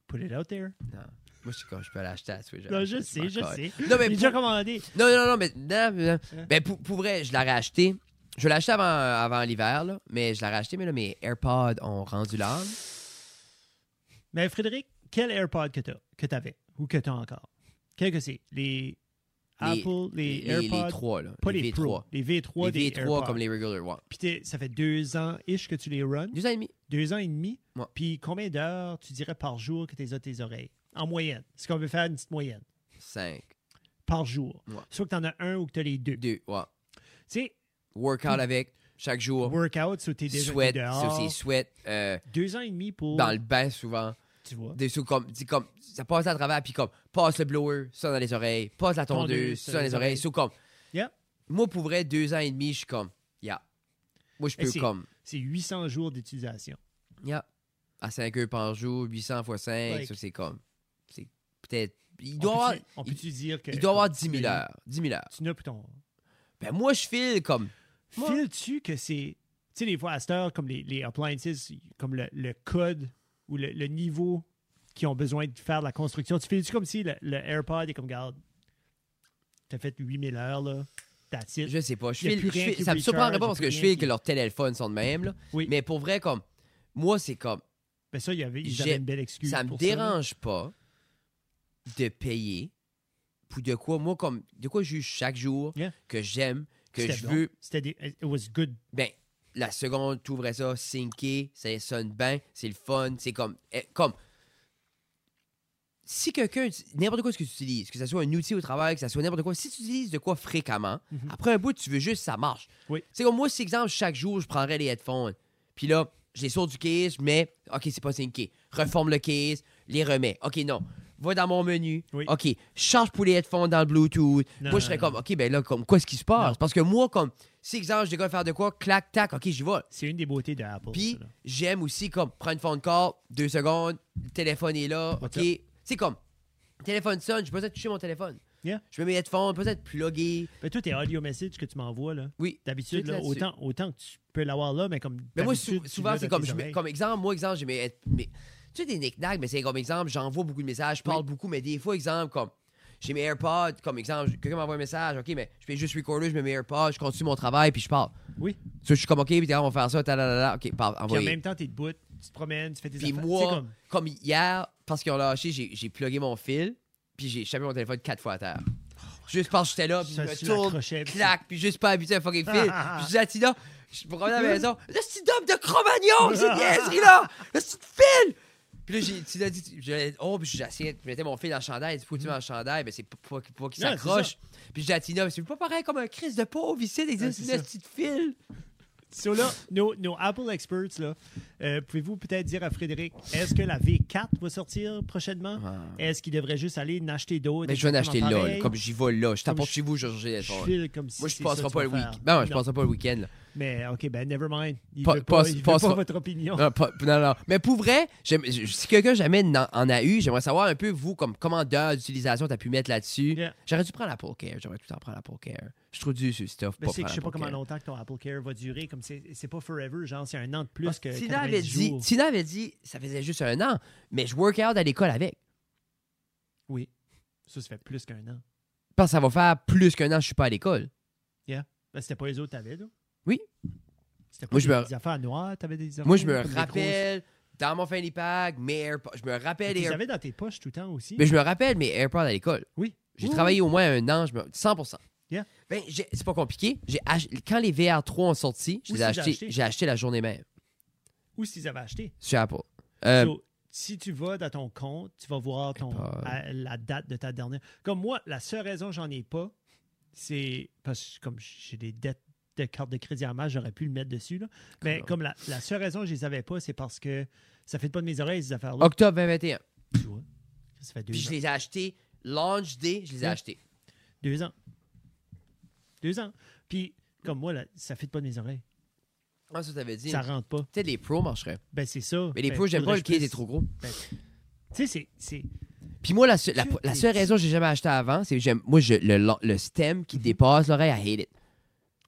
[SPEAKER 3] Put it out there.
[SPEAKER 2] Non. Moi, je sais quand je peux l'acheter à la Switch.
[SPEAKER 3] Non, je
[SPEAKER 2] m'en
[SPEAKER 3] sais, je
[SPEAKER 2] colle.
[SPEAKER 3] sais.
[SPEAKER 2] Non, mais
[SPEAKER 3] J'ai
[SPEAKER 2] pour...
[SPEAKER 3] déjà commandé.
[SPEAKER 2] non, non, non, mais, non, mais- non.
[SPEAKER 3] Hein?
[SPEAKER 2] Ben, pour, pour vrai, je l'aurais acheté. Je l'ai acheté avant, avant l'hiver, là. Mais je l'aurais acheté, mais là, mes AirPods ont rendu l'âme.
[SPEAKER 3] Mais Frédéric, quel AirPod que t'as, que t'avais ou que t'as encore? Quel que c'est? Les
[SPEAKER 2] Les-
[SPEAKER 3] Apple, les,
[SPEAKER 2] les, les
[SPEAKER 3] AirPods,
[SPEAKER 2] trois, là.
[SPEAKER 3] pas les,
[SPEAKER 2] les
[SPEAKER 3] Pro,
[SPEAKER 2] V3.
[SPEAKER 3] les V3
[SPEAKER 2] les
[SPEAKER 3] des
[SPEAKER 2] V3
[SPEAKER 3] AirPods.
[SPEAKER 2] comme les regular, ouais.
[SPEAKER 3] Puis t'es- ça fait deux ans-ish que tu les runs.
[SPEAKER 2] Deux ans et demi.
[SPEAKER 3] Deux ans et demi.
[SPEAKER 2] Ouais.
[SPEAKER 3] Puis combien d'heures tu dirais par jour que t'es à tes oreilles? En moyenne. Est-ce qu'on veut faire une petite moyenne?
[SPEAKER 2] Cinq.
[SPEAKER 3] Par jour.
[SPEAKER 2] Ouais.
[SPEAKER 3] Soit que t'en as un ou que t'as les deux. Tu
[SPEAKER 2] Deux, ouais.
[SPEAKER 3] sais,
[SPEAKER 2] Workout avec, chaque jour.
[SPEAKER 3] workout, soit t'es déjà
[SPEAKER 2] Sweat, ça,
[SPEAKER 3] dehors.
[SPEAKER 2] c'est sweat. euh,
[SPEAKER 3] Deux ans et demi pour,
[SPEAKER 2] dans le bain, souvent.
[SPEAKER 3] tu vois,
[SPEAKER 2] des sous comme, dis comme ça passe à travers puis comme passe le blower ça dans les oreilles passe la
[SPEAKER 3] Tondeuse,
[SPEAKER 2] tondeuse ça dans les oreilles sous comme
[SPEAKER 3] Yeah.
[SPEAKER 2] moi pour vrai deux ans et demi je suis comme yeah moi je
[SPEAKER 3] Et
[SPEAKER 2] peux
[SPEAKER 3] c'est-
[SPEAKER 2] comme
[SPEAKER 3] c'est 800 jours d'utilisation.
[SPEAKER 2] yeah à 5 heures par jour 800 fois 5
[SPEAKER 3] Like.
[SPEAKER 2] ça c'est comme c'est peut-être il
[SPEAKER 3] On
[SPEAKER 2] doit avoir,
[SPEAKER 3] peut-tu- on peut-tu dire que...
[SPEAKER 2] il doit avoir
[SPEAKER 3] comme
[SPEAKER 2] 10 000
[SPEAKER 3] tu-
[SPEAKER 2] heures 10 000 heures
[SPEAKER 3] Tu n'as plus ton...
[SPEAKER 2] ben moi je file comme Moi-
[SPEAKER 3] Files-tu que c'est. Tu sais, des fois, à cette heure, comme les, les appliances, comme le, le code ou le, le niveau qui ont besoin de faire de la construction, tu files-tu comme si le, le AirPod est comme, garde, t'as fait 8000 heures, là, that's it.
[SPEAKER 2] je sais pas je
[SPEAKER 3] Y a
[SPEAKER 2] file,
[SPEAKER 3] plus
[SPEAKER 2] je
[SPEAKER 3] rien
[SPEAKER 2] file-
[SPEAKER 3] qui
[SPEAKER 2] ça me surprendrait
[SPEAKER 3] recharge, y
[SPEAKER 2] pas
[SPEAKER 3] a
[SPEAKER 2] parce
[SPEAKER 3] plus
[SPEAKER 2] que je
[SPEAKER 3] rien
[SPEAKER 2] file
[SPEAKER 3] qui-
[SPEAKER 2] que leurs téléphones sont de même là.
[SPEAKER 3] Oui.
[SPEAKER 2] mais pour vrai comme moi c'est comme
[SPEAKER 3] Mais Ben ça, il y avait, ils
[SPEAKER 2] J'ai-
[SPEAKER 3] avaient une belle excuse.
[SPEAKER 2] ça me
[SPEAKER 3] pour
[SPEAKER 2] dérange pas de payer pour de quoi moi comme de quoi j'use chaque jour
[SPEAKER 3] Yeah.
[SPEAKER 2] que j'aime que
[SPEAKER 3] C'était
[SPEAKER 2] je
[SPEAKER 3] bon.
[SPEAKER 2] veux
[SPEAKER 3] C'était des. It was good.
[SPEAKER 2] ben la seconde tu ouvrais ça syncé ça sonne bien c'est le fun c'est comme eh, comme si quelqu'un uti- n'importe quoi ce que tu utilises que ce soit un outil au travail que ce soit n'importe quoi si tu utilises de quoi fréquemment
[SPEAKER 3] Mhm.
[SPEAKER 2] après un bout tu veux juste que ça marche
[SPEAKER 3] Oui.
[SPEAKER 2] c'est comme moi si exemple chaque jour je prendrais les headphones puis là je les saute du case, je mets, OK, c'est pas syncé. Reforme le case, les remets. OK, non. Va dans mon menu.
[SPEAKER 3] Oui.
[SPEAKER 2] OK, charge pour les headphones dans le Bluetooth.
[SPEAKER 3] Non,
[SPEAKER 2] moi, je
[SPEAKER 3] non,
[SPEAKER 2] serais
[SPEAKER 3] non.
[SPEAKER 2] comme, OK, ben là, comme, quoi est-ce qui se passe?
[SPEAKER 3] Non.
[SPEAKER 2] Parce que moi, comme, si exemple, j'ai gars faire de quoi, clac, tac, OK, j'y vais.
[SPEAKER 3] C'est une des beautés de Apple.
[SPEAKER 2] Puis
[SPEAKER 3] ça, là.
[SPEAKER 2] j'aime aussi comme prendre une phone call, deux secondes, le téléphone est là,
[SPEAKER 3] What's
[SPEAKER 2] ok. C'est comme, le téléphone sonne, j'ai pas besoin de toucher mon téléphone.
[SPEAKER 3] Yeah.
[SPEAKER 2] Je mets mes headphones, pas besoin de plugger.
[SPEAKER 3] Mais toi, tes audio messages que tu m'envoies, là,
[SPEAKER 2] Oui.
[SPEAKER 3] d'habitude,
[SPEAKER 2] Tout
[SPEAKER 3] là,
[SPEAKER 2] là-dessus.
[SPEAKER 3] autant, autant que tu peux l'avoir là, mais comme.
[SPEAKER 2] Mais moi, sou-
[SPEAKER 3] d'habitude, tu
[SPEAKER 2] souvent,
[SPEAKER 3] l'as
[SPEAKER 2] c'est
[SPEAKER 3] dans
[SPEAKER 2] comme,
[SPEAKER 3] tes
[SPEAKER 2] je mets-
[SPEAKER 3] oreilles.
[SPEAKER 2] comme exemple, moi, exemple, j'ai mes. head- mes- tu sais, des knick-knacks, mais c'est comme exemple, j'envoie beaucoup de messages, je parle beaucoup, mais des fois, exemple, comme. J'ai mes AirPods, comme exemple, quelqu'un m'envoie un message, ok, mais je fais juste recorder, je mets mes AirPods, je continue mon travail, puis je parle.
[SPEAKER 3] Oui.
[SPEAKER 2] Tu sais, je suis comme, ok, puis on va faire ça, ta ok, parle,
[SPEAKER 3] Puis en
[SPEAKER 2] envoyez.
[SPEAKER 3] même temps, t'es debout, tu te promènes, tu fais tes
[SPEAKER 2] Puis
[SPEAKER 3] affaires.
[SPEAKER 2] moi,
[SPEAKER 3] C'est
[SPEAKER 2] comme...
[SPEAKER 3] comme-
[SPEAKER 2] hier, parce qu'ils ont lâché, j'ai, j'ai plugué mon fil, puis j'ai échappé mon téléphone quatre fois à terre. juste parce que j'étais là, puis je
[SPEAKER 3] Ça,
[SPEAKER 2] me
[SPEAKER 3] tu
[SPEAKER 2] tourne,
[SPEAKER 3] l'accrochais, puis-
[SPEAKER 2] clac, puis juste pas habitué à fucking fil. Puis je dis à Tina, je me promenais à la maison, le petit homme de Cro-Magnon, cette niaiserie-là, le petit fil! Puis là, j'ai, Tina dit, je- oh, puis j'essayais, je mettais mon fil dans le chandail, elle dit, faut que tu mets le chandail, mais c'est pas, pas, pas qu'il
[SPEAKER 3] Non, c'est
[SPEAKER 2] s'accroche. Puis je dis à Tina, c'est pas pareil comme un Christ de pauvre ici, il existe
[SPEAKER 3] c'est
[SPEAKER 2] une petite fil.
[SPEAKER 3] So là, nos, nos Apple experts, là, euh, pouvez-vous peut-être dire à Frédéric, est-ce que la V4 va sortir prochainement? Est-ce qu'il devrait juste aller en acheter d'autres?
[SPEAKER 2] Ah. Mais je vais en acheter là,
[SPEAKER 3] exactement
[SPEAKER 2] là,
[SPEAKER 3] pareil?
[SPEAKER 2] comme j'y vais là, je t'apporte
[SPEAKER 3] je-
[SPEAKER 2] chez vous, je vais changer les
[SPEAKER 3] je
[SPEAKER 2] choses.
[SPEAKER 3] file comme si
[SPEAKER 2] Moi, je
[SPEAKER 3] c'est
[SPEAKER 2] passerai
[SPEAKER 3] ça que
[SPEAKER 2] pas
[SPEAKER 3] tu
[SPEAKER 2] le
[SPEAKER 3] vas
[SPEAKER 2] week-end.
[SPEAKER 3] faire.
[SPEAKER 2] Ben, ouais, je
[SPEAKER 3] Non.
[SPEAKER 2] passerai pas le week-end. là.
[SPEAKER 3] Mais OK, ben never mind. Il
[SPEAKER 2] Pa-
[SPEAKER 3] veut pas,
[SPEAKER 2] passe-
[SPEAKER 3] il veut
[SPEAKER 2] passe-
[SPEAKER 3] pas votre opinion.
[SPEAKER 2] Non, pas- non, non. Mais pour vrai, j'aime- je- si quelqu'un jamais n'en- en a eu, j'aimerais savoir un peu, vous, comme commandeur d'utilisation, t'as pu mettre là-dessus.
[SPEAKER 3] Yeah.
[SPEAKER 2] J'aurais dû prendre la Care. J'aurais tout le temps prendre la Care. Je suis trop dur sur le stuff.
[SPEAKER 3] Ben,
[SPEAKER 2] pour
[SPEAKER 3] c'est que je sais pas
[SPEAKER 2] prendre
[SPEAKER 3] comment
[SPEAKER 2] la Apple
[SPEAKER 3] longtemps que ton Apple Care va durer, comme c'est c'est pas forever, genre c'est un an de plus
[SPEAKER 2] Care.
[SPEAKER 3] que
[SPEAKER 2] Ah, Tina avait,
[SPEAKER 3] 90
[SPEAKER 2] dit,
[SPEAKER 3] jours.
[SPEAKER 2] Tina avait dit, ça faisait juste un an, mais je work out à l'école avec.
[SPEAKER 3] Oui, ça, ça fait plus qu'un an.
[SPEAKER 2] Parce que ça va faire plus qu'un an que je suis pas à l'école.
[SPEAKER 3] Ben, c'était pas les autres que t'avais, là?
[SPEAKER 2] Oui.
[SPEAKER 3] C'était pas
[SPEAKER 2] Moi, je
[SPEAKER 3] des,
[SPEAKER 2] me-
[SPEAKER 3] des affaires noires, t'avais des affaires
[SPEAKER 2] Moi, je me
[SPEAKER 3] comme des grosses-
[SPEAKER 2] rappelle dans mon fanny pack, mes AirPods. Je me rappelle
[SPEAKER 3] Tu
[SPEAKER 2] les
[SPEAKER 3] les
[SPEAKER 2] Air-
[SPEAKER 3] avais dans tes poches tout le temps aussi?
[SPEAKER 2] Mais je me rappelle mes AirPods à l'école.
[SPEAKER 3] Oui.
[SPEAKER 2] J'ai
[SPEAKER 3] Oui,
[SPEAKER 2] travaillé au moins un an, je me... 100%.
[SPEAKER 3] Mmh. Yeah.
[SPEAKER 2] Ben, j'ai- c'est pas compliqué. J'ai ach- Quand les VR3 ont sorti, je
[SPEAKER 3] Oui,
[SPEAKER 2] les ai
[SPEAKER 3] c'est que j'ai
[SPEAKER 2] achetés.
[SPEAKER 3] acheté.
[SPEAKER 2] J'ai acheté la journée même
[SPEAKER 3] Ou s'ils avaient acheté.
[SPEAKER 2] sur Apple. Euh,
[SPEAKER 3] So, si tu vas dans ton compte, tu vas voir ton,
[SPEAKER 2] pas-
[SPEAKER 3] à- la date de ta dernière. Comme moi, la seule raison que j'en ai pas, c'est parce que comme j'ai des dettes de carte de crédit à masse, j'aurais pu le mettre dessus. Là. Mais
[SPEAKER 2] Cool.
[SPEAKER 3] comme la, la seule raison que je les avais pas, c'est parce que ça fait pas de mes oreilles ces affaires-là.
[SPEAKER 2] Octobre 2021.
[SPEAKER 3] Tu vois, ça fait deux
[SPEAKER 2] Puis je
[SPEAKER 3] ans.
[SPEAKER 2] les ai achetés. Launch Day, je les ai
[SPEAKER 3] Yeah.
[SPEAKER 2] achetés.
[SPEAKER 3] Deux ans. Deux ans. Puis comme moi, là, ça fait pas de mes oreilles.
[SPEAKER 2] Ah, ça, t'avais dit.
[SPEAKER 3] Ça rentre pas.
[SPEAKER 2] Peut-être les pros marcheraient.
[SPEAKER 3] Ben c'est ça.
[SPEAKER 2] Mais les
[SPEAKER 3] Ben,
[SPEAKER 2] pros, j'aime
[SPEAKER 3] faudrait
[SPEAKER 2] pas le
[SPEAKER 3] que je
[SPEAKER 2] case est
[SPEAKER 3] puisse-
[SPEAKER 2] trop gros.
[SPEAKER 3] Tu sais, c'est- c'est.
[SPEAKER 2] Puis moi, la, se- la,
[SPEAKER 3] Tu
[SPEAKER 2] la
[SPEAKER 3] t'es-
[SPEAKER 2] seule raison que j'ai jamais acheté avant, c'est que j'aime. Moi, je, le, lan- le stem
[SPEAKER 3] Mm-hmm.
[SPEAKER 2] qui dépasse l'oreille, I hate it.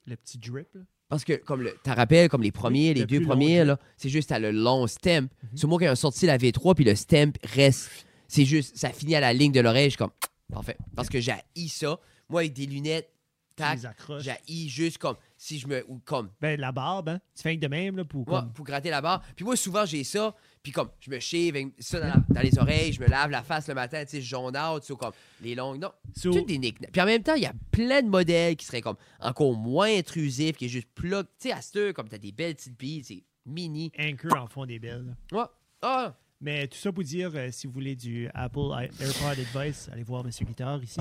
[SPEAKER 3] Le petit drip, là.
[SPEAKER 2] Parce que, comme le, t'as rappelles, comme les premiers,
[SPEAKER 3] Oui,
[SPEAKER 2] les
[SPEAKER 3] le
[SPEAKER 2] deux
[SPEAKER 3] plus long
[SPEAKER 2] premiers,
[SPEAKER 3] jeu. Mhm.
[SPEAKER 2] là, c'est juste à le long stem. C'est moi qui ai sorti la V3, puis le stem reste. C'est juste, ça finit à la ligne de l'oreille. Je suis comme, parfait. Parce que j'ai ça. Moi, avec des lunettes,
[SPEAKER 3] Tu
[SPEAKER 2] tac,
[SPEAKER 3] les accroches.
[SPEAKER 2] j'ai juste comme, si je me. Ou comme,
[SPEAKER 3] Ben, la barbe, hein? Tu fais de même, là, pour.
[SPEAKER 2] moi,
[SPEAKER 3] comme-
[SPEAKER 2] pour gratter la barre. Puis moi, souvent, j'ai ça. Puis comme, je me shave avec ça dans, la- dans les oreilles, je me lave la face le matin, tu sais, jaune out, tu sais, comme les longues. Non,
[SPEAKER 3] So-
[SPEAKER 2] toutes des knick-knacks. Puis en même temps, il y a plein de modèles qui seraient comme encore moins intrusifs, qui est juste plug. Tu sais, à ce heure, comme t'as des belles petites billes, c'est mini.
[SPEAKER 3] Anchor en fond des belles.
[SPEAKER 2] Ouais. Ah,
[SPEAKER 3] Mais tout ça pour dire, euh, si vous voulez du Apple i- AirPod Advice, allez voir Monsieur Guitare ici.